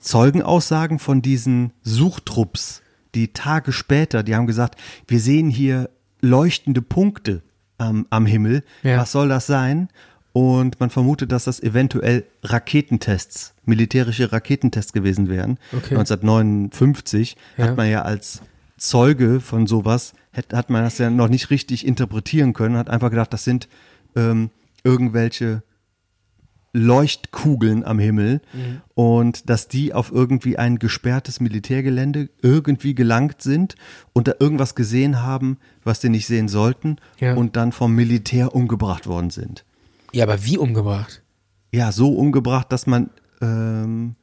S3: Zeugenaussagen von diesen Suchtrupps, die Tage später, die haben gesagt, wir sehen hier leuchtende Punkte am, am Himmel.
S4: Ja.
S3: Was soll das sein? Und man vermutet, dass das eventuell Raketentests, militärische Raketentests gewesen wären.
S4: Okay.
S3: 1959
S4: Ja.
S3: hat man ja als Zeuge von sowas, hat, hat man das ja noch nicht richtig interpretieren können, hat einfach gedacht, das sind ähm, irgendwelche Leuchtkugeln am Himmel und dass die auf irgendwie ein gesperrtes Militärgelände irgendwie gelangt sind und da irgendwas gesehen haben, was sie nicht sehen sollten
S4: Ja.
S3: und dann vom Militär umgebracht worden sind.
S4: ja, aber wie umgebracht?
S3: Ja, so umgebracht, dass man ähm,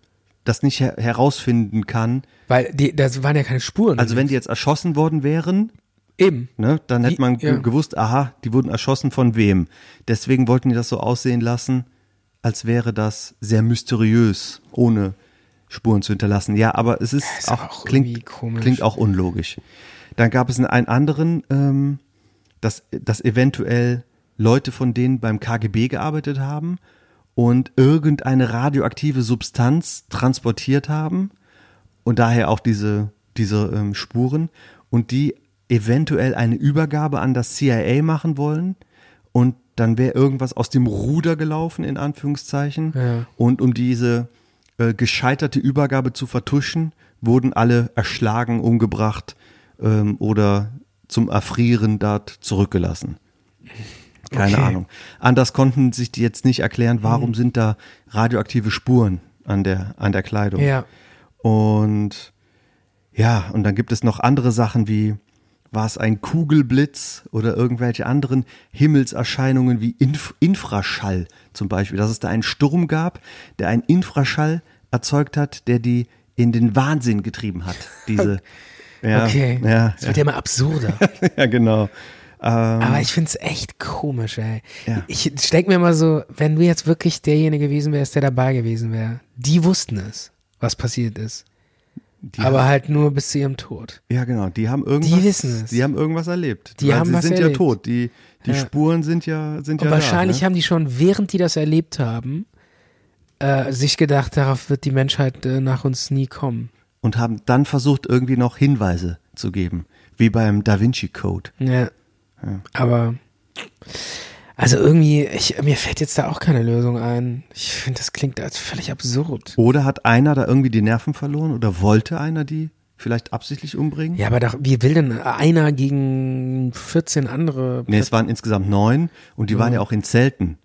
S3: das nicht her herausfinden kann.
S4: Weil die, das waren ja keine Spuren.
S3: Also wenn die jetzt erschossen worden wären,
S4: Eben.
S3: Ne? Dann hätte
S4: Wie-
S3: man ge-
S4: ja.
S3: gewusst, aha, die wurden erschossen von wem. Deswegen wollten die das so aussehen lassen, als wäre das sehr mysteriös, ohne Spuren zu hinterlassen. Ja, aber es ist,
S4: ist
S3: auch,
S4: auch irgendwie
S3: klingt,
S4: komisch.
S3: klingt auch unlogisch. Dann gab es einen anderen, ähm, dass, dass eventuell Leute von denen beim KGB gearbeitet haben und irgendeine radioaktive Substanz transportiert haben und daher auch diese, diese ähm, Spuren und die eventuell eine Übergabe an das CIA machen wollen und dann wäre irgendwas aus dem Ruder gelaufen, in Anführungszeichen. Und um diese äh, gescheiterte Übergabe zu vertuschen, wurden alle erschlagen, umgebracht ähm, oder zum Erfrieren dort zurückgelassen. Keine
S4: Okay.
S3: Ahnung. Anders konnten sich die jetzt nicht erklären, warum sind da radioaktive Spuren an der, an der Kleidung.
S4: Ja.
S3: Und ja, und dann gibt es noch andere Sachen wie, war es ein Kugelblitz oder irgendwelche anderen Himmelserscheinungen wie Inf Infraschall zum Beispiel, dass es da einen Sturm gab, der einen Infraschall erzeugt hat, der die in den Wahnsinn getrieben hat. Diese, ja,
S4: okay.
S3: ja,
S4: es wird ja immer absurder.
S3: ja, ja, genau.
S4: Aber ich find's echt komisch, ey.
S3: Mhm. Ja.
S4: Ich denk mir mal so, wenn du jetzt wirklich derjenige gewesen wärst, der dabei gewesen wäre, die wussten es, was passiert ist. Aber halt nur bis zu ihrem Tod.
S3: Ja, genau. Die haben irgendwas.
S4: wissen es.
S3: Die haben irgendwas erlebt.
S4: Die
S3: Weil
S4: haben
S3: sie
S4: was
S3: sind ja
S4: erlebt.
S3: tot. Die, die
S4: Ja.
S3: Spuren sind ja, sind
S4: Und
S3: ja
S4: wahrscheinlich
S3: da. Ne?
S4: haben die schon, während die das erlebt haben, äh, sich gedacht, darauf wird die Menschheit äh, nach uns nie kommen.
S3: Und haben dann versucht, irgendwie noch Hinweise zu geben. Wie beim Da Vinci Code.
S4: Ja. Aber also irgendwie, ich, mir fällt jetzt da auch keine Lösung ein. Ich finde, das klingt als völlig absurd.
S3: Oder hat einer da irgendwie die Nerven verloren oder wollte einer die vielleicht absichtlich umbringen?
S4: Ja, aber doch, wie will denn einer gegen 14 andere?
S3: Nee, es waren insgesamt neun und die waren
S4: Mhm.
S3: ja auch in Zelten.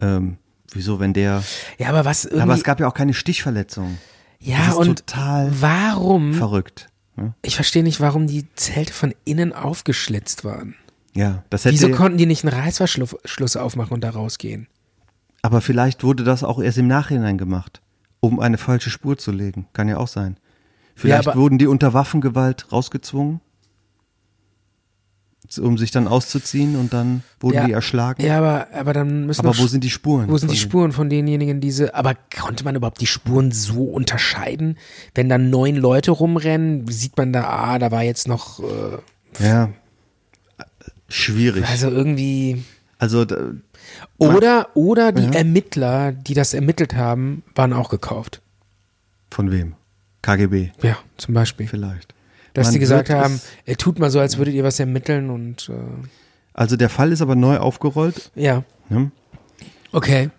S3: Ähm, wieso, wenn der.
S4: Ja, aber was irgendwie.
S3: Aber es gab ja auch keine Stichverletzungen.
S4: ja,
S3: das ist
S4: und
S3: total
S4: warum?
S3: Verrückt. ne?
S4: Ich verstehe nicht, warum die Zelte von innen aufgeschlitzt waren.
S3: Ja, das hätte.
S4: Wieso konnten die nicht einen Reißverschluss aufmachen und da rausgehen?
S3: Aber vielleicht wurde das auch erst im Nachhinein gemacht, um eine falsche Spur zu legen. Kann ja auch sein. Vielleicht
S4: aber-
S3: wurden die unter Waffengewalt rausgezwungen, z- um sich dann auszuziehen und dann wurden
S4: Ja.
S3: die erschlagen.
S4: Ja, aber, aber dann müssen
S3: Aber
S4: noch
S3: wo
S4: Sch-
S3: sind die Spuren?
S4: Wo sind die
S3: von denen?
S4: Spuren von denjenigen, diese, aber konnte man überhaupt die Spuren so unterscheiden? Wenn dann neun Leute rumrennen, sieht man da, ah, da war jetzt noch, äh,
S3: Ja. Schwierig.
S4: also irgendwie,
S3: Also, d-
S4: oder, oder die Ermittler, die das ermittelt haben, waren auch gekauft.
S3: von wem? KGB
S4: Ja, zum Beispiel.
S3: vielleicht.
S4: Dass
S3: Man
S4: die gesagt
S3: wird es-
S4: haben, äh, tut mal so, als würdet ihr was ermitteln und, äh,
S3: Also der Fall ist aber neu aufgerollt.
S4: ja.
S3: Ne?
S4: Okay.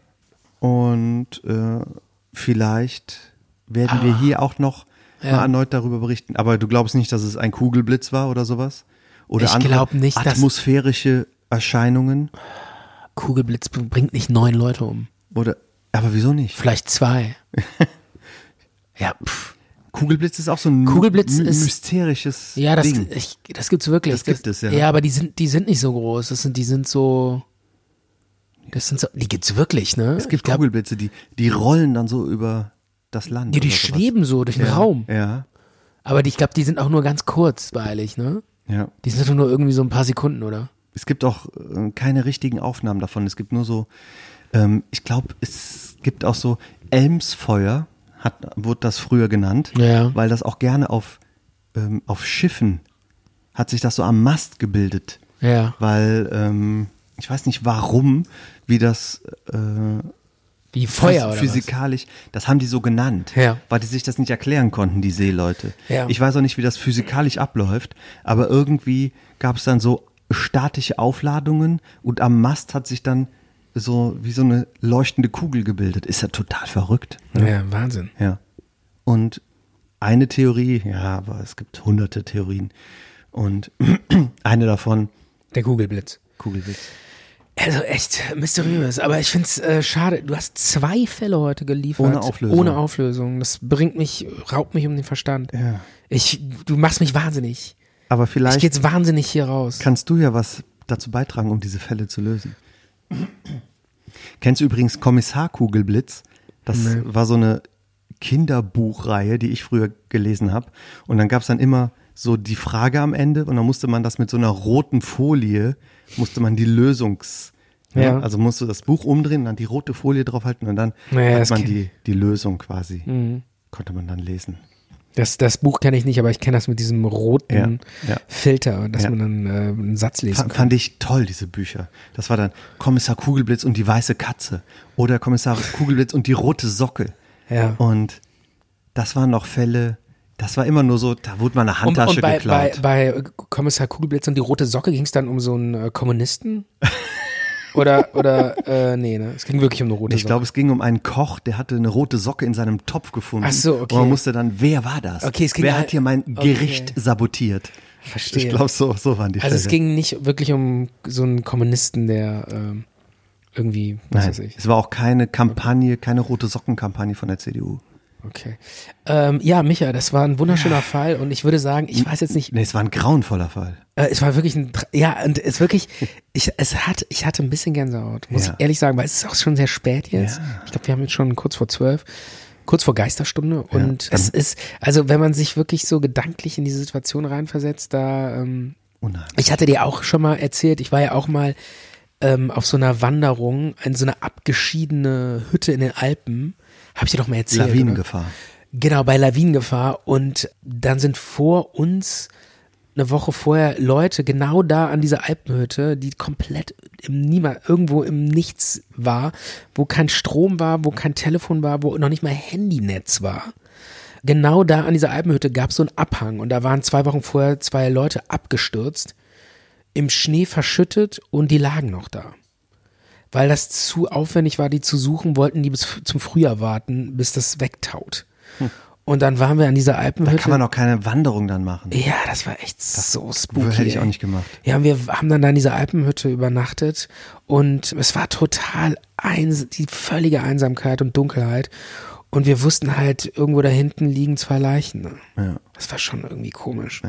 S3: Und äh, vielleicht werden
S4: Ah.
S3: wir hier auch noch mal erneut darüber berichten. Aber du glaubst nicht, dass es ein Kugelblitz war oder sowas? Oder
S4: Ich
S3: andere
S4: glaub nicht, dass-
S3: atmosphärische Erscheinungen?
S4: Kugelblitz bringt nicht neun Leute um.
S3: Oder aber wieso nicht?
S4: Vielleicht zwei. ja, pff.
S3: Kugelblitz ist auch so ein
S4: Kugelblitz
S3: my-
S4: ist-
S3: mysterisches
S4: Ja, das,
S3: Ding.
S4: ich, das gibt's wirklich.
S3: Das gibt es, ja.
S4: Ja, aber die sind, die sind nicht so groß. Das sind, die sind so. Das sind so. Die gibt's wirklich, ne?
S3: Es gibt
S4: ich glaub,
S3: Kugelblitze, die, die rollen dann so über das Land.
S4: die, die
S3: oder sowas.
S4: schweben so durch den
S3: ja,
S4: Raum.
S3: Ja,
S4: Aber die, ich glaube, die sind auch nur ganz kurzweilig, ne?
S3: ja.
S4: Die sind doch nur irgendwie so ein paar Sekunden, oder?
S3: Es gibt auch äh, keine richtigen Aufnahmen davon. Es gibt nur so, ähm, ich glaube, es gibt auch so Elmsfeuer, hat, wurde das früher genannt,
S4: Ja.
S3: weil das auch gerne auf, ähm, auf Schiffen hat sich das so am Mast gebildet.
S4: Ja.
S3: Weil, ähm, ich weiß nicht warum, wie das äh,
S4: Wie Feuer, oder?
S3: physikalisch, das haben die so genannt,
S4: Ja.
S3: weil die sich das nicht erklären konnten, die Seeleute.
S4: Ja.
S3: Ich weiß auch nicht, wie das physikalisch abläuft, aber irgendwie gab es dann so statische Aufladungen und am Mast hat sich dann so wie so eine leuchtende Kugel gebildet. Ist ja total verrückt.
S4: was? Ja, Wahnsinn.
S3: Ja. Und eine Theorie, ja, aber es gibt hunderte Theorien. Und eine davon,
S4: Der Kugelblitz.
S3: Kugelwitz.
S4: Also echt mysteriös, aber ich find's äh, schade. Du hast zwei Fälle heute geliefert.
S3: Ohne Auflösung.
S4: Ohne Auflösung. Das bringt mich, raubt mich um den Verstand.
S3: Ja.
S4: Ich, du machst mich wahnsinnig.
S3: Aber
S4: Ich
S3: vielleicht
S4: gehe jetzt wahnsinnig hier raus.
S3: Kannst du ja was dazu beitragen, um diese Fälle zu lösen? Kennst du übrigens Kommissar Kugelblitz? Das war so eine Kinderbuchreihe, die ich früher gelesen habe. Und dann gab es dann immer so die Frage am Ende und dann musste man das mit so einer roten Folie, musste man die Lösungs...
S4: Ja.
S3: Ja. Also musst du das Mhm. Buch umdrehen, dann die rote Folie draufhalten und dann
S4: Naja, das
S3: hat man
S4: kenn-
S3: die, die Lösung quasi. konnte man dann lesen.
S4: Das, das Buch kenne ich nicht, aber ich kenne das mit diesem roten
S3: Ja, ja.
S4: Filter, dass
S3: Ja.
S4: man dann äh, einen Satz lesen
S3: Fand,
S4: kann.
S3: fand ich toll, diese Bücher. Das war dann Kommissar Kugelblitz und die weiße Katze oder Kommissar Kugelblitz und die rote Socke.
S4: Ja.
S3: Und das waren noch Fälle, das war immer nur so, da wurde mal eine
S4: Und,
S3: Handtasche
S4: und bei, bei,
S3: geklaut.
S4: bei Kommissar Kugelblitz und die rote Socke ging es dann um so einen äh, Kommunisten? oder, oder, äh, nee, ne? Es ging wirklich um eine rote
S3: ich
S4: Socke.
S3: glaube, es ging um einen Koch, der hatte eine rote Socke in seinem Topf gefunden.
S4: Ach so, okay.
S3: Und man musste dann, wer war das?
S4: Okay, es ging
S3: wer
S4: halt-
S3: hat hier mein
S4: okay.
S3: Gericht sabotiert?
S4: Verstehe.
S3: Ich glaube, so, so waren die
S4: also es
S3: Fälle.
S4: ging nicht wirklich um so einen Kommunisten, der ähm, irgendwie, was weiß
S3: Nein,
S4: also ich.
S3: es war auch keine Kampagne, keine rote Sockenkampagne von der CDU.
S4: Okay. Ähm, ja, Micha, das war ein wunderschöner Fall und ich würde sagen, ich weiß jetzt nicht,
S3: Nee, es war ein grauenvoller Fall.
S4: Äh, es war wirklich ein, Tra- ja, und es wirklich, ich, es hat, ich hatte ein bisschen Gänsehaut, muss
S3: Ja.
S4: ich ehrlich sagen, weil es ist auch schon sehr spät jetzt. Ich glaube, wir haben jetzt schon kurz vor zwölf, kurz vor Geisterstunde und es ist, also wenn man sich wirklich so gedanklich in diese Situation reinversetzt, da, ähm,
S3: Unheimlich.
S4: ich hatte dir auch schon mal erzählt, ich war ja auch mal ähm, auf so einer Wanderung in so einer abgeschiedene Hütte in den Alpen, habe ich dir doch mal erzählt. oder?
S3: Lawinengefahr.
S4: Genau, bei Lawinengefahr. Und dann sind vor uns eine Woche vorher Leute genau da an dieser Alpenhütte, die komplett im Niemand, irgendwo im Nichts war, wo kein Strom war, wo kein Telefon war, wo noch nicht mal Handynetz war. Genau da an dieser Alpenhütte gab es so einen Abhang und da waren zwei Wochen vorher zwei Leute abgestürzt, im Schnee verschüttet und die lagen noch da weil das zu aufwendig war, die zu suchen, wollten die bis f- zum Frühjahr warten, bis das wegtaut. Und dann waren wir an dieser Alpenhütte.
S3: Hm. Kann man auch keine Wanderung dann machen.
S4: ja, das war echt so spooky.
S3: hätte ich
S4: ey.
S3: auch nicht gemacht.
S4: Ja, wir haben dann da in dieser Alpenhütte übernachtet und es war total eins, die völlige Einsamkeit und Dunkelheit. Und wir wussten halt, irgendwo da hinten liegen zwei Leichen. Ne?
S3: Ja.
S4: Das war schon irgendwie komisch.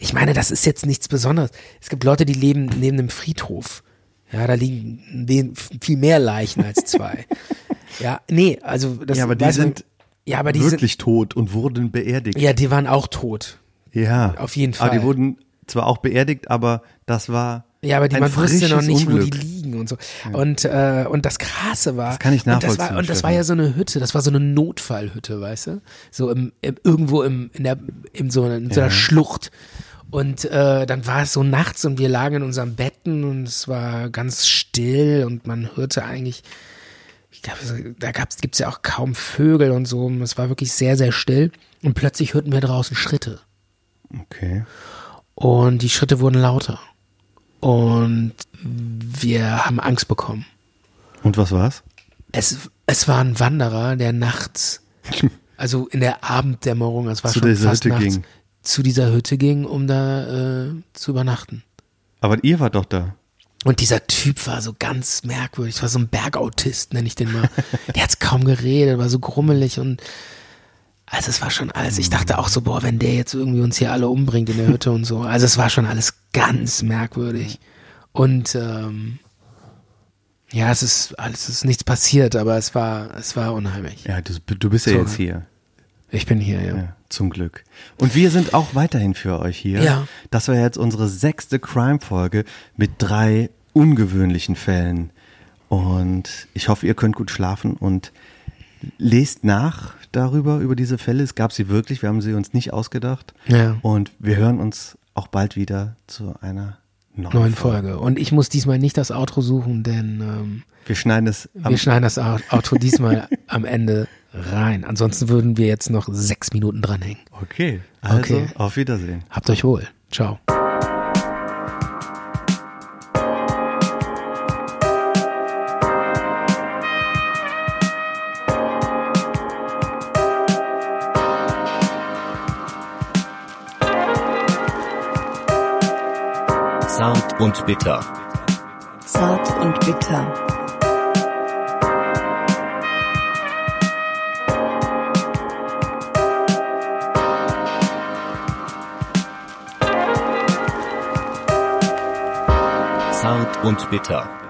S4: Ich meine, das ist jetzt nichts Besonderes. Es gibt Leute, die leben neben einem Friedhof. Ja, da liegen we- viel mehr Leichen als zwei. ja, nee, also das
S3: Ja, aber die
S4: weiß man-
S3: sind
S4: ja, aber die
S3: Wirklich tot und wurden beerdigt.
S4: sind ja, die waren auch tot.
S3: Ja.
S4: Auf jeden
S3: Aber
S4: Fall.
S3: die wurden zwar auch beerdigt, aber das war
S4: Ja, aber die,
S3: ein
S4: man wusste noch
S3: frisches
S4: nicht,
S3: Unglück.
S4: wo die liegen und so. Und, äh, und das Krasse war.
S3: Das kann ich
S4: Und das, war,
S3: nachvollziehen,
S4: und das war ja so eine Hütte, das war so eine Notfallhütte, weißt du? So im, im, irgendwo im, in, der, in so, einer- in so einer Schlucht. Und äh, dann war es so nachts und wir lagen in unseren Betten und es war ganz still und man hörte eigentlich, ich glaube, da gibt es ja auch kaum Vögel und so. Es war wirklich sehr, sehr still. Und plötzlich hörten wir draußen Schritte.
S3: Okay.
S4: Und die Schritte wurden lauter. Und wir haben Angst bekommen.
S3: Und was war's?
S4: Es, es war ein Wanderer, der nachts, also in der Abenddämmerung, es war
S3: Zu
S4: schon
S3: dieser
S4: fast
S3: Hütte
S4: nachts,
S3: ging.
S4: zu dieser Hütte ging, um da äh, zu übernachten.
S3: Aber ihr wart doch da.
S4: Und dieser Typ war so ganz merkwürdig, Es war so ein Bergautist, nenne ich den mal. Der hat kaum geredet, war so grummelig und also es war schon alles. Ich dachte auch so, boah, wenn der jetzt irgendwie uns hier alle umbringt in der Hütte und so. Also es war schon alles ganz merkwürdig. Und ähm, ja, es ist alles es ist nichts passiert, aber es war es war unheimlich.
S3: Ja, du, du bist ja
S4: So.
S3: jetzt hier.
S4: Ich bin hier, ja.
S3: Ja, zum Glück. Und wir sind auch weiterhin für euch hier.
S4: Ja.
S3: Das war jetzt unsere sechste Crime-Folge mit drei ungewöhnlichen Fällen. Und ich hoffe, ihr könnt gut schlafen und lest nach darüber, über diese Fälle. Es gab sie wirklich, wir haben sie uns nicht ausgedacht.
S4: Ja.
S3: Und wir hören uns auch bald wieder zu einer neuen,
S4: Neuen
S3: Folge.
S4: Folge. Und ich muss diesmal nicht das Outro suchen, denn ähm,
S3: Wir schneiden es am
S4: wir schneiden das Au- Outro diesmal am Ende rein. Ansonsten würden wir jetzt noch sechs Minuten dranhängen.
S3: Okay. Also,
S4: Okay.
S3: auf Wiedersehen.
S4: Habt euch wohl. Ciao.
S1: Zart und bitter.
S2: Zart und bitter.
S1: Zart und bitter.